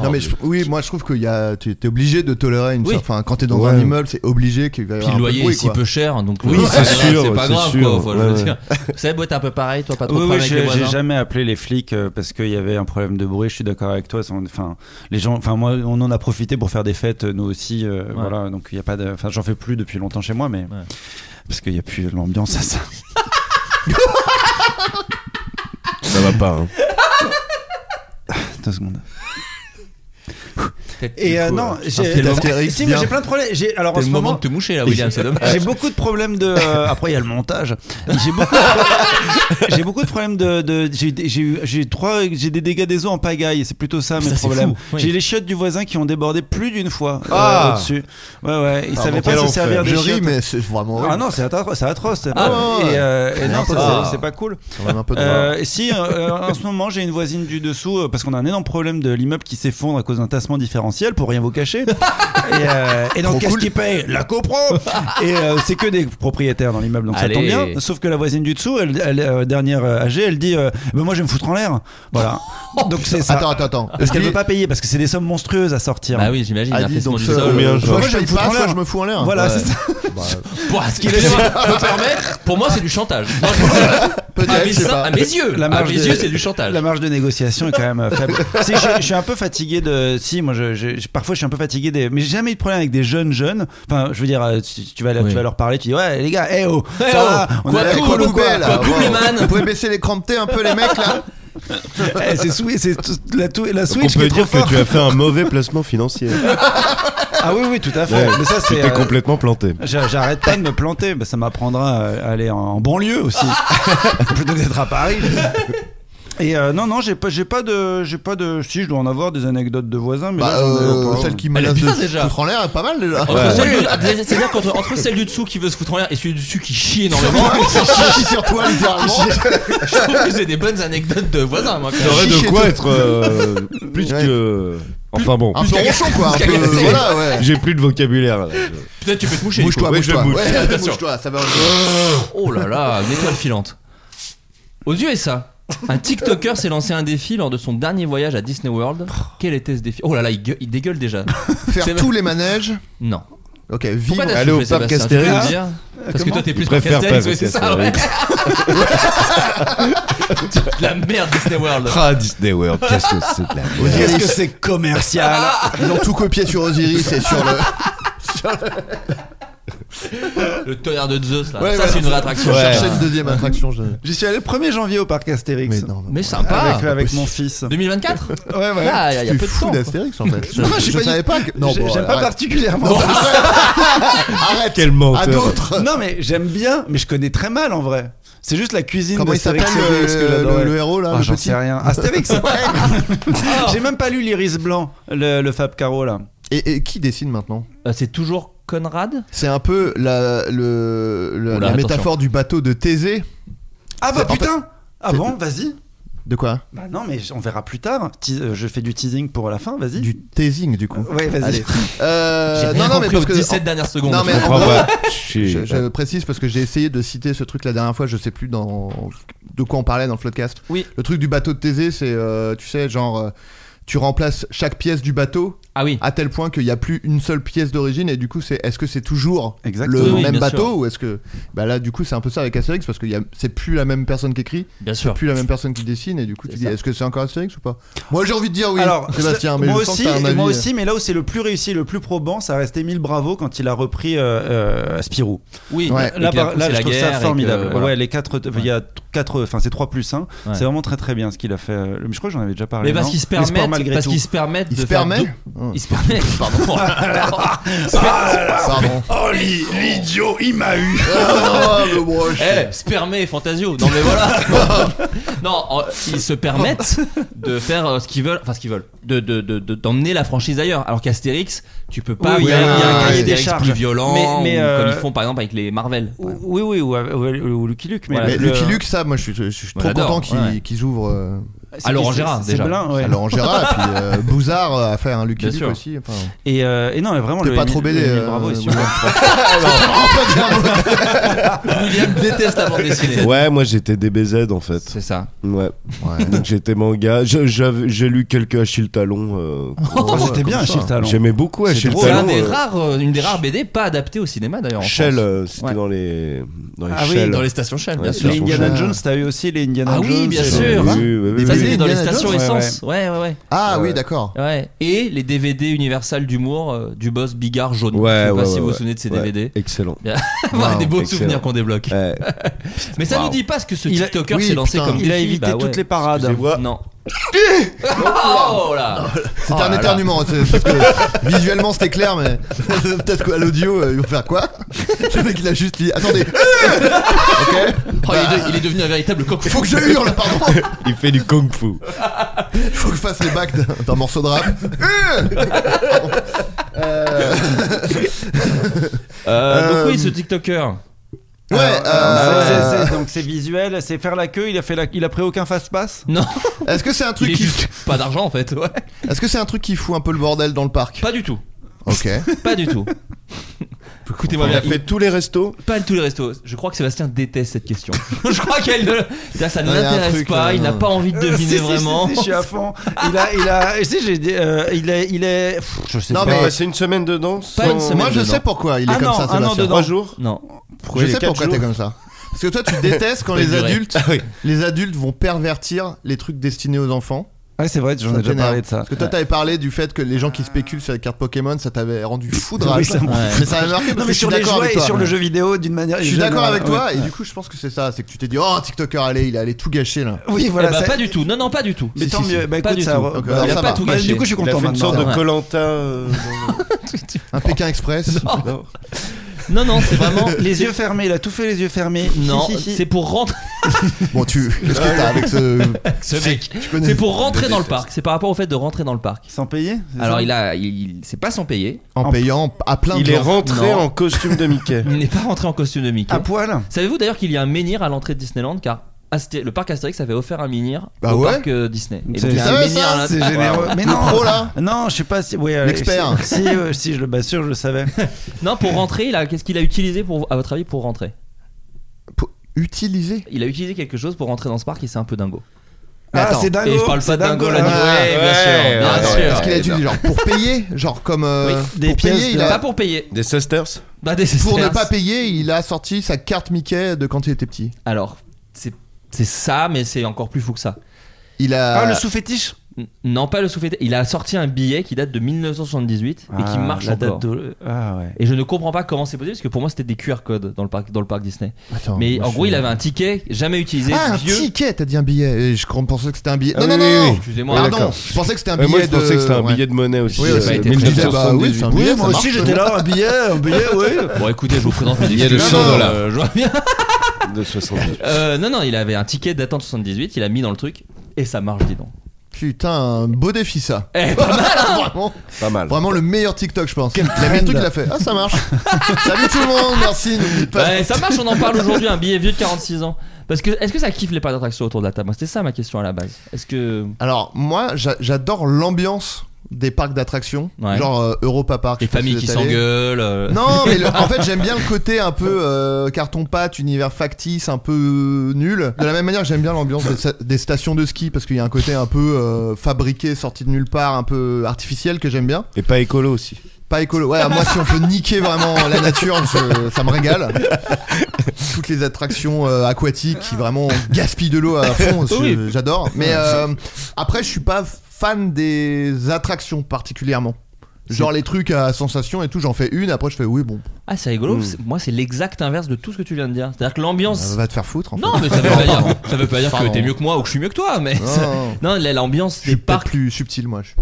Speaker 5: non mais je- oui, moi je trouve que y a, tu es obligé de tolérer une.
Speaker 4: Oui.
Speaker 5: certaine- Enfin, quand t'es dans
Speaker 7: Ouais.
Speaker 5: un immeuble, c'est obligé qu'il va y
Speaker 4: Puis
Speaker 5: avoir
Speaker 4: le
Speaker 5: un peu de
Speaker 4: loyer
Speaker 5: bruit,
Speaker 4: est si
Speaker 5: quoi.
Speaker 4: peu cher, donc
Speaker 7: Oui,
Speaker 4: euh,
Speaker 7: c'est sûr,
Speaker 4: c'est pas
Speaker 7: c'est
Speaker 4: grave
Speaker 7: sûr,
Speaker 4: quoi. Enfin, je veux
Speaker 7: ouais,
Speaker 4: dire. Seb, ouais, t'es un peu pareil, toi, pas trop
Speaker 6: Oui,
Speaker 4: de
Speaker 6: oui,
Speaker 4: problème avec les
Speaker 6: j'ai j'ai
Speaker 4: voisins.
Speaker 6: jamais appelé les flics euh, parce qu'il y avait un problème de bruit. Je suis d'accord avec toi. c'est- Enfin, les gens, enfin moi, on en a profité pour faire des fêtes, euh, nous aussi. euh, Voilà, donc il y a pas. de- Enfin, j'en fais plus depuis longtemps chez moi, mais
Speaker 4: Ouais.
Speaker 6: parce qu'il y a plus l'ambiance à ça.
Speaker 7: Ça va pas. hein.
Speaker 6: Deux secondes.
Speaker 4: Peut-être, du
Speaker 6: Et euh,
Speaker 4: coup,
Speaker 6: non,
Speaker 4: euh,
Speaker 6: j'ai.
Speaker 5: petit Astérix,
Speaker 6: Ah, si, moi,
Speaker 5: bien.
Speaker 6: j'ai plein de problèmes. J'ai- Alors en
Speaker 4: T'es
Speaker 6: ce
Speaker 4: le moment
Speaker 6: moment.
Speaker 4: de te moucher là, William, c'est
Speaker 5: Euh,
Speaker 4: dommage.
Speaker 6: J'ai beaucoup de problèmes de. euh, après, il y a le montage. J'ai beaucoup. de- J'ai beaucoup de problèmes de. de- j'ai des- j'ai eu- j'ai trois. J'ai des dégâts des eaux en pagaille. C'est plutôt ça mes
Speaker 4: Ça, c'est
Speaker 6: problèmes.
Speaker 4: fou, oui.
Speaker 6: J'ai les chiottes du voisin qui ont débordé plus d'une fois euh,
Speaker 5: Ah.
Speaker 6: au-dessus. Ouais, ouais. Ils
Speaker 5: Ah,
Speaker 6: savaient
Speaker 5: bon,
Speaker 6: pas
Speaker 5: quel
Speaker 6: se
Speaker 5: enfer.
Speaker 6: servir des
Speaker 5: Je ris,
Speaker 6: chiottes.
Speaker 5: mais c'est vraiment.
Speaker 6: Ah
Speaker 5: horrible.
Speaker 6: non, c'est atro- c'est atroce.
Speaker 5: Ah ouais.
Speaker 6: et euh, et
Speaker 5: Il y a
Speaker 6: non,
Speaker 5: un
Speaker 6: ça,
Speaker 5: peu de
Speaker 6: c'est-
Speaker 5: ça.
Speaker 6: c'est pas cool.
Speaker 5: Quand même un peu de.
Speaker 6: Euh, et si, euh, en ce moment, j'ai une voisine du dessous, euh, parce qu'on a un énorme problème de l'immeuble qui s'effondre à cause d'un tassement différentiel, pour rien vous cacher. et, euh, et donc, qu'est-ce qui paye La copro Et euh, c'est que des propriétaires dans l'immeuble, donc
Speaker 4: Allez.
Speaker 6: ça tombe bien. Sauf que la voisine du dessous, elle, elle, euh, dernière euh, âgée, elle dit euh, Ben, Moi, je vais me foutre en l'air. Voilà. donc, c'est ça.
Speaker 5: Attends, attends, attends.
Speaker 6: Parce qu'elle veut pas payer, parce que c'est des sommes monstrueuses à sortir.
Speaker 4: Bah oui, j'imagine,
Speaker 5: Ah,
Speaker 4: un
Speaker 5: dis
Speaker 4: fessement
Speaker 5: donc,
Speaker 4: du
Speaker 5: ça,
Speaker 4: sol.
Speaker 7: combien,
Speaker 5: euh,
Speaker 7: genre
Speaker 5: soit
Speaker 6: Moi,
Speaker 5: je
Speaker 6: je
Speaker 5: paye
Speaker 6: me
Speaker 5: pas,
Speaker 6: fous en
Speaker 5: soit
Speaker 6: l'air.
Speaker 5: je me fous en l'air.
Speaker 6: Voilà,
Speaker 5: Ouais.
Speaker 6: c'est ça.
Speaker 4: Pouah, ce qu'il est- me permettre, pour moi, c'est du chantage. Non, je- à,
Speaker 5: Peut-être,
Speaker 4: mes,
Speaker 5: je sais pas.
Speaker 4: à mes yeux,
Speaker 6: La
Speaker 4: à
Speaker 6: marge
Speaker 4: mes
Speaker 6: de-
Speaker 4: yeux, c'est du chantage.
Speaker 6: La marge de négociation est quand même euh, faible. si, je, je suis un peu fatigué de. Si, moi, je, je- je- parfois, je suis un peu fatigué des. Mais j'ai jamais eu de problème avec des jeunes jeunes. Enfin, je veux dire, euh, tu, tu vas, leur-
Speaker 4: Oui.
Speaker 6: tu vas leur parler, tu dis ouais, les gars, eh oh, ça
Speaker 4: Eh oh,
Speaker 6: va, on
Speaker 4: quoi
Speaker 6: a la
Speaker 5: Eh,
Speaker 4: cool,
Speaker 6: cool ou
Speaker 5: Coco
Speaker 6: quoi
Speaker 5: Bell, là,
Speaker 4: Coco
Speaker 5: wow.
Speaker 4: Liman.
Speaker 5: Vous pouvez baisser les crampes un peu les mecs là
Speaker 6: Eh, C'est sou- c'est tout- la, tou- la
Speaker 7: Donc, on
Speaker 6: Switch qui
Speaker 7: peut
Speaker 6: est trop
Speaker 7: dire que
Speaker 6: forte.
Speaker 7: tu as fait un mauvais placement financier.
Speaker 6: Ah oui, oui, tout à fait.
Speaker 7: Ouais,
Speaker 6: Mais ça,
Speaker 7: tu
Speaker 6: c'est.
Speaker 7: t'es
Speaker 6: euh,
Speaker 7: complètement planté.
Speaker 6: j'a- J'arrête pas de me planter, Bah, ça m'apprendra à aller en, en banlieue aussi, plutôt que d'être à Paris. Et euh, non, non, j'ai pas, j'ai pas de, j'ai pas de. Si, je dois en avoir des anecdotes de voisins, mais
Speaker 5: Bah,
Speaker 6: là, j'en ai
Speaker 5: euh,
Speaker 6: pas.
Speaker 5: celle qui
Speaker 4: Elle
Speaker 5: me
Speaker 4: est
Speaker 5: laisse
Speaker 4: bien,
Speaker 5: de
Speaker 4: déjà.
Speaker 5: foutre en l'air est pas mal déjà.
Speaker 4: Entre celle du- ah, C'est-à-dire qu'entre entre celle du dessous qui veut se foutre en l'air et celui du dessus qui chie énormément,
Speaker 5: Chie sur toi littéralement.
Speaker 4: je trouve que c'est des bonnes anecdotes de voisins, moi. quand même.
Speaker 7: T'aurais de
Speaker 5: chier
Speaker 7: quoi
Speaker 5: tout.
Speaker 7: être euh, plus
Speaker 5: Ouais.
Speaker 7: que. Enfin bon,
Speaker 5: Un peu ronchon quoi, un
Speaker 4: Jusqu'à
Speaker 5: peu.
Speaker 4: casser.
Speaker 5: Voilà, ouais.
Speaker 7: j'ai plus de vocabulaire. là.
Speaker 4: Peut-être tu peux te moucher. du
Speaker 5: Bouge-toi,
Speaker 4: coup.
Speaker 7: je
Speaker 5: bouge-toi.
Speaker 7: bouge.
Speaker 5: Ouais,
Speaker 4: Bien sûr.
Speaker 5: bouge-toi, ça va.
Speaker 4: Oh là là, une étoile filante. Aux yeux et ça. Un TikToker s'est lancé un défi lors de son dernier voyage à Disney World. Quel était ce défi Oh là là, il, gueule- il dégueule déjà. C'est
Speaker 5: Faire
Speaker 4: vrai.
Speaker 5: tous les manèges.
Speaker 4: Non.
Speaker 5: Ok,
Speaker 4: Pourquoi
Speaker 5: vivre.
Speaker 4: t'as
Speaker 7: Allez
Speaker 4: soufflé,
Speaker 7: au parc
Speaker 4: Sébastien Tu peux
Speaker 7: Astérix.
Speaker 4: le dire Parce que
Speaker 5: Comment
Speaker 4: toi t'es plus
Speaker 7: Je
Speaker 4: parc
Speaker 7: préfère
Speaker 4: Astérix,
Speaker 7: pas
Speaker 4: oui, c'est
Speaker 7: avec
Speaker 4: ça. Ouais.
Speaker 7: Astérix.
Speaker 4: La merde Disney World.
Speaker 7: Ah, Disney World, qu'est-ce que c'est de la merde.
Speaker 6: Qu'est-ce que c'est commercial
Speaker 7: Ah.
Speaker 5: Ils ont tout copié sur Osiris et sur le.
Speaker 4: Le tonnerre de Zeus là.
Speaker 5: Ouais,
Speaker 4: ça
Speaker 5: ouais.
Speaker 4: c'est une vraie attraction.
Speaker 7: Ouais.
Speaker 5: Chercher une deuxième attraction. je-
Speaker 6: J'y suis allé le 1er janvier au parc Astérix. Ah, bah,
Speaker 5: Mais non.
Speaker 4: Mais sympa.
Speaker 5: Ah,
Speaker 6: avec avec
Speaker 5: possible.
Speaker 6: mon fils.
Speaker 4: 2024
Speaker 6: Ouais, ouais.
Speaker 4: Ah, il y a
Speaker 5: Tu
Speaker 4: peu
Speaker 5: es
Speaker 4: de temps.
Speaker 5: fou
Speaker 4: quoi.
Speaker 5: d'Astérix en fait.
Speaker 6: Non, je suis
Speaker 5: je
Speaker 6: pas-
Speaker 5: savais pas que. Non,
Speaker 6: J'ai-
Speaker 5: bon,
Speaker 6: j'aime pas
Speaker 5: arrête.
Speaker 6: particulièrement.
Speaker 5: Arrête.
Speaker 7: Quel menteur.
Speaker 5: À d'autres.
Speaker 6: Non, mais j'aime bien, mais je connais très mal en vrai. C'est juste la cuisine
Speaker 5: Comment il
Speaker 6: d'Astérix
Speaker 5: s'appelle
Speaker 6: Obélix que
Speaker 5: le,
Speaker 6: j'adorais.
Speaker 5: le- le héros là
Speaker 6: Ah,
Speaker 5: le
Speaker 6: j'en
Speaker 5: petit
Speaker 6: sais rien. Astérix Ah. J'ai même pas lu l'Iris Blanc, le, le Fab Caro là.
Speaker 5: et, et qui dessine maintenant
Speaker 4: Euh, C'est toujours Conrad
Speaker 5: C'est un peu la, le, le-
Speaker 4: Oula,
Speaker 5: la
Speaker 4: attention.
Speaker 5: métaphore du bateau de Thésée.
Speaker 6: Ah bah
Speaker 5: C'est- en
Speaker 6: putain Ah
Speaker 5: c'est-
Speaker 6: bon, vas-y.
Speaker 5: De quoi
Speaker 6: Bah non, mais on verra plus tard. Teas- euh, Je fais du teasing pour la fin, vas-y.
Speaker 5: Du teasing du coup.
Speaker 6: Ouais, vas-y.
Speaker 5: Allez. Euh,
Speaker 4: J'ai rien
Speaker 5: non, non, mais
Speaker 4: compris
Speaker 5: parce
Speaker 4: aux
Speaker 5: que
Speaker 4: 17 dernières secondes.
Speaker 5: Non, mais-
Speaker 7: Je comprends pas. Je suis-
Speaker 5: je, je précise parce que j'ai essayé de citer ce truc la dernière fois. Je sais plus dans de quoi on parlait dans le floodcast.
Speaker 4: Oui.
Speaker 5: Le truc du bateau de Thésée, c'est euh, tu sais genre. euh, tu remplaces chaque pièce du bateau
Speaker 4: Ah oui.
Speaker 5: à tel point qu'il n'y a plus une seule pièce d'origine et du coup c'est est-ce que c'est toujours
Speaker 6: Exactement.
Speaker 5: le
Speaker 4: Oui, oui,
Speaker 5: même
Speaker 4: bien
Speaker 5: bateau
Speaker 4: sûr.
Speaker 5: ou est-ce que bah là du coup c'est un peu ça avec Astérix parce que y a- c'est plus la même personne qui écrit
Speaker 4: Bien sûr.
Speaker 5: plus la même personne qui dessine et du coup tu
Speaker 4: C'est
Speaker 5: dis
Speaker 4: ça.
Speaker 5: est-ce que c'est encore Astérix ou pas moi j'ai envie de dire oui
Speaker 6: Alors,
Speaker 5: Sébastien
Speaker 6: ça-
Speaker 5: mais
Speaker 6: moi,
Speaker 5: je sens
Speaker 6: aussi,
Speaker 5: que t'as un avis euh.
Speaker 6: moi aussi, mais là où c'est le plus réussi, le plus probant, ça reste Émile Bravo quand il a repris euh, euh, Spirou.
Speaker 4: Oui.
Speaker 5: Ouais.
Speaker 4: et
Speaker 6: là,
Speaker 4: puis,
Speaker 6: par-
Speaker 4: après,
Speaker 6: là,
Speaker 4: c'est
Speaker 6: je
Speaker 4: la
Speaker 6: trouve
Speaker 4: guerre et
Speaker 6: ça
Speaker 4: que, euh,
Speaker 6: formidable.
Speaker 4: voilà.
Speaker 6: Ouais, les quatre, il y a quatre, enfin c'est 3 plus 1.
Speaker 4: Ouais.
Speaker 6: C'est vraiment très très bien ce qu'il a fait. Mais je crois que j'en avais déjà parlé.
Speaker 4: Mais parce
Speaker 6: non
Speaker 4: qu'ils se
Speaker 6: Les sports
Speaker 4: permettent,
Speaker 6: malgré
Speaker 4: parce
Speaker 6: tout.
Speaker 4: qu'ils se permettent
Speaker 5: euh, il
Speaker 4: de
Speaker 5: se
Speaker 4: faire
Speaker 5: permet
Speaker 4: deux- Ils se permettent, pardon.
Speaker 5: pardon
Speaker 6: Oh l'idiot, il m'a eu.
Speaker 5: Ah, le broche.
Speaker 4: Eh, se permet Fantasio. Non mais voilà. non, en- ils se permettent de faire euh, ce qu'ils veulent, enfin ce qu'ils veulent, de de- de- de- d'emmener la franchise ailleurs. Alors qu'Astérix, tu peux pas.
Speaker 6: Oui,
Speaker 4: il y a,
Speaker 5: oui,
Speaker 4: il y a
Speaker 5: oui,
Speaker 4: un cahier
Speaker 5: oui.
Speaker 4: des
Speaker 6: Astérix
Speaker 4: charges
Speaker 6: plus
Speaker 4: plus violent,
Speaker 6: Mais- mais,
Speaker 4: ou
Speaker 6: euh,
Speaker 4: comme ils font par exemple avec les Marvel.
Speaker 6: Oui
Speaker 4: euh,
Speaker 6: oui ou, ou, ou Lucky Luke mais
Speaker 4: Voilà.
Speaker 5: Mais
Speaker 6: le-
Speaker 5: Lucky Luke, ça, moi je suis, je suis
Speaker 4: On
Speaker 5: trop
Speaker 4: l'adore,
Speaker 5: content qu'ils
Speaker 4: ouais.
Speaker 5: qu'ils ouvrent euh,
Speaker 6: c'est-
Speaker 4: À Laurent
Speaker 6: c'est-
Speaker 4: Gérard,
Speaker 6: c'est
Speaker 4: déjà.
Speaker 6: Blin, ouais.
Speaker 5: À Laurent Gérard, et puis euh, Bouzard euh, à faire un Lucky
Speaker 4: Bien
Speaker 5: Luke
Speaker 4: sûr.
Speaker 5: aussi. Enfin,
Speaker 6: Et, euh, et non, mais vraiment,
Speaker 5: T'es
Speaker 6: le
Speaker 5: pas
Speaker 6: Émile-
Speaker 5: trop BD,
Speaker 6: le Émile
Speaker 5: euh,
Speaker 6: Bravo est
Speaker 5: euh,
Speaker 6: super.
Speaker 4: William déteste la bande dessinée.
Speaker 7: Ouais, moi j'étais DBZ en fait.
Speaker 4: C'est ça.
Speaker 7: Ouais.
Speaker 5: ouais.
Speaker 7: Donc j'étais manga. Je- j'avais- J'ai lu quelques Achille Talon. euh,
Speaker 6: Oh, C'était
Speaker 5: comme
Speaker 6: bien,
Speaker 5: ça.
Speaker 6: Achille Talon.
Speaker 7: J'aimais beaucoup
Speaker 6: C'est
Speaker 7: Achille
Speaker 6: drôle.
Speaker 4: C'est
Speaker 7: Talon.
Speaker 4: un des
Speaker 7: euh,
Speaker 4: rares, euh, une des rares BD pas adaptée au cinéma d'ailleurs. en
Speaker 7: Shell,
Speaker 4: France.
Speaker 7: euh, c'était
Speaker 4: Ouais.
Speaker 7: dans les dans les
Speaker 6: Ah oui,
Speaker 7: Shell.
Speaker 4: Dans les stations Shell, bien
Speaker 7: Ouais,
Speaker 4: sûr.
Speaker 6: Les Indiana
Speaker 5: Shell.
Speaker 6: Jones, t'as eu aussi les Indiana
Speaker 4: Ah
Speaker 6: Jones. euh,
Speaker 4: oui, bien
Speaker 6: et-
Speaker 7: Oui,
Speaker 4: sûr, hein.
Speaker 7: oui, oui, oui,
Speaker 4: Des
Speaker 7: oui.
Speaker 4: BD dans les
Speaker 5: Indiana Jones,
Speaker 4: stations
Speaker 6: ouais,
Speaker 4: essence. Ouais, ouais, ouais.
Speaker 5: Ah oui, d'accord.
Speaker 4: Ouais. Et les DVD Universal d'humour euh, du boss Bigard jaune.
Speaker 7: Ouais,
Speaker 4: Je sais
Speaker 7: ouais,
Speaker 4: pas si
Speaker 7: ouais,
Speaker 4: vous
Speaker 7: ouais.
Speaker 4: vous souvenez de ces
Speaker 7: Ouais,
Speaker 4: DVD.
Speaker 7: Excellent.
Speaker 4: Voilà des beaux
Speaker 7: excellent.
Speaker 4: souvenirs qu'on débloque.
Speaker 7: Ouais.
Speaker 4: Mais ça
Speaker 7: Wow.
Speaker 4: nous dit pas ce que ce
Speaker 6: Il a-
Speaker 4: TikToker
Speaker 5: oui,
Speaker 4: s'est lancé
Speaker 5: putain.
Speaker 4: comme
Speaker 6: Il a
Speaker 4: défi.
Speaker 6: évité
Speaker 4: Bah ouais.
Speaker 6: toutes les parades.
Speaker 7: Excusez-moi.
Speaker 4: Non. Oh là
Speaker 5: C'était un éternuement. c'est- Parce que visuellement, c'était clair, mais peut-être qu'à l'audio, euh, ils vont faire quoi Le mec, il a juste dit Attendez, ok
Speaker 4: Oh, il, est de- il est devenu un véritable coq.
Speaker 5: Faut que je hurle, pardon
Speaker 7: Il fait du kung fu.
Speaker 5: Faut que je fasse les bacs d'un d'un morceau de rap. Euh,
Speaker 4: Euh,
Speaker 5: Euh,
Speaker 4: Donc oui, ce TikToker.
Speaker 5: Ouais,
Speaker 6: Bah, c'est-
Speaker 5: euh,
Speaker 6: c'est- c'est- donc c'est visuel, c'est faire la queue. Il a fait, la- il a pris aucun fast pass.
Speaker 4: Non,
Speaker 5: est-ce que c'est un
Speaker 4: il
Speaker 5: truc
Speaker 4: est
Speaker 5: qui,
Speaker 4: juste pas d'argent en fait. Ouais.
Speaker 5: est-ce que c'est un truc qui fout un peu le bordel dans le parc
Speaker 4: Pas du tout.
Speaker 5: Ok.
Speaker 4: Pas du tout. Écoutez-moi
Speaker 7: Il
Speaker 4: bien.
Speaker 7: a fait tous les restos.
Speaker 4: Pas tous les restos. Je crois que Sébastien déteste cette question. je crois qu'elle ne. Ça, ça ne
Speaker 5: Ouais, y a un
Speaker 4: l'intéresse
Speaker 5: truc,
Speaker 4: pas.
Speaker 5: là,
Speaker 4: il n'a
Speaker 5: non.
Speaker 4: pas envie de
Speaker 6: Euh, si, si, si,
Speaker 4: deviner vraiment.
Speaker 6: si, je suis à fond. Il a, il a, et si, j'ai dit, euh, il est, il est. pff, Je sais
Speaker 5: Non,
Speaker 6: pas.
Speaker 5: mais-
Speaker 7: Ouais, Bah, c'est une semaine de danse.
Speaker 4: Pas une
Speaker 7: sans-
Speaker 4: semaine
Speaker 5: Moi, je
Speaker 4: dedans.
Speaker 5: sais pourquoi il est
Speaker 6: Un
Speaker 5: comme
Speaker 6: an,
Speaker 5: ça,
Speaker 6: un an
Speaker 5: Sébastien.
Speaker 6: ah dedans.
Speaker 7: Trois jours.
Speaker 4: Non.
Speaker 7: Pourquoi
Speaker 5: Je
Speaker 7: il est
Speaker 5: sais
Speaker 7: quatre
Speaker 5: pourquoi t'es
Speaker 7: jours
Speaker 5: comme ça. Parce que toi, tu détestes quand
Speaker 4: Pas
Speaker 5: les
Speaker 4: durer.
Speaker 5: adultes,
Speaker 7: Ah oui.
Speaker 5: les adultes vont pervertir les trucs destinés aux enfants.
Speaker 6: Ouais, c'est vrai, j'en ai
Speaker 5: Ça
Speaker 6: déjà
Speaker 5: t'énerve.
Speaker 6: parlé de ça.
Speaker 5: Parce que toi, t'avais parlé du fait que les gens qui spéculent sur les cartes Pokémon, ça t'avait rendu fou de
Speaker 6: Oui,
Speaker 7: Ah
Speaker 5: rage.
Speaker 6: ça me-
Speaker 5: Mais ça m'a marqué parce
Speaker 6: Non,
Speaker 5: que
Speaker 6: mais
Speaker 5: je suis
Speaker 6: sur les
Speaker 5: d'accord
Speaker 6: jouets
Speaker 5: avec
Speaker 6: et
Speaker 5: toi.
Speaker 6: sur le jeu vidéo d'une manière.
Speaker 5: Je suis d'accord avec toi,
Speaker 6: Ouais.
Speaker 5: et du coup, je pense que c'est ça. C'est que tu t'es dit, oh, TikToker, allez, il allait tout gâcher là.
Speaker 6: Oui,
Speaker 4: Eh
Speaker 6: voilà.
Speaker 4: ben,
Speaker 6: ça-
Speaker 4: pas du tout. Non, non, pas du tout.
Speaker 6: Mais
Speaker 4: Si,
Speaker 6: tant
Speaker 4: si, si.
Speaker 6: mieux. Bah,
Speaker 4: Pas
Speaker 6: écoute,
Speaker 4: du
Speaker 6: ça.
Speaker 4: tout.
Speaker 5: Ok,
Speaker 6: bah,
Speaker 5: alors
Speaker 6: il a
Speaker 5: ça
Speaker 6: pas
Speaker 5: va.
Speaker 6: tout
Speaker 4: Bah,
Speaker 6: gâché.
Speaker 4: du coup,
Speaker 6: je suis
Speaker 7: Il a
Speaker 6: content
Speaker 7: fait une sorte
Speaker 6: maintenant.
Speaker 7: de euh, Colanta.
Speaker 4: Oh.
Speaker 5: Un Pékin Express.
Speaker 4: Non, non, c'est vraiment.
Speaker 6: Les yeux fermés, il a tout fait les yeux fermés.
Speaker 4: Non,
Speaker 6: Si, si, si.
Speaker 4: c'est pour rentrer.
Speaker 5: Bon, tu. Qu'est-ce que t'as avec ce.
Speaker 4: Ce mec.
Speaker 5: Tu connais-
Speaker 4: C'est pour rentrer dans le parc. C'est par rapport au fait de rentrer dans le parc.
Speaker 6: Sans payer c'est
Speaker 4: Alors
Speaker 6: ça
Speaker 4: il a, il, il- c'est pas sans payer.
Speaker 5: En payant à plein de
Speaker 7: Il est
Speaker 5: gens.
Speaker 7: rentré
Speaker 4: Non.
Speaker 7: en costume de Mickey.
Speaker 4: Il n'est pas rentré en costume de Mickey.
Speaker 6: À poil
Speaker 4: Savez-vous d'ailleurs qu'il y a un menhir à l'entrée de Disneyland car Asté- le parc Astérix avait offert un menhir
Speaker 5: Bah
Speaker 4: au
Speaker 5: ouais.
Speaker 4: parc euh, Disney. Et
Speaker 6: C'est-
Speaker 4: donc, il y a
Speaker 5: Ça
Speaker 4: un
Speaker 5: va,
Speaker 4: menhir
Speaker 5: ça
Speaker 7: hein,
Speaker 4: à l'int-
Speaker 6: C'est
Speaker 4: Ah,
Speaker 6: género-
Speaker 4: voilà.
Speaker 6: Mais non
Speaker 5: pro, là
Speaker 6: Non, je sais pas si. ouais, euh,
Speaker 5: L'expert.
Speaker 6: Si, si, euh, si, je le bien sûr, je le savais.
Speaker 4: Non, pour rentrer, il a- qu'est-ce qu'il a utilisé pour, à votre avis pour rentrer
Speaker 5: Pour Utiliser.
Speaker 4: Il a utilisé quelque chose pour rentrer dans ce parc et c'est un peu dingo.
Speaker 5: Mais
Speaker 6: Ah,
Speaker 5: attends.
Speaker 6: c'est dingo.
Speaker 4: et je parle pas
Speaker 6: c'est
Speaker 4: de dingo là.
Speaker 6: là.
Speaker 5: Ah,
Speaker 4: ouais, bien
Speaker 7: ouais,
Speaker 4: sûr, bien
Speaker 7: ouais,
Speaker 4: sûr.
Speaker 7: ouais.
Speaker 5: Est-ce qu'il a utilisé, genre, pour payer Genre, comme. euh,
Speaker 4: Oui,
Speaker 5: pour
Speaker 6: des
Speaker 5: payer,
Speaker 6: pièces
Speaker 5: il
Speaker 6: de-
Speaker 5: a-
Speaker 4: Pas pour payer.
Speaker 7: Des sisters
Speaker 4: Bah, des
Speaker 5: Pour ne
Speaker 4: sisters.
Speaker 5: pas payer, il a sorti sa carte Mickey de quand il était petit.
Speaker 4: Alors, c'est c'est ça, mais c'est encore plus fou que ça.
Speaker 5: Il a.
Speaker 6: Ah, le sous-fétiche
Speaker 4: N- Non, pas le sous Il a sorti un billet qui date de 1978 et qui
Speaker 6: Ah,
Speaker 4: marche
Speaker 6: la
Speaker 4: encore.
Speaker 6: date de- Ah ouais.
Speaker 4: Et je ne comprends pas comment c'est possible parce que pour moi c'était des QR codes dans le parc, dans le parc Disney.
Speaker 5: Attends,
Speaker 4: Mais
Speaker 5: Oh, moi,
Speaker 4: en
Speaker 5: je
Speaker 4: gros,
Speaker 5: suis-
Speaker 4: il avait un ticket jamais utilisé,
Speaker 5: Ah, un
Speaker 4: vieux.
Speaker 5: ticket, t'as dit un billet. Et Je pensais que c'était un billet.
Speaker 7: Ah
Speaker 5: Non,
Speaker 7: oui,
Speaker 5: non, non,
Speaker 7: oui,
Speaker 5: non.
Speaker 7: oui.
Speaker 4: Excusez-moi.
Speaker 7: Oui,
Speaker 5: Pardon,
Speaker 7: d'accord.
Speaker 5: je pensais que c'était un
Speaker 7: Ouais,
Speaker 5: billet.
Speaker 7: Moi je pensais
Speaker 5: de-
Speaker 7: que c'était un
Speaker 5: Ouais.
Speaker 7: billet de monnaie aussi.
Speaker 5: Oui,
Speaker 7: euh,
Speaker 4: ça a été
Speaker 5: Je
Speaker 4: très
Speaker 7: 1978.
Speaker 5: disais, bah oui, c'est un billet.
Speaker 6: Oui,
Speaker 5: ça
Speaker 6: moi aussi
Speaker 5: marche.
Speaker 6: j'étais là, un billet, un billet, oui.
Speaker 4: Bon, écoutez, je vous présente mes
Speaker 7: Billet de
Speaker 4: excuses.
Speaker 7: 100 dollars.
Speaker 4: Euh, je vois bien.
Speaker 7: De 78.
Speaker 4: Euh, non, non, il avait un ticket datant de 78, il a mis dans le truc et ça marche, dis donc.
Speaker 5: Putain, un beau défi ça.
Speaker 4: Eh, pas mal.
Speaker 5: Vraiment,
Speaker 7: Pas mal.
Speaker 5: vraiment le meilleur TikTok, je pense. Il a mis le truc, il a fait. Ah, ça marche. Salut tout le monde, merci. n'oubliez pas.
Speaker 4: Ouais, Bah, ça marche, on en parle aujourd'hui, un billet vieux de 46 ans. Parce que est-ce que ça kiffe les parcs d'attractions autour de la table Moi, C'était ça ma question à la base. Est-ce que
Speaker 5: Alors, moi, j'a- j'adore l'ambiance des parcs d'attractions,
Speaker 4: Ouais.
Speaker 5: genre euh, Europa Park.
Speaker 4: les
Speaker 5: je sais pas si
Speaker 4: familles
Speaker 5: vous
Speaker 4: qui
Speaker 5: êtes allés.
Speaker 4: s'engueulent euh,
Speaker 5: Non, mais le- en fait, j'aime bien le côté un peu carton-pâte, univers factice, un peu euh, nul. De la même manière, j'aime bien l'ambiance des, sa- des stations de ski parce qu'il y a un côté un peu euh, fabriqué, sorti de nulle part, un peu artificiel que j'aime bien.
Speaker 7: Et pas écolo aussi.
Speaker 5: Pas écolo. Ouais, moi, si on peut niquer vraiment la nature, je- ça me régale. Toutes les attractions euh, aquatiques qui vraiment gaspillent de l'eau à fond, je-
Speaker 4: Oui.
Speaker 5: j'adore. Mais euh, après, je suis pas fan des attractions particulièrement. Genre les trucs à sensation et tout, j'en fais une, après je fais oui, bon,
Speaker 4: Ah, c'est rigolo.
Speaker 5: Hmm.
Speaker 4: c'est- Moi, c'est l'exact inverse de tout ce que tu viens de dire. C'est-à-dire que l'ambiance.
Speaker 5: euh, va te faire foutre en
Speaker 4: Non,
Speaker 5: fait.
Speaker 4: mais ça veut pas dire, ça veut pas dire que
Speaker 5: Pardon.
Speaker 4: t'es mieux que moi ou que je suis mieux que toi, mais.
Speaker 5: Non,
Speaker 4: ça-
Speaker 5: non, non.
Speaker 4: Non, la- l'ambiance
Speaker 5: Je suis
Speaker 4: des
Speaker 5: peut-être
Speaker 4: parcs.
Speaker 5: plus subtil, moi. Je suis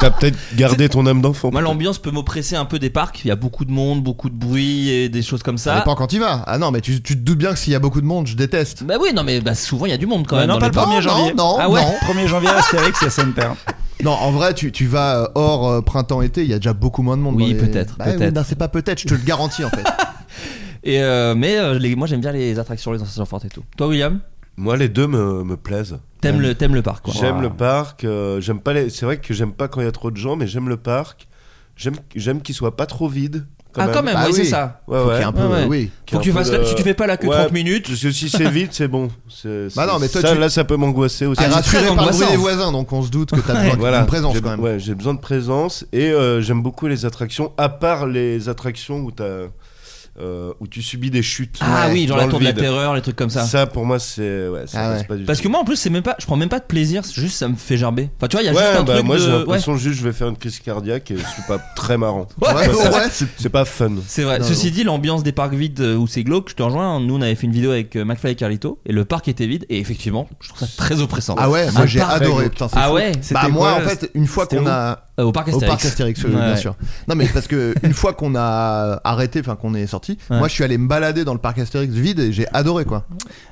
Speaker 7: T'as peut-être gardé ton âme d'enfant.
Speaker 4: Moi, l'ambiance peut m'oppresser un peu des parcs. Il y a beaucoup de monde, beaucoup de bruit et des choses comme
Speaker 5: ça
Speaker 4: ça.
Speaker 5: dépend quand il va. Ah non, mais tu, tu te doutes bien que s'il y a beaucoup de monde, je déteste.
Speaker 4: Bah oui, non, mais bah, souvent il y a du monde quand
Speaker 6: Bah
Speaker 4: même.
Speaker 6: non,
Speaker 4: dans
Speaker 6: pas
Speaker 4: les
Speaker 6: le
Speaker 4: parcs.
Speaker 6: premier
Speaker 5: Non,
Speaker 6: janvier.
Speaker 5: non,
Speaker 4: Ah ouais.
Speaker 5: non.
Speaker 6: 1er janvier, Astérix, il y a Sainte-Père.
Speaker 5: Non, en vrai, tu, tu vas euh, hors euh, printemps-été, il y a déjà beaucoup moins de monde.
Speaker 4: Oui,
Speaker 5: dans les-
Speaker 4: peut-être,
Speaker 5: Bah oui,
Speaker 4: peut-être.
Speaker 5: non, c'est pas peut-être, je te le garantis en fait.
Speaker 4: Et euh, mais euh, les- moi j'aime bien les attractions, les sensations fortes et tout. Toi William
Speaker 7: Moi, les deux me, me plaisent.
Speaker 4: T'aimes le- t'aimes le parc, quoi. Ah.
Speaker 7: J'aime
Speaker 4: Wow.
Speaker 7: le parc. euh, j'aime pas les. C'est vrai que j'aime pas quand il y a trop de gens, mais j'aime le parc. J'aime, j'aime qu'il soit pas trop vide.
Speaker 4: Ah, quand même, oui, c'est ça.
Speaker 7: Ouais,
Speaker 4: Faut
Speaker 7: ouais.
Speaker 4: qu'il y ait un peu- Ouais, ouais. oui. Faut
Speaker 7: Qu'il y ait
Speaker 4: que tu
Speaker 7: un peu
Speaker 4: fasses la- si tu fais pas la queue 30 minutes.
Speaker 7: Parce que si c'est vide, c'est bon. C'est,
Speaker 5: Bah
Speaker 7: c'est-
Speaker 5: non, mais toi,
Speaker 7: ça,
Speaker 5: tu-
Speaker 7: là, ça peut m'angoisser aussi.
Speaker 5: T'es Ah, c'est rassuré très par le bruit angoissant. des voisins, donc on se doute que t'as besoin d'une présence,
Speaker 7: j'ai-
Speaker 5: quand même.
Speaker 7: Ouais, j'ai besoin de présence et euh, j'aime beaucoup les attractions, à part les attractions où t'as. euh, où tu subis des chutes.
Speaker 4: Ah oui, genre la
Speaker 7: le
Speaker 4: tour de la
Speaker 7: vide.
Speaker 4: terreur, les trucs comme ça.
Speaker 7: Ça pour moi c'est ouais, ça
Speaker 4: Ah
Speaker 7: passe
Speaker 4: ouais.
Speaker 7: pas du
Speaker 4: Parce
Speaker 7: tout.
Speaker 4: que moi en plus c'est même pas, je prends même pas de plaisir, c'est juste ça me fait gerber. Enfin tu vois il y a
Speaker 7: ouais,
Speaker 4: juste un
Speaker 7: bah,
Speaker 4: truc
Speaker 7: moi
Speaker 4: de.
Speaker 7: j'ai
Speaker 4: ouais.
Speaker 7: l'impression que juste je vais faire une crise cardiaque et je suis pas très marrant.
Speaker 4: Ouais,
Speaker 7: Tu vois,
Speaker 4: ouais,
Speaker 7: ça-
Speaker 4: ouais,
Speaker 7: c'est- c'est pas fun.
Speaker 4: C'est vrai. Ceci dit, l'ambiance des parcs vides euh, où c'est glauque, je te rejoins. Nous, on avait fait une vidéo avec euh, McFly et Carlito et le parc était vide. Et effectivement, je trouve ça très oppressant.
Speaker 5: Ah ouais, moi
Speaker 4: Un
Speaker 5: j'ai
Speaker 4: parc-
Speaker 5: adoré. Putain, c'est
Speaker 4: ah
Speaker 5: fou.
Speaker 4: ouais.
Speaker 5: Bah
Speaker 4: c'était
Speaker 5: moi
Speaker 4: quoi,
Speaker 5: en fait, une fois
Speaker 4: c'était
Speaker 5: qu'on
Speaker 4: où
Speaker 5: a
Speaker 4: Euh, au parc Astérix.
Speaker 5: oui, euh, bien
Speaker 4: Ouais.
Speaker 5: sûr. Non mais parce que une fois qu'on a arrêté, enfin qu'on est sorti,
Speaker 4: Ouais.
Speaker 5: moi je suis allé me balader dans le parc Astérix vide et j'ai adoré quoi.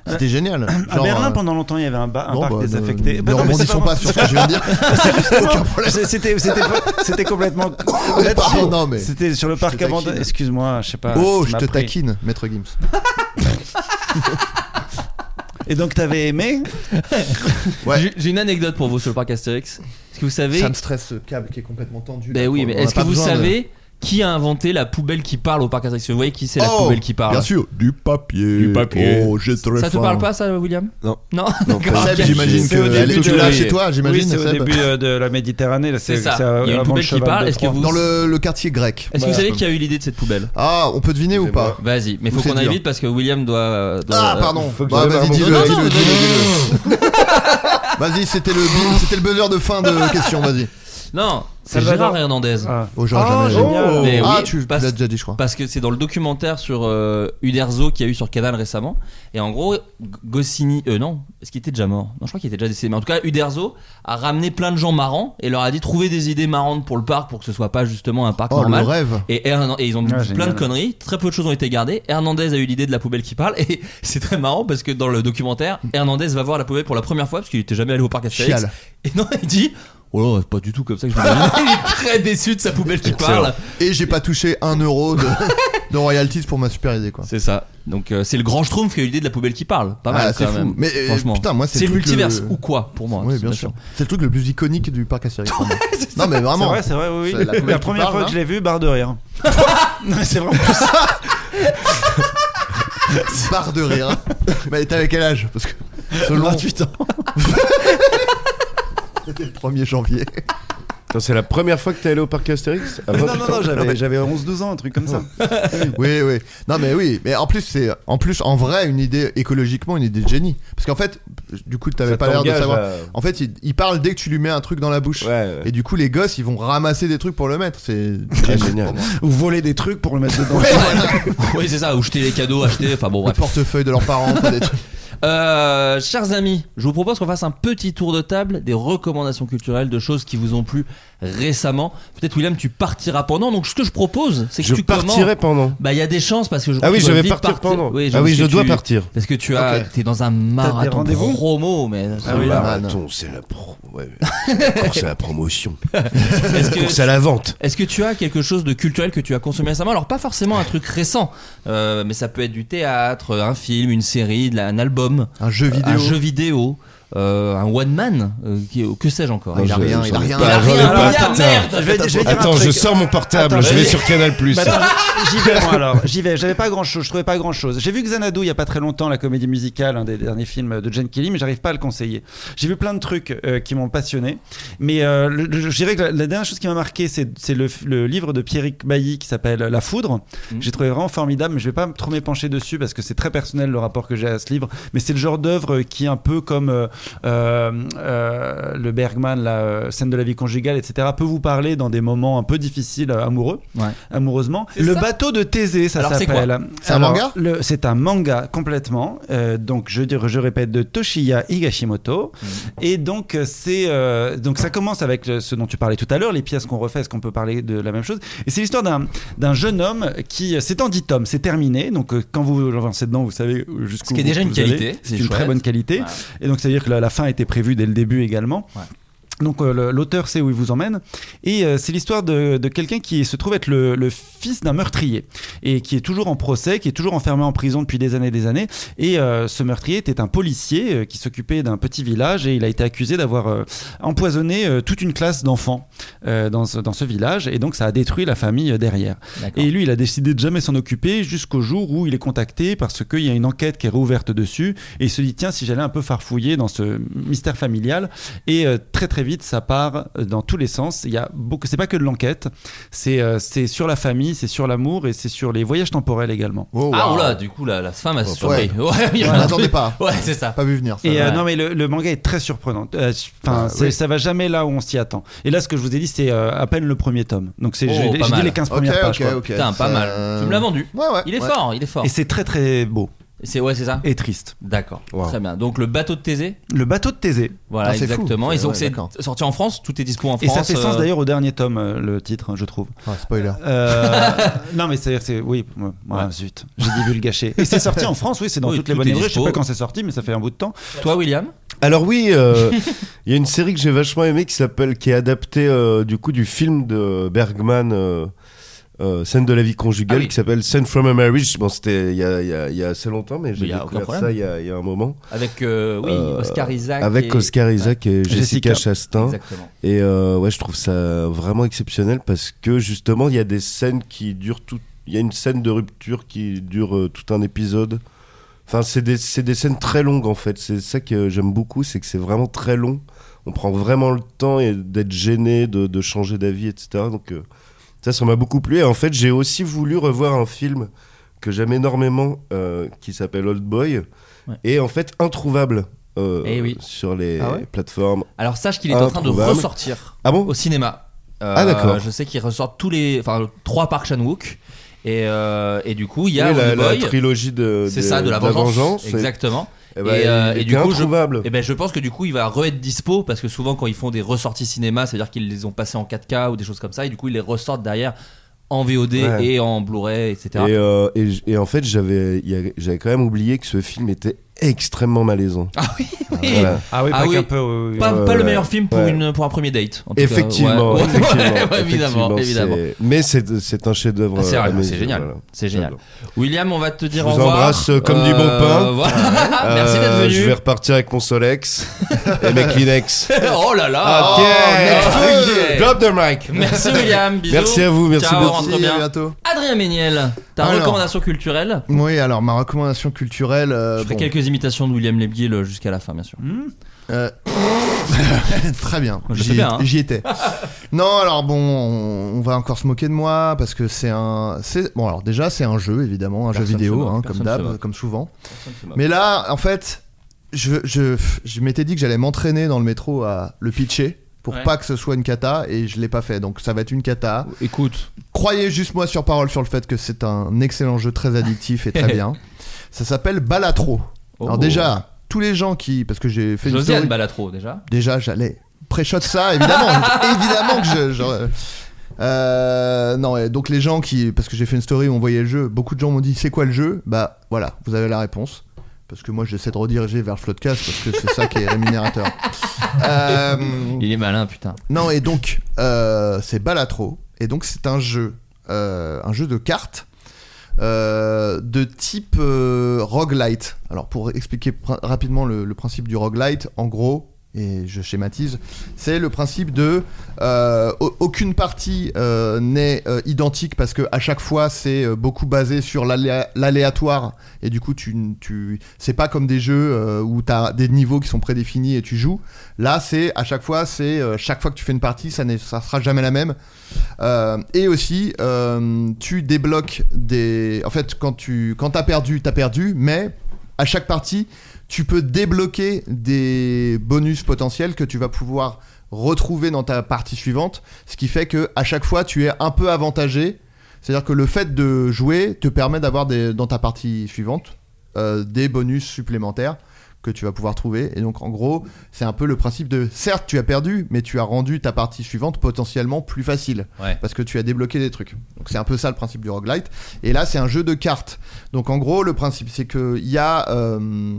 Speaker 5: C'était génial.
Speaker 6: à Berlin,
Speaker 5: euh,
Speaker 6: pendant longtemps, il y avait un, ba- un
Speaker 5: bon,
Speaker 6: parc
Speaker 5: bah, ne-
Speaker 6: désaffecté.
Speaker 5: ne
Speaker 6: Bah non, mais c'est
Speaker 5: rebondissons pas sur ce que je viens de dire. Aucun problème.
Speaker 6: C'est- C'était c'était pas- c'était complètement.
Speaker 5: Pardon, non, mais-
Speaker 6: C'était sur le
Speaker 5: Je
Speaker 6: parc
Speaker 5: te taquine.
Speaker 6: abandonné. Excuse-moi, je sais pas.
Speaker 5: Oh,
Speaker 6: ça
Speaker 5: je
Speaker 6: m'a
Speaker 5: te
Speaker 6: pris.
Speaker 5: taquine, maître Gims.
Speaker 6: Et donc t'avais aimé
Speaker 4: J'ai- J'ai une anecdote pour vous sur le parc Astérix. Est-ce que vous savez
Speaker 5: Ça me stresse ce câble qui est complètement tendu.
Speaker 4: Ben
Speaker 5: là,
Speaker 4: oui,
Speaker 5: on
Speaker 4: mais
Speaker 5: a
Speaker 4: est-ce que
Speaker 5: pas
Speaker 4: vous
Speaker 5: besoin de-
Speaker 4: savez qui a inventé la poubelle qui parle au parc Astérix Vous voyez qui c'est la
Speaker 5: Oh,
Speaker 4: poubelle qui parle
Speaker 5: Bien sûr, du papier.
Speaker 4: Du papier.
Speaker 5: Oh, j'ai très
Speaker 4: Ça te
Speaker 5: faim.
Speaker 4: parle pas ça, William
Speaker 7: Non.
Speaker 4: Non.
Speaker 5: Non,
Speaker 4: D'accord,
Speaker 5: pas
Speaker 4: ok.
Speaker 5: du tout. J'imagine
Speaker 6: C'est au
Speaker 5: que
Speaker 6: début
Speaker 5: elle est
Speaker 6: de-
Speaker 5: toujours là chez toi,
Speaker 6: Oui,
Speaker 5: j'imagine.
Speaker 6: c'est au
Speaker 5: Seb
Speaker 6: début euh, de la Méditerranée. là,
Speaker 4: C'est ça.
Speaker 6: euh,
Speaker 4: Il y a une
Speaker 6: avant
Speaker 4: poubelle
Speaker 6: le
Speaker 4: qui
Speaker 6: cheval
Speaker 4: parle,
Speaker 6: de
Speaker 4: est-ce que
Speaker 6: Troie.
Speaker 4: vous-
Speaker 5: Dans le, le quartier grec.
Speaker 4: Est-ce que
Speaker 5: Voilà.
Speaker 4: vous savez qui a eu l'idée de cette poubelle
Speaker 5: Ah, on peut deviner ou pas
Speaker 4: Vas-y, mais
Speaker 5: Ou
Speaker 4: faut
Speaker 5: c'est
Speaker 4: qu'on aille
Speaker 5: dur.
Speaker 4: vite parce que William doit. euh, doit-
Speaker 5: Ah, pardon.
Speaker 7: Faut que
Speaker 5: Bah,
Speaker 7: j'aille
Speaker 5: vas-y,
Speaker 7: voir
Speaker 5: dis-le,
Speaker 7: mon-
Speaker 4: Non, non,
Speaker 5: dis-le, dis-le, dis-le, dis-le. Vas-y, c'était le, bi- c'était le buzzer de fin de question, vas-y.
Speaker 4: Non, c'est
Speaker 6: Salvador-
Speaker 4: Gérard Hernandez.
Speaker 6: Ah.
Speaker 5: Oh, j'aurais
Speaker 6: Oh,
Speaker 5: jamais-
Speaker 6: génial.
Speaker 4: Mais
Speaker 5: Ah,
Speaker 4: oui,
Speaker 5: tu
Speaker 4: parce-
Speaker 5: l'as déjà dit, je crois.
Speaker 4: Parce que c'est dans le documentaire sur euh, Uderzo qu'il y a eu sur Canal récemment. Et en gros, G- Goscinny. Euh, non, est-ce qu'il était déjà mort Non, je crois qu'il était déjà décédé. Mais en tout cas, Uderzo a ramené plein de gens marrants et leur a dit trouvez des idées marrantes pour le parc pour que ce soit pas justement un parc
Speaker 5: Oh,
Speaker 4: normal.
Speaker 5: le rêve.
Speaker 4: Et, Hernan- et ils ont dit
Speaker 6: Ah,
Speaker 4: plein
Speaker 6: génial.
Speaker 4: de conneries. Très peu de choses ont été gardées. Hernandez a eu l'idée de la poubelle qui parle. Et c'est très marrant parce que dans le documentaire, Hernandez va voir la poubelle pour la première fois parce qu'il était jamais allé au parc Astérix.
Speaker 5: Chiale.
Speaker 4: Et non, il dit Oh là, c'est pas du tout comme ça que je l'imagine. Il est très déçu de sa poubelle qui parle.
Speaker 5: Et j'ai pas touché un euro de, de royalties pour ma super idée, quoi.
Speaker 4: C'est ça. Donc euh, c'est le grand Schtroumpf qui a eu l'idée de la poubelle qui parle. Pas
Speaker 5: Ah,
Speaker 4: mal
Speaker 5: c'est
Speaker 4: quand
Speaker 5: fou.
Speaker 4: même.
Speaker 5: Mais, euh,
Speaker 4: Franchement.
Speaker 5: putain, moi, c'est
Speaker 4: c'est le
Speaker 5: le truc
Speaker 4: multiverse
Speaker 5: le-
Speaker 4: ou quoi pour moi
Speaker 5: Oui,
Speaker 4: c'est
Speaker 5: bien sûr. C'est le truc le plus iconique du parc Astérix. pour moi. non, mais
Speaker 6: C'est
Speaker 5: vraiment.
Speaker 6: vrai, c'est vrai, oui,
Speaker 5: C'est
Speaker 6: oui.
Speaker 5: la poubelle
Speaker 6: La,
Speaker 5: qui
Speaker 6: première
Speaker 5: parle,
Speaker 6: fois
Speaker 5: hein.
Speaker 6: que je l'ai vu, barre de rire. non, mais c'est vraiment
Speaker 5: Barre de rire. mais t'avais quel âge Parce que selon 28 ans. C'était le 1er janvier.
Speaker 7: Putain, c'est la première fois que t'es allé au parc Astérix Ah, bah,
Speaker 6: non, non,
Speaker 7: putain.
Speaker 6: non, j'avais, j'avais 11-12 ans, un truc comme ça.
Speaker 5: Oui, oui. Non, mais oui. Mais en plus, c'est en plus en vrai une idée écologiquement une idée de génie. Parce qu'en fait, du coup, t'avais
Speaker 7: Ça
Speaker 5: pas l'air de
Speaker 7: t'engage
Speaker 5: savoir.
Speaker 7: à-
Speaker 5: En fait, il, il parle dès que tu lui mets un truc dans la bouche.
Speaker 7: Ouais.
Speaker 5: Et du coup, les gosses, ils vont ramasser des trucs pour le mettre. C'est
Speaker 7: Ah,
Speaker 5: génial.
Speaker 7: génial.
Speaker 6: Ou voler des trucs pour le mettre dedans.
Speaker 4: oui, c'est ça. Ou jeter les cadeaux, acheter. Enfin bon,
Speaker 5: Le
Speaker 4: bref.
Speaker 5: portefeuille de leurs parents. enfin, des trucs.
Speaker 4: Euh, chers amis, je vous propose qu'on fasse un petit tour de table des recommandations culturelles de choses qui vous ont plu récemment. Peut-être William, tu partiras pendant. Donc ce que je propose, c'est que
Speaker 7: Je
Speaker 4: tu
Speaker 7: partirai
Speaker 4: commences.
Speaker 7: pendant.
Speaker 4: Bah il y a des chances parce que je
Speaker 7: Ah oui,
Speaker 4: tu
Speaker 7: je
Speaker 4: dois
Speaker 7: vais
Speaker 4: vite
Speaker 7: partir pendant.
Speaker 4: Oui,
Speaker 7: Ah oui,
Speaker 4: parce
Speaker 7: je
Speaker 4: que
Speaker 7: dois
Speaker 4: tu-
Speaker 7: partir.
Speaker 4: Parce que tu as
Speaker 5: Ok.
Speaker 4: t'es dans un marathon
Speaker 6: rendez-vous
Speaker 4: promo mais
Speaker 7: Ah oui,
Speaker 5: bah,
Speaker 7: bah,
Speaker 5: non.
Speaker 7: attends, c'est la pro- ouais, la course à la promotion.
Speaker 4: est-ce que
Speaker 7: Course à la vente.
Speaker 4: Est-ce que tu as quelque chose de culturel que tu as consommé récemment Alors pas forcément un truc récent, euh, mais ça peut être du théâtre, un film, une série, de la- un album,
Speaker 5: Un jeu vidéo.
Speaker 4: un jeu vidéo, euh, un one man, euh, qui- que sais-je encore Il a
Speaker 7: je-
Speaker 4: rien.
Speaker 7: Euh, j'en
Speaker 5: il a
Speaker 7: ai
Speaker 5: rien.
Speaker 7: pas,
Speaker 5: Il a
Speaker 7: j'en ai
Speaker 4: rien,
Speaker 7: pas,
Speaker 4: il a
Speaker 7: putain.
Speaker 4: merde, je vais- je vais
Speaker 6: dire Ah, un
Speaker 7: Ah, Attends, je
Speaker 6: truc.
Speaker 7: sors mon portable,
Speaker 6: Attends,
Speaker 7: je vais
Speaker 6: vas-y.
Speaker 7: sur Canal+.
Speaker 6: Bah, attends, j'y vais moi alors. J'y vais. J'avais pas grand chose. Je trouvais pas grand chose. J'ai vu Xanadu il y a pas très longtemps, la comédie musicale, un des derniers films de Jane Kelly, mais j'arrive pas à le conseiller. J'ai vu plein de trucs euh, qui m'ont passionné, mais euh, le- le- je dirais que la, la dernière chose qui m'a marqué, c'est c'est le, le livre de Pierrick Bailly qui s'appelle La Foudre. J'ai trouvé vraiment formidable, mais je vais pas trop m'épancher dessus parce que c'est très personnel le rapport que j'ai à ce livre. Mais c'est le genre d'œuvre qui est un peu comme euh, euh, euh, le Bergman, la euh, scène de la vie conjugale, etc. Peut vous parler dans des moments un peu difficiles euh, amoureux
Speaker 4: Ouais.
Speaker 6: amoureusement.
Speaker 4: C'est
Speaker 6: Le
Speaker 4: ça
Speaker 6: bateau de Thésée, ça
Speaker 4: Alors, c'est
Speaker 6: s'appelle.
Speaker 5: C'est un
Speaker 6: Alors,
Speaker 5: manga
Speaker 6: le- C'est un manga complètement. Euh, donc je, dirais- je répète de Toshiya Higashimoto.
Speaker 5: Mhm.
Speaker 6: Et donc euh, c'est euh, donc ça commence avec euh, ce dont tu parlais tout à l'heure, les pièces qu'on refait, est-ce qu'on peut parler de la même chose Et c'est l'histoire d'un d'un jeune homme qui euh, c'est en 10 tomes, c'est terminé. Donc euh, quand vous vous avancez dedans, vous savez jusqu'où.
Speaker 4: Ce qui est
Speaker 6: vous-
Speaker 4: déjà une
Speaker 6: vous allez.
Speaker 4: qualité, c'est
Speaker 6: C'est une très
Speaker 4: chouette.
Speaker 6: bonne qualité.
Speaker 4: Ouais.
Speaker 6: Et donc ça veut dire que la, la fin était prévue dès le début également. Donc euh, le- l'auteur sait où il vous emmène. Et euh, c'est l'histoire de, de quelqu'un qui se trouve être le, le fils d'un meurtrier. Et qui est toujours en procès, qui est toujours enfermé en prison depuis des années et des années. Et euh, ce meurtrier était un policier euh, qui s'occupait d'un petit village. Et il a été accusé d'avoir euh, empoisonné euh, toute une classe d'enfants euh, dans, ce- dans ce village. Et donc ça a détruit la famille euh, derrière.
Speaker 4: D'accord.
Speaker 6: Et lui, il a décidé de jamais s'en occuper jusqu'au jour où il est contacté parce qu'il y a une enquête qui est rouverte dessus. Et il se dit, tiens, si j'allais un peu farfouiller dans ce mystère familial. Et euh, très très vite, ça part euh, dans tous les sens. Il y a beaucoup, c'est pas que de l'enquête, c'est euh, c'est sur la famille, c'est sur l'amour et c'est sur les voyages temporels également.
Speaker 4: Ah, oula, du coup, la, la fin m'a
Speaker 5: Ouais.
Speaker 4: surpris. Ouais, il y a
Speaker 5: Oh, On
Speaker 4: un
Speaker 5: n'attendait
Speaker 4: truc.
Speaker 5: pas.
Speaker 4: Ouais, c'est ça.
Speaker 5: Pas vu venir. ça.
Speaker 6: Et euh,
Speaker 4: Ouais.
Speaker 6: non, mais le, le manga est très surprenant. Euh, Enfin,
Speaker 5: Ah,
Speaker 6: c'est-
Speaker 5: oui.
Speaker 6: ça va jamais là où on s'y attend. Et là, ce que je vous ai dit, c'est euh, à peine le premier tome. Donc, c'est
Speaker 4: Oh,
Speaker 6: j'ai
Speaker 4: pas
Speaker 6: j'ai dit
Speaker 4: mal.
Speaker 6: les 15
Speaker 5: Ok,
Speaker 6: premières pages.
Speaker 5: ok,
Speaker 6: quoi.
Speaker 5: ok.
Speaker 4: Putain, pas
Speaker 5: Ça-
Speaker 4: mal. Tu me l'as vendu.
Speaker 5: Ouais, ouais.
Speaker 4: Il est
Speaker 5: Ouais.
Speaker 4: fort, il est fort.
Speaker 6: Et c'est très très beau
Speaker 4: C'est ouais, c'est ça.
Speaker 6: et triste.
Speaker 4: D'accord.
Speaker 7: Wow.
Speaker 4: Très bien. Donc le bateau de Thésée,
Speaker 6: Le bateau de Thésée.
Speaker 4: voilà,
Speaker 5: Ah, c'est fou.
Speaker 4: exactement.
Speaker 5: C'est-
Speaker 4: Ils ont
Speaker 5: ouais,
Speaker 4: c'est
Speaker 5: d'accord.
Speaker 4: sorti en France, tout est dispo en
Speaker 6: Et
Speaker 4: France.
Speaker 6: ça fait sens
Speaker 4: euh,
Speaker 6: d'ailleurs au dernier tome, euh, le titre, je trouve.
Speaker 5: Ah, spoiler.
Speaker 6: Euh, non, mais c'est-à-dire, c'est. Oui, ouais, ouais, zut, j'ai dit gâcher. Et c'est sorti en France, oui, c'est dans
Speaker 4: Oui,
Speaker 6: toutes les
Speaker 4: tout
Speaker 6: bonnes
Speaker 4: est
Speaker 6: librairies. Je sais
Speaker 4: dispo.
Speaker 6: pas quand c'est sorti, mais ça fait un bout de temps.
Speaker 4: Toi, William
Speaker 7: Alors oui, euh, il y a une série que j'ai vachement aimée qui s'appelle, qui est adaptée euh, du coup du film de Bergman, euh, euh, scène de la vie conjugale,
Speaker 4: Ah oui.
Speaker 7: qui s'appelle Scène from a Marriage. Bon, c'était il y a, il y a- il y a assez longtemps, mais j'ai
Speaker 4: il y a aucun
Speaker 7: découvert
Speaker 4: problème. Ah,
Speaker 7: ça il y, a, il y a un moment.
Speaker 4: Avec euh, oui,
Speaker 7: Euh,
Speaker 4: Oscar Isaac.
Speaker 7: Avec
Speaker 4: et-
Speaker 7: Oscar Isaac et Jessica,
Speaker 6: Jessica.
Speaker 7: Chastain.
Speaker 4: Ah, Exactement.
Speaker 7: Et euh, ouais, je trouve ça vraiment exceptionnel parce que justement, il y a des scènes qui durent tout. Il y a une scène de rupture qui dure euh, tout un épisode. Enfin, c'est des, c'est des scènes très longues en fait. C'est ça que j'aime beaucoup, c'est que c'est vraiment très long. On prend vraiment le temps et d'être gêné, de, de changer d'avis, etc. Donc, euh, ça, ça m'a beaucoup plu. Et en fait, j'ai aussi voulu revoir un film que j'aime énormément euh, qui s'appelle Old Boy.
Speaker 4: Ouais.
Speaker 7: Et en fait, introuvable euh,
Speaker 4: Eh oui.
Speaker 7: sur les
Speaker 5: Ah ouais
Speaker 7: plateformes.
Speaker 4: Alors sache qu'il est en train de
Speaker 7: Introuvable.
Speaker 4: ressortir
Speaker 7: Ah bon
Speaker 4: au cinéma. Euh,
Speaker 7: Ah, d'accord.
Speaker 4: Je sais qu'il ressort tous les, enfin trois par Chan Wook. Et, euh, et du coup, il y a
Speaker 7: Oui, la,
Speaker 4: Old
Speaker 7: la
Speaker 4: Boy.
Speaker 7: trilogie de,
Speaker 4: C'est ça, de la vengeance.
Speaker 7: vengeance.
Speaker 4: Exactement.
Speaker 7: Et, bah,
Speaker 4: Et, euh,
Speaker 7: il
Speaker 4: et
Speaker 7: était
Speaker 4: du coup, je-
Speaker 7: introuvable.
Speaker 4: Et ben, je pense que du coup, il va re-être dispo parce que souvent, quand ils font des ressorties cinéma, c'est-à-dire qu'ils les ont passés en 4K ou des choses comme ça, et du coup, ils les ressortent derrière en VOD
Speaker 7: Ouais.
Speaker 4: et en Blu-ray, etc.
Speaker 7: Et, euh, et j- et en fait, j'avais il y a- j'avais quand même oublié que ce film était extrêmement malaisant.
Speaker 4: Ah oui, oui.
Speaker 7: euh, Voilà.
Speaker 6: Ah oui,
Speaker 4: Ah
Speaker 6: pas
Speaker 4: oui.
Speaker 6: qu'un peu. oui, oui.
Speaker 4: Pas,
Speaker 7: Ouais,
Speaker 4: pas le
Speaker 7: ouais.
Speaker 4: meilleur film pour,
Speaker 7: Ouais.
Speaker 4: une, pour un premier date. en tout cas.
Speaker 7: Effectivement,
Speaker 4: Ouais. Ouais,
Speaker 7: effectivement,
Speaker 4: ouais, ouais,
Speaker 7: effectivement,
Speaker 4: évidemment, évidemment.
Speaker 7: c'est- Mais c'est c'est un chef-d'œuvre.
Speaker 4: Ah, c'est
Speaker 7: à
Speaker 4: vrai,
Speaker 7: mes
Speaker 4: c'est
Speaker 7: yeux,
Speaker 4: génial,
Speaker 7: voilà.
Speaker 4: c'est génial.
Speaker 7: J'adore.
Speaker 4: William, on va te dire
Speaker 7: Je
Speaker 4: au
Speaker 7: vous
Speaker 4: revoir.
Speaker 7: embrasse, euh, comme du bon pain.
Speaker 4: voilà. Ah, Merci d'être
Speaker 7: Euh,
Speaker 4: venu.
Speaker 7: Je vais repartir avec mon Solex et mes Kleenex.
Speaker 4: oh là là.
Speaker 7: Ah, Ok,
Speaker 4: Oh, ok.
Speaker 7: drop the mic.
Speaker 4: Merci William, bisous.
Speaker 7: Merci à vous, merci
Speaker 4: Ciao,
Speaker 7: beaucoup.
Speaker 4: rentre
Speaker 5: Merci,
Speaker 4: bien.
Speaker 5: à bientôt.
Speaker 4: Adrien Méniel, ta
Speaker 5: Alors.
Speaker 4: recommandation culturelle
Speaker 5: Oui, alors ma recommandation culturelle. euh,
Speaker 4: Je ferai
Speaker 5: bon,
Speaker 4: quelques imitations de William Lebguil euh, jusqu'à la fin, bien sûr.
Speaker 5: euh, Très bien.
Speaker 4: Je sais
Speaker 5: J'y
Speaker 4: bien, hein.
Speaker 5: j'y étais. non, alors bon, on, on va encore se moquer de moi parce que c'est un. c'est- Bon, alors déjà, c'est un jeu, évidemment, un
Speaker 4: Personne
Speaker 5: jeu
Speaker 4: se
Speaker 5: vidéo,
Speaker 4: moque,
Speaker 5: hein,
Speaker 4: personne
Speaker 5: comme
Speaker 4: se
Speaker 5: d'hab,
Speaker 4: moque.
Speaker 5: comme souvent. Mais là, en fait, je, je, je m'étais dit que j'allais m'entraîner dans le métro à le pitcher pour
Speaker 4: Ouais.
Speaker 5: pas que ce soit une cata et je l'ai pas fait. Donc ça va être une cata.
Speaker 4: Écoute,
Speaker 5: Croyez juste moi sur parole sur le fait que c'est un excellent jeu très addictif et très bien. Ça s'appelle Balatro.
Speaker 4: Oh.
Speaker 5: Alors déjà, tous les gens qui parce que j'ai fait une
Speaker 4: Josiane
Speaker 5: story-
Speaker 4: Balatro déjà.
Speaker 5: déjà j'allais pré-shot ça évidemment évidemment que je, je- Euh, non et donc les gens qui parce que j'ai fait une story où on voyait le jeu beaucoup de gens m'ont dit c'est quoi le jeu bah voilà vous avez la réponse parce que moi j'essaie de rediriger vers le floodcast parce que c'est ça qui est rémunérateur Euh,
Speaker 4: Il est malin, putain.
Speaker 5: non et donc euh, c'est Balatro et donc c'est un jeu euh, un jeu de cartes euh, de type euh, roguelite. Alors pour expliquer pr- rapidement le, le principe du roguelite, en gros, et je schématise, c'est le principe de euh, au- aucune partie euh, n'est euh, identique parce que à chaque fois c'est euh, beaucoup basé sur l'alé- l'aléatoire et du coup tu, n- tu c'est pas comme des jeux euh, où tu as des niveaux qui sont prédéfinis et tu joues. Là c'est à chaque fois c'est euh, chaque fois que tu fais une partie ça n'est ça sera jamais la même. Euh, et aussi, euh, tu débloques des. En fait, quand tu quand t'as perdu, t'as perdu, mais à chaque partie, tu peux débloquer des bonus potentiels que tu vas pouvoir retrouver dans ta partie suivante, ce qui fait que à chaque fois, tu es un peu avantagé. C'est-à-dire que le fait de jouer te permet d'avoir des- dans ta partie suivante euh, des bonus supplémentaires que tu vas pouvoir trouver. Et donc en gros, c'est un peu le principe de certes tu as perdu, mais tu as rendu ta partie suivante potentiellement plus facile
Speaker 4: Ouais.
Speaker 5: parce que tu as débloqué des trucs. Donc c'est un peu ça le principe du roguelite. Et là, c'est un jeu de cartes. Donc en gros, le principe c'est que il y a euh,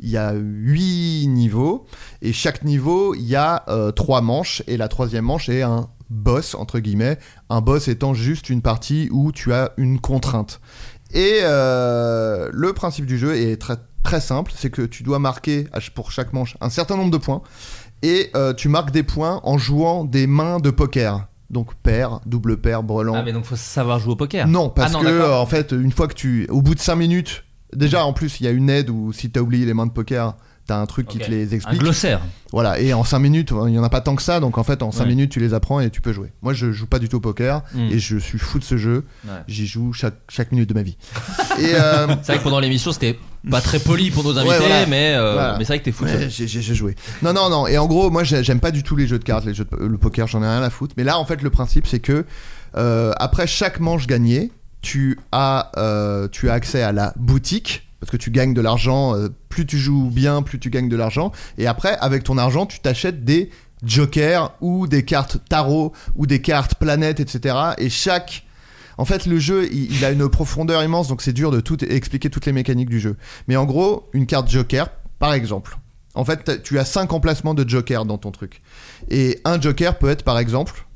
Speaker 5: il y a huit niveaux et chaque niveau il y a euh, trois manches et la troisième manche est un boss entre guillemets. Un boss étant juste une partie où tu as une contrainte. Et euh, le principe du jeu est très très simple, c'est que tu dois marquer à ch- pour chaque manche un certain nombre de points et euh, tu marques des points en jouant des mains de poker. Donc paire, double paire, brelan.
Speaker 4: Ah, mais donc faut savoir jouer au poker.
Speaker 5: Non, parce
Speaker 4: Ah
Speaker 5: que
Speaker 4: d'accord.
Speaker 5: euh, en fait, une fois que tu, au bout de 5 minutes, déjà en plus, il y a une aide où si t'as oublié les mains de poker, t'as un truc
Speaker 4: Ok.
Speaker 5: qui te les explique.
Speaker 4: Un glossaire.
Speaker 5: Voilà, et en 5 minutes, il y en a pas tant que ça, donc en fait, en 5
Speaker 4: Ouais.
Speaker 5: minutes, tu les apprends et tu peux jouer. Moi, je joue pas du tout au poker
Speaker 4: Mm.
Speaker 5: et je suis fou de ce jeu.
Speaker 4: Ouais.
Speaker 5: J'y joue chaque, chaque minute de ma vie. et euh,
Speaker 4: C'est vrai que pendant l'émission, c'était pas très poli pour nos invités,
Speaker 5: Ouais, voilà.
Speaker 4: mais, euh,
Speaker 5: Voilà.
Speaker 4: mais c'est vrai que t'es fou. de
Speaker 5: Ouais,
Speaker 4: ça.
Speaker 5: j'ai- J'ai j'ai joué. Non, non, non. Et en gros, moi, j'ai- j'aime pas du tout les jeux de cartes, les jeux de- euh, le poker, j'en ai rien à foutre. Mais là, en fait, le principe, c'est que euh, après chaque manche gagnée, tu as, euh, tu as accès à la boutique. Parce que tu gagnes de l'argent, euh, plus tu joues bien, plus tu gagnes de l'argent. Et après, avec ton argent, tu t'achètes des jokers ou des cartes tarot ou des cartes planète, etc. Et chaque en fait, le jeu, il, il a une profondeur immense, donc c'est dur de tout expliquer toutes les mécaniques du jeu. Mais en gros, une carte Joker, par exemple. En fait, t'as- tu as cinq emplacements de Joker dans ton truc. Et un Joker peut être, par exemple,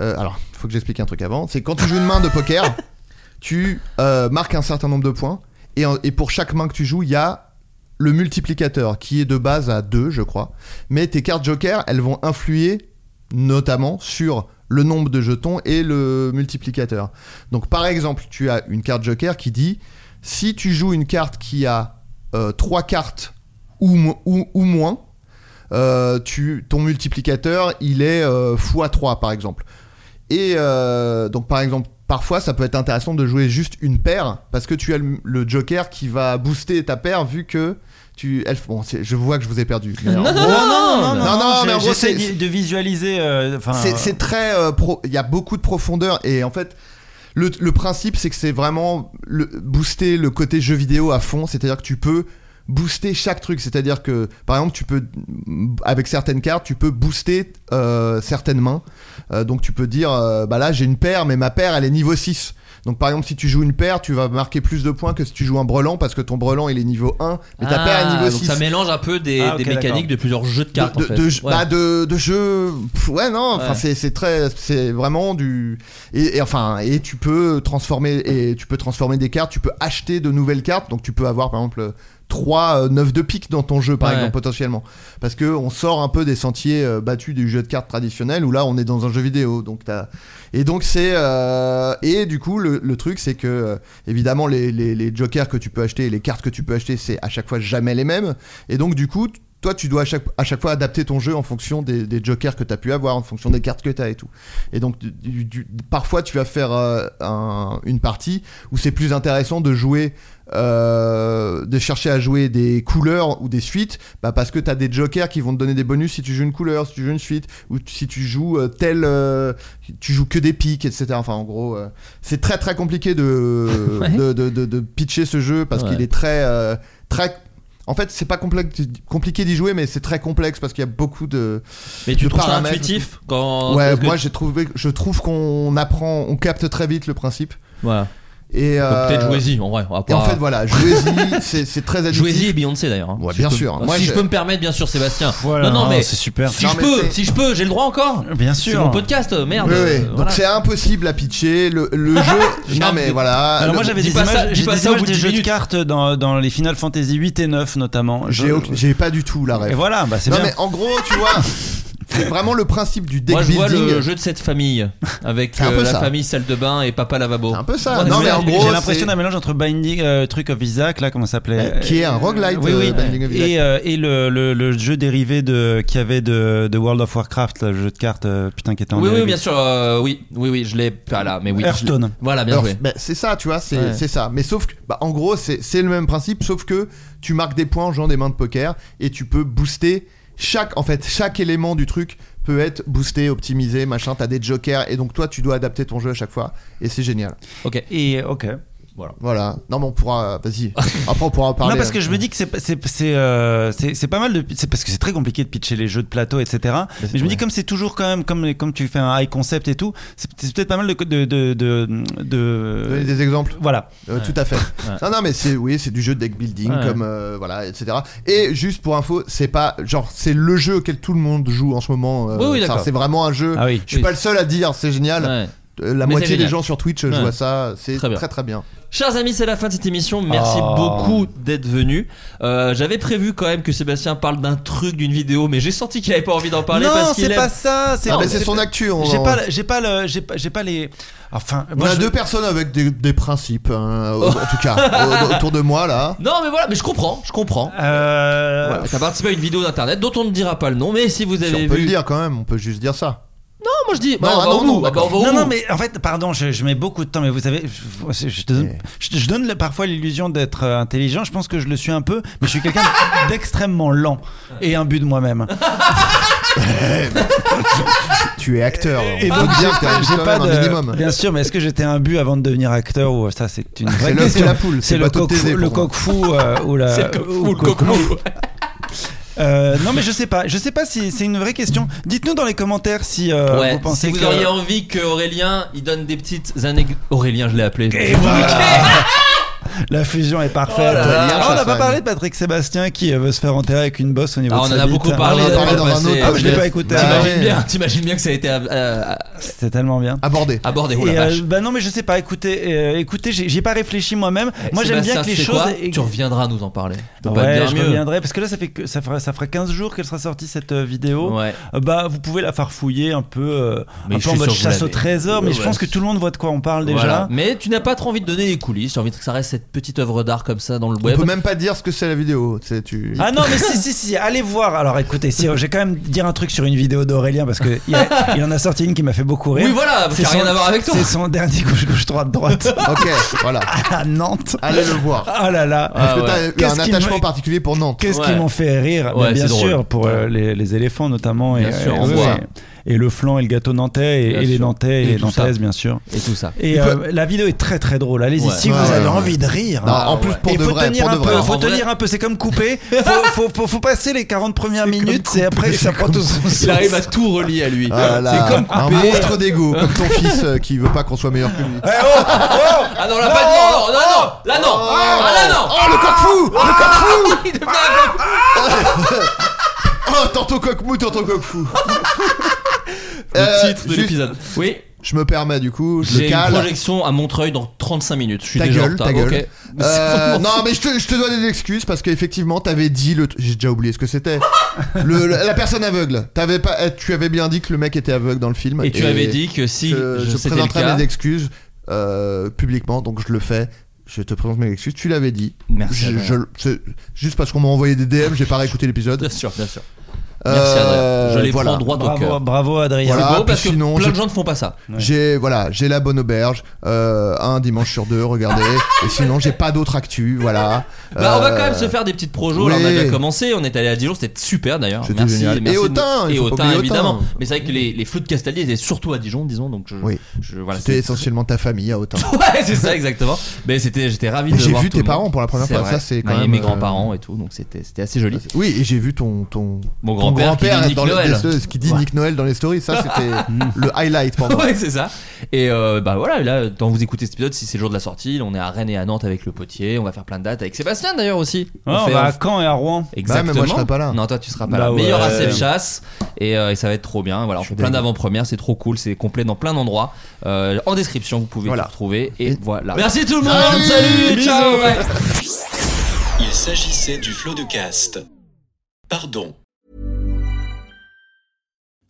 Speaker 5: euh, alors, faut que j'explique un truc avant. C'est quand tu joues une main de poker, tu euh, marques un certain nombre de points. Et, en- et pour chaque main que tu joues, il y a le multiplicateur qui est de base à 2, je crois. Mais tes cartes Joker, elles vont influer notamment sur le nombre de jetons et le multiplicateur. Donc par exemple, tu as une carte Joker qui dit si tu joues une carte qui a 3 cartes ou, mo- ou- ou moins, euh, tu, ton multiplicateur il est euh, x3 par exemple. Et euh, donc par exemple, parfois ça peut être intéressant de jouer juste une paire parce que tu as le, le joker qui va booster ta paire vu que tu. elle- bon, c'est- je vois que je vous ai perdu. Mais en
Speaker 6: Oh, Non, non,
Speaker 5: gros-
Speaker 6: non, non, non, non,
Speaker 5: mais en
Speaker 6: j'ai-
Speaker 5: gros,
Speaker 6: j'essaie d'y-
Speaker 5: c'est-
Speaker 6: de visualiser. euh, enfin,
Speaker 5: c'est, c'est très. euh, pro- Il y a beaucoup de profondeur et en fait. Le, le principe, c'est que c'est vraiment le, booster le côté jeu vidéo à fond, c'est-à-dire que tu peux booster chaque truc, c'est-à-dire que par exemple, tu peux avec certaines cartes, tu peux booster euh, certaines mains. Euh, donc tu peux dire, euh, bah là j'ai une paire, mais ma paire elle est niveau 6. Donc par exemple, si tu joues une paire, tu vas marquer plus de points que si tu joues un brelan parce que ton brelan il est niveau 1, mais ta
Speaker 4: Ah,
Speaker 5: paire est niveau
Speaker 4: donc
Speaker 5: 6
Speaker 4: ça mélange un peu des,
Speaker 6: Ah, ok,
Speaker 4: des mécaniques
Speaker 6: d'accord.
Speaker 4: de plusieurs jeux de cartes.
Speaker 5: de,
Speaker 4: en fait.
Speaker 5: de- de-
Speaker 4: Ouais.
Speaker 5: bah, de- de jeu pff, ouais non enfin
Speaker 4: Ouais.
Speaker 5: c'est c'est très c'est vraiment du et, et enfin et tu peux transformer et tu peux transformer des cartes tu peux acheter de nouvelles cartes donc tu peux avoir par exemple 3 9 de pique dans ton jeu par
Speaker 4: Ouais.
Speaker 5: exemple potentiellement parce que on sort un peu des sentiers euh, battus du jeu de cartes traditionnel où là on est dans un jeu vidéo donc t'as et donc c'est euh, et du coup le, le truc c'est que euh, évidemment les, les, les jokers que tu peux acheter et les cartes que tu peux acheter c'est à chaque fois jamais les mêmes et donc du coup t- toi tu dois à chaque, à chaque fois adapter ton jeu en fonction des, des jokers que tu as pu avoir en fonction des cartes que tu as et tout et donc du- du- du- parfois tu vas faire euh, un- une partie où c'est plus intéressant de jouer euh, de chercher à jouer des couleurs ou des suites bah parce que t'as des jokers qui vont te donner des bonus si tu joues une couleur si tu joues une suite ou t- si tu joues euh, tel euh, tu joues que des piques etc enfin en gros euh, c'est très très compliqué de,
Speaker 4: Ouais.
Speaker 5: de, de, de- de pitcher ce jeu parce
Speaker 4: Ouais.
Speaker 5: qu'il est très euh, très en fait c'est pas complexe- compliqué d'y jouer mais c'est très complexe parce qu'il y a beaucoup de
Speaker 4: mais tu
Speaker 5: de
Speaker 4: trouves ça
Speaker 5: paramètres.
Speaker 4: intuitif quand.
Speaker 5: ouais
Speaker 4: parce que-
Speaker 5: moi j'ai trouvé je trouve qu'on apprend on capte très vite le principe
Speaker 4: Voilà.
Speaker 5: et
Speaker 4: Donc
Speaker 5: euh,
Speaker 4: peut-être jouez-y en vrai. on va
Speaker 5: et en
Speaker 4: pas-
Speaker 5: fait voilà jouez-y c'est c'est très addictif
Speaker 4: Jouez-y et Beyoncé d'ailleurs. hein.
Speaker 5: Ouais,
Speaker 4: Si
Speaker 5: bien
Speaker 4: je peux-
Speaker 5: sûr.
Speaker 4: Si
Speaker 5: Moi,
Speaker 4: je...
Speaker 5: je-
Speaker 4: peux me permettre, bien sûr, Sébastien.
Speaker 6: Voilà, Ah,
Speaker 4: non, non, mais
Speaker 6: c'est super.
Speaker 4: Si
Speaker 5: Non,
Speaker 4: je
Speaker 5: mais
Speaker 4: peux,
Speaker 5: c'est-
Speaker 4: si je peux, j'ai le droit encore.
Speaker 6: Bien
Speaker 4: C'est
Speaker 6: sûr.
Speaker 4: mon podcast, merde.
Speaker 5: Oui, oui.
Speaker 4: euh,
Speaker 5: Donc
Speaker 4: voilà.
Speaker 5: c'est impossible à pitcher. Le, le jeu. non mais voilà.
Speaker 6: Alors moi
Speaker 5: Le-
Speaker 6: j'avais
Speaker 4: dis
Speaker 6: des
Speaker 4: pas
Speaker 6: images,
Speaker 4: ça- dis
Speaker 6: j'ai
Speaker 4: pas
Speaker 6: des,
Speaker 4: ça au
Speaker 6: images
Speaker 4: bout
Speaker 6: des
Speaker 4: de
Speaker 6: jeux de
Speaker 4: minutes.
Speaker 6: cartes dans, dans les Final Fantasy 8 et 9 notamment.
Speaker 5: j'ai
Speaker 6: Je-
Speaker 5: aucun- j'ai pas du tout la rêve.
Speaker 6: Et voilà, bah c'est
Speaker 5: non
Speaker 6: bien.
Speaker 5: mais en gros, tu vois, c'est vraiment le principe du deck
Speaker 4: Moi, je vois
Speaker 5: building.
Speaker 4: le jeu de cette famille avec
Speaker 5: C'est un
Speaker 4: euh,
Speaker 5: peu
Speaker 4: la
Speaker 5: ça.
Speaker 4: famille salle de bain et papa lavabo.
Speaker 5: C'est un peu ça.
Speaker 4: Moi,
Speaker 5: Non,
Speaker 4: je
Speaker 5: mais
Speaker 4: vois-
Speaker 5: en gros,
Speaker 6: Ah, j'ai l'impression
Speaker 5: c'est-
Speaker 6: d'un mélange entre Binding, euh, truc of Isaac, là comment ça s'appelait
Speaker 5: Euh, qui est un roguelite,
Speaker 6: Oui, oui.
Speaker 5: euh, Binding of Isaac.
Speaker 6: Et, euh, et le, le- le jeu dérivé de qu'il y avait de, de World of Warcraft, là, le jeu de cartes, euh, putain qui était en
Speaker 4: Oui, oui,
Speaker 6: dérivé.
Speaker 4: bien sûr. euh, oui, oui, oui, je l'ai pas là, mais oui.
Speaker 6: Hearthstone.
Speaker 4: Voilà, bien
Speaker 5: Alors,
Speaker 4: joué.
Speaker 5: ben, c'est ça, tu vois, c'est
Speaker 4: Ouais.
Speaker 5: c'est ça. Mais sauf que, bah, en gros, c'est c'est le même principe, sauf que tu marques des points en jouant des mains de poker et tu peux booster chaque, en fait, chaque élément du truc peut être boosté, optimisé, machin. T'as des jokers et donc toi, tu dois adapter ton jeu à chaque fois et c'est génial.
Speaker 4: Ok.
Speaker 6: Et ok.
Speaker 4: Voilà.
Speaker 5: Voilà. Non, mais on pourra. Vas-y. Après, on pourra en parler. euh,
Speaker 6: Non, parce que je me dis que c'est pas- c'est c'est, euh, c'est- c'est pas mal de c'est parce que c'est très compliqué de pitcher les jeux de plateau etc.
Speaker 5: Bah,
Speaker 6: Mais je me dis comme c'est toujours quand même comme comme tu fais un high concept et tout, c'est c'est peut-être pas mal de de de, de, de-
Speaker 5: euh, Donner des exemples.
Speaker 6: Voilà.
Speaker 5: Euh, Tout à fait. Non, non, mais c'est oui, c'est du jeu de deck building,
Speaker 6: Ouais.
Speaker 5: comme euh, voilà, etc. Et juste pour info, c'est pas genre c'est le jeu auquel tout le monde joue en ce moment. euh,
Speaker 4: Oui, oui,
Speaker 5: enfin,
Speaker 4: d'accord.
Speaker 5: c'est vraiment un jeu.
Speaker 4: Ah oui,
Speaker 5: je suis
Speaker 4: oui.
Speaker 5: pas le seul à dire, c'est génial.
Speaker 4: Ouais.
Speaker 5: Euh, La
Speaker 4: Mais c'est
Speaker 5: moitié des
Speaker 4: génial.
Speaker 5: gens sur Twitch jouent
Speaker 4: Ouais.
Speaker 5: à ça. C'est
Speaker 4: Très bien.
Speaker 5: très très bien.
Speaker 4: Chers amis, c'est la fin de cette émission. Merci
Speaker 6: Ah.
Speaker 5: Oh.
Speaker 4: beaucoup d'être venus. Euh, J'avais prévu quand même que Sébastien parle d'un truc, d'une vidéo, mais j'ai senti qu'il avait pas envie d'en parler
Speaker 6: non,
Speaker 4: parce
Speaker 6: c'est
Speaker 4: qu'il aime.
Speaker 6: pas ça.
Speaker 5: Ah, mais c'est son
Speaker 6: pas-
Speaker 5: actu,
Speaker 4: Oh.
Speaker 5: on
Speaker 6: J'ai
Speaker 5: en-
Speaker 6: pas, le- j'ai pas le, j'ai pas, j'ai pas les. Enfin,
Speaker 5: On
Speaker 6: moi,
Speaker 5: a
Speaker 6: je-
Speaker 5: deux personnes avec des, des principes, hein,
Speaker 4: Oh.
Speaker 5: au- en tout cas, au- autour de moi là.
Speaker 4: Non, mais voilà, mais je comprends, je comprends.
Speaker 6: Euh,
Speaker 4: Voilà, T'as participé à une vidéo d'internet dont on ne dira pas le nom, mais si vous
Speaker 5: Si
Speaker 4: avez
Speaker 5: on
Speaker 4: vu.
Speaker 5: peut le dire quand même, on peut juste dire ça.
Speaker 4: Non, moi je dis. bah,
Speaker 5: Non,
Speaker 4: on
Speaker 5: ah
Speaker 4: va
Speaker 5: non,
Speaker 4: au
Speaker 5: non,
Speaker 4: bout, bah,
Speaker 5: d'accord.
Speaker 4: on va au
Speaker 6: Non, non,
Speaker 4: bout.
Speaker 6: mais en fait, pardon, je, je mets beaucoup de temps, mais vous savez, je, je- je donne, je- je donne le- parfois l'illusion d'être euh, intelligent. Je pense que je le suis un peu, mais je suis quelqu'un d'extrêmement lent et imbu de moi-même.
Speaker 5: Tu es acteur.
Speaker 6: Et
Speaker 5: on
Speaker 6: donc,
Speaker 5: peut dire que t'as
Speaker 6: Ah, j'ai
Speaker 5: quand
Speaker 6: pas
Speaker 5: même
Speaker 6: de-
Speaker 5: un minimum.
Speaker 6: Bien sûr, mais est-ce que j'étais un but avant de devenir acteur ou euh, ça c'est une vraie
Speaker 5: C'est l'œuf et
Speaker 6: question.
Speaker 5: la poule, c'est
Speaker 6: le
Speaker 5: pas tout
Speaker 6: coq
Speaker 5: taisé
Speaker 6: fou,
Speaker 5: pour
Speaker 6: le
Speaker 5: moi.
Speaker 6: coq fou euh, ou la
Speaker 4: C'est comme-
Speaker 6: ou
Speaker 4: ou le coco.
Speaker 6: Euh, non mais je sais pas, je sais pas si c'est une vraie question. Dites-nous dans les commentaires si euh,
Speaker 4: Ouais,
Speaker 6: vous pensez
Speaker 4: si vous
Speaker 6: que
Speaker 4: auriez envie que Aurélien il donne des petites anecdotes. Aurélien, je l'ai appelé.
Speaker 6: la fusion est parfaite.
Speaker 4: Oh là là.
Speaker 6: Ah, on n'a pas
Speaker 5: Ouais.
Speaker 6: parlé de Patrick Sébastien qui euh, veut se faire enterrer avec une bosse au niveau
Speaker 4: Ah,
Speaker 6: de
Speaker 4: on
Speaker 6: sa
Speaker 4: en a
Speaker 6: bite.
Speaker 4: beaucoup parlé.
Speaker 5: On en a parlé dans un
Speaker 4: passé.
Speaker 5: autre
Speaker 6: Ah, je l'ai
Speaker 5: podcast.
Speaker 6: pas écouté.
Speaker 5: Bah
Speaker 4: T'imagines
Speaker 5: ouais.
Speaker 4: bien, t'imagines bien que ça a été euh,
Speaker 6: Ah, C'était tellement bien.
Speaker 5: Abordé.
Speaker 4: abordé. Oh la
Speaker 6: Et, euh,
Speaker 4: vache.
Speaker 6: bah non mais je sais pas écoutez euh, écoutez j'ai j'ai pas réfléchi moi-même moi j'aime bien
Speaker 4: Eh, Sébastien,
Speaker 6: que les
Speaker 4: tu sais
Speaker 6: choses
Speaker 4: quoi
Speaker 6: aient-
Speaker 4: tu reviendras nous en parler. Tu peux pas
Speaker 6: Ouais,
Speaker 4: dire
Speaker 6: je
Speaker 4: mieux.
Speaker 6: reviendrai parce que là ça fait que ça fera ça fera 15 jours qu'elle sera sortie cette euh, vidéo.
Speaker 4: Ouais.
Speaker 6: Euh, Bah vous pouvez la farfouiller un peu euh,
Speaker 4: Mais
Speaker 6: un
Speaker 4: je
Speaker 6: peu en
Speaker 4: suis
Speaker 6: mode
Speaker 4: sûr que vous
Speaker 6: chasse au
Speaker 4: l'avez.
Speaker 6: trésor mais
Speaker 4: Ouais,
Speaker 6: je pense
Speaker 4: ouais.
Speaker 6: que tout le monde voit de quoi on parle
Speaker 4: Voilà.
Speaker 6: déjà.
Speaker 4: Mais tu n'as pas trop envie de donner les coulisses, tu as envie que ça reste cette petite œuvre d'art comme ça dans le
Speaker 5: On
Speaker 4: web.
Speaker 5: peut même pas dire ce que c'est la vidéo. tu sais, Tu...
Speaker 6: Ah non mais si si si allez voir alors écoutez si euh, j'ai quand même dire un truc sur une vidéo d'Aurélien parce que il, y a- il en a sorti une qui m'a fait beaucoup rire.
Speaker 4: Oui, voilà, qui
Speaker 6: C'est
Speaker 4: a rien
Speaker 6: son-
Speaker 4: à voir avec toi.
Speaker 6: C'est son dernier gauche gauche droite droite
Speaker 5: ok, voilà.
Speaker 6: à Nantes.
Speaker 5: Allez le voir.
Speaker 6: Ah là là.
Speaker 5: Parce que
Speaker 4: ouais.
Speaker 5: t'as eu
Speaker 6: Qu'est-ce
Speaker 5: un
Speaker 6: qu'il
Speaker 5: attachement
Speaker 6: me-
Speaker 5: particulier pour Nantes.
Speaker 6: Qu'est-ce
Speaker 4: Ouais.
Speaker 6: qui m'ont fait rire Mais
Speaker 4: Ouais,
Speaker 6: Bien
Speaker 4: c'est drôle.
Speaker 6: sûr, pour euh, les, les éléphants notamment, et,
Speaker 4: Bien sûr,
Speaker 6: et-
Speaker 4: on
Speaker 6: et-
Speaker 5: voit.
Speaker 6: et le flan et le gâteau nantais, et,
Speaker 4: Bien
Speaker 6: et les
Speaker 4: sûr.
Speaker 6: nantais et,
Speaker 4: Et
Speaker 6: les
Speaker 4: tout ça.
Speaker 6: nantaises, bien sûr.
Speaker 4: Et tout ça.
Speaker 6: Et euh, la vidéo est très très drôle. Allez-y,
Speaker 4: Ouais.
Speaker 6: si
Speaker 5: Ouais,
Speaker 6: vous
Speaker 5: ouais,
Speaker 6: avez
Speaker 5: ouais.
Speaker 6: envie de rire.
Speaker 5: Non, en plus, pour
Speaker 6: Et
Speaker 5: de
Speaker 6: faut
Speaker 5: vrai,
Speaker 6: tenir
Speaker 5: pour
Speaker 6: un
Speaker 5: de
Speaker 6: peu,
Speaker 5: vrai.
Speaker 6: faut
Speaker 4: En vrai-
Speaker 6: tenir un peu, c'est comme couper. Faut, faut, faut, faut passer les 40 premières minutes, et après ça prend tout son sens.
Speaker 4: Il arrive à tout relier à lui.
Speaker 5: Ah là,
Speaker 4: c'est comme
Speaker 5: un
Speaker 4: coupé.
Speaker 5: monstre d'ego, comme ton fils euh, qui veut pas qu'on soit meilleur que lui.
Speaker 6: Eh, oh, oh
Speaker 4: Ah non, là pas non, non, non, non, là non, ah là non.
Speaker 5: Oh le coq fou, le coq fou.
Speaker 4: Il devient un peu-
Speaker 5: Oh tantôt coq mou, tantôt coq fou.
Speaker 4: Le
Speaker 5: Euh,
Speaker 4: titre de
Speaker 5: juste,
Speaker 4: l'épisode. Oui.
Speaker 5: Je me permets du coup, je le
Speaker 4: J'ai une
Speaker 5: cale.
Speaker 4: projection à Montreuil dans 35 minutes. Je suis
Speaker 5: Ta
Speaker 4: déjà en
Speaker 5: gueule,
Speaker 4: retard.
Speaker 5: ta gueule.
Speaker 4: Ok. Mais c'est
Speaker 5: Euh,
Speaker 4: vraiment
Speaker 5: non
Speaker 4: fou.
Speaker 5: mais je te, je te dois des excuses parce qu'effectivement t'avais dit le j'ai déjà oublié ce que c'était Le- le- la personne aveugle t'avais pas eh, tu avais bien dit que le mec était aveugle dans le film
Speaker 4: Et tu avais dit que si
Speaker 5: je,
Speaker 4: je,
Speaker 5: je
Speaker 4: c'était le
Speaker 5: présenterai
Speaker 4: cas,
Speaker 5: mes excuses euh, publiquement, donc je le fais. Je te présente mes excuses. Tu l'avais dit.
Speaker 4: Merci,
Speaker 5: Je-
Speaker 4: Adrien.
Speaker 5: je- c'est- juste parce qu'on m'a envoyé des DM, j'ai pas réécouté
Speaker 4: bien
Speaker 5: l'épisode.
Speaker 4: sûr, bien sûr. Merci
Speaker 5: Euh,
Speaker 4: Adrien. Je les
Speaker 5: voilà.
Speaker 4: prends droit au
Speaker 6: Bravo,
Speaker 4: cœur.
Speaker 6: bravo Adrien.
Speaker 4: C'est
Speaker 5: Voilà,
Speaker 4: beau
Speaker 5: puis
Speaker 4: parce que
Speaker 5: sinon,
Speaker 4: plein de
Speaker 5: j'ai-
Speaker 4: gens ne font pas ça.
Speaker 5: J'ai voilà, j'ai la bonne auberge. euh, un dimanche sur deux, regardez. et sinon, j'ai pas d'autres actus. Voilà.
Speaker 4: Bah, on va
Speaker 5: Euh,
Speaker 4: quand même se faire des petites projos.
Speaker 5: oui.
Speaker 4: Là, on a déjà commencé. On est allé à Dijon. C'était super d'ailleurs.
Speaker 5: C'était
Speaker 4: Merci,
Speaker 5: génial.
Speaker 4: merci
Speaker 5: Et
Speaker 4: de-
Speaker 5: Autun, il
Speaker 4: Et
Speaker 5: faut pas
Speaker 4: Autun,
Speaker 5: oublier Autun.
Speaker 4: évidemment. Mais c'est vrai que les, les flots de Castaldi étaient surtout à Dijon, disons. Donc je,
Speaker 5: Oui.
Speaker 4: je- voilà,
Speaker 5: C'était
Speaker 4: c'est-
Speaker 5: essentiellement ta famille à autant.
Speaker 4: Ouais, c'est ça, exactement. Mais c'était, j'étais ravi de
Speaker 5: J'ai
Speaker 4: voir
Speaker 5: vu
Speaker 4: tout
Speaker 5: tes
Speaker 4: le monde.
Speaker 5: parents pour la première
Speaker 4: C'est
Speaker 5: fois,
Speaker 4: vrai.
Speaker 5: ça, c'est quand
Speaker 4: Ouais, et
Speaker 5: même,
Speaker 4: mes
Speaker 5: euh,
Speaker 4: grands-parents et tout, donc c'était, c'était assez joli.
Speaker 5: Oui, et j'ai vu ton ton
Speaker 4: Mon
Speaker 5: ton
Speaker 4: grand-père qui dit
Speaker 5: dans
Speaker 4: Nick
Speaker 5: les-
Speaker 4: Noël.
Speaker 5: les- ce qui dit Nick Noël dans les stories. Ça, c'était le highlight pour moi.
Speaker 4: Ouais, c'est ça. Et euh, bah voilà, là, quand vous écoutez cet épisode, si c'est le jour de la sortie, on est à Rennes et à Nantes avec le potier, on va faire plein de dates avec Sébastien d'ailleurs aussi.
Speaker 6: Ouais, on
Speaker 4: fait-
Speaker 6: va à Caen et à Rouen.
Speaker 4: Exactement.
Speaker 5: Bah, mais moi, je serai pas là.
Speaker 4: Non, toi tu seras pas
Speaker 6: Bah
Speaker 4: là. Mais il y aura
Speaker 6: ouais.
Speaker 4: cette chasse et, euh, et ça va être trop bien. Voilà, on fait plein d'avant-premières, c'est trop cool, c'est complet dans plein d'endroits. Euh, en description, vous pouvez
Speaker 5: Voilà.
Speaker 4: tout retrouver. Et,
Speaker 5: Et-
Speaker 4: voilà. Ah, Merci tout le monde.
Speaker 5: Salut,
Speaker 4: Salut,
Speaker 5: bisous.
Speaker 4: ciao. ouais.
Speaker 1: Il s'agissait du flot de cast. Pardon.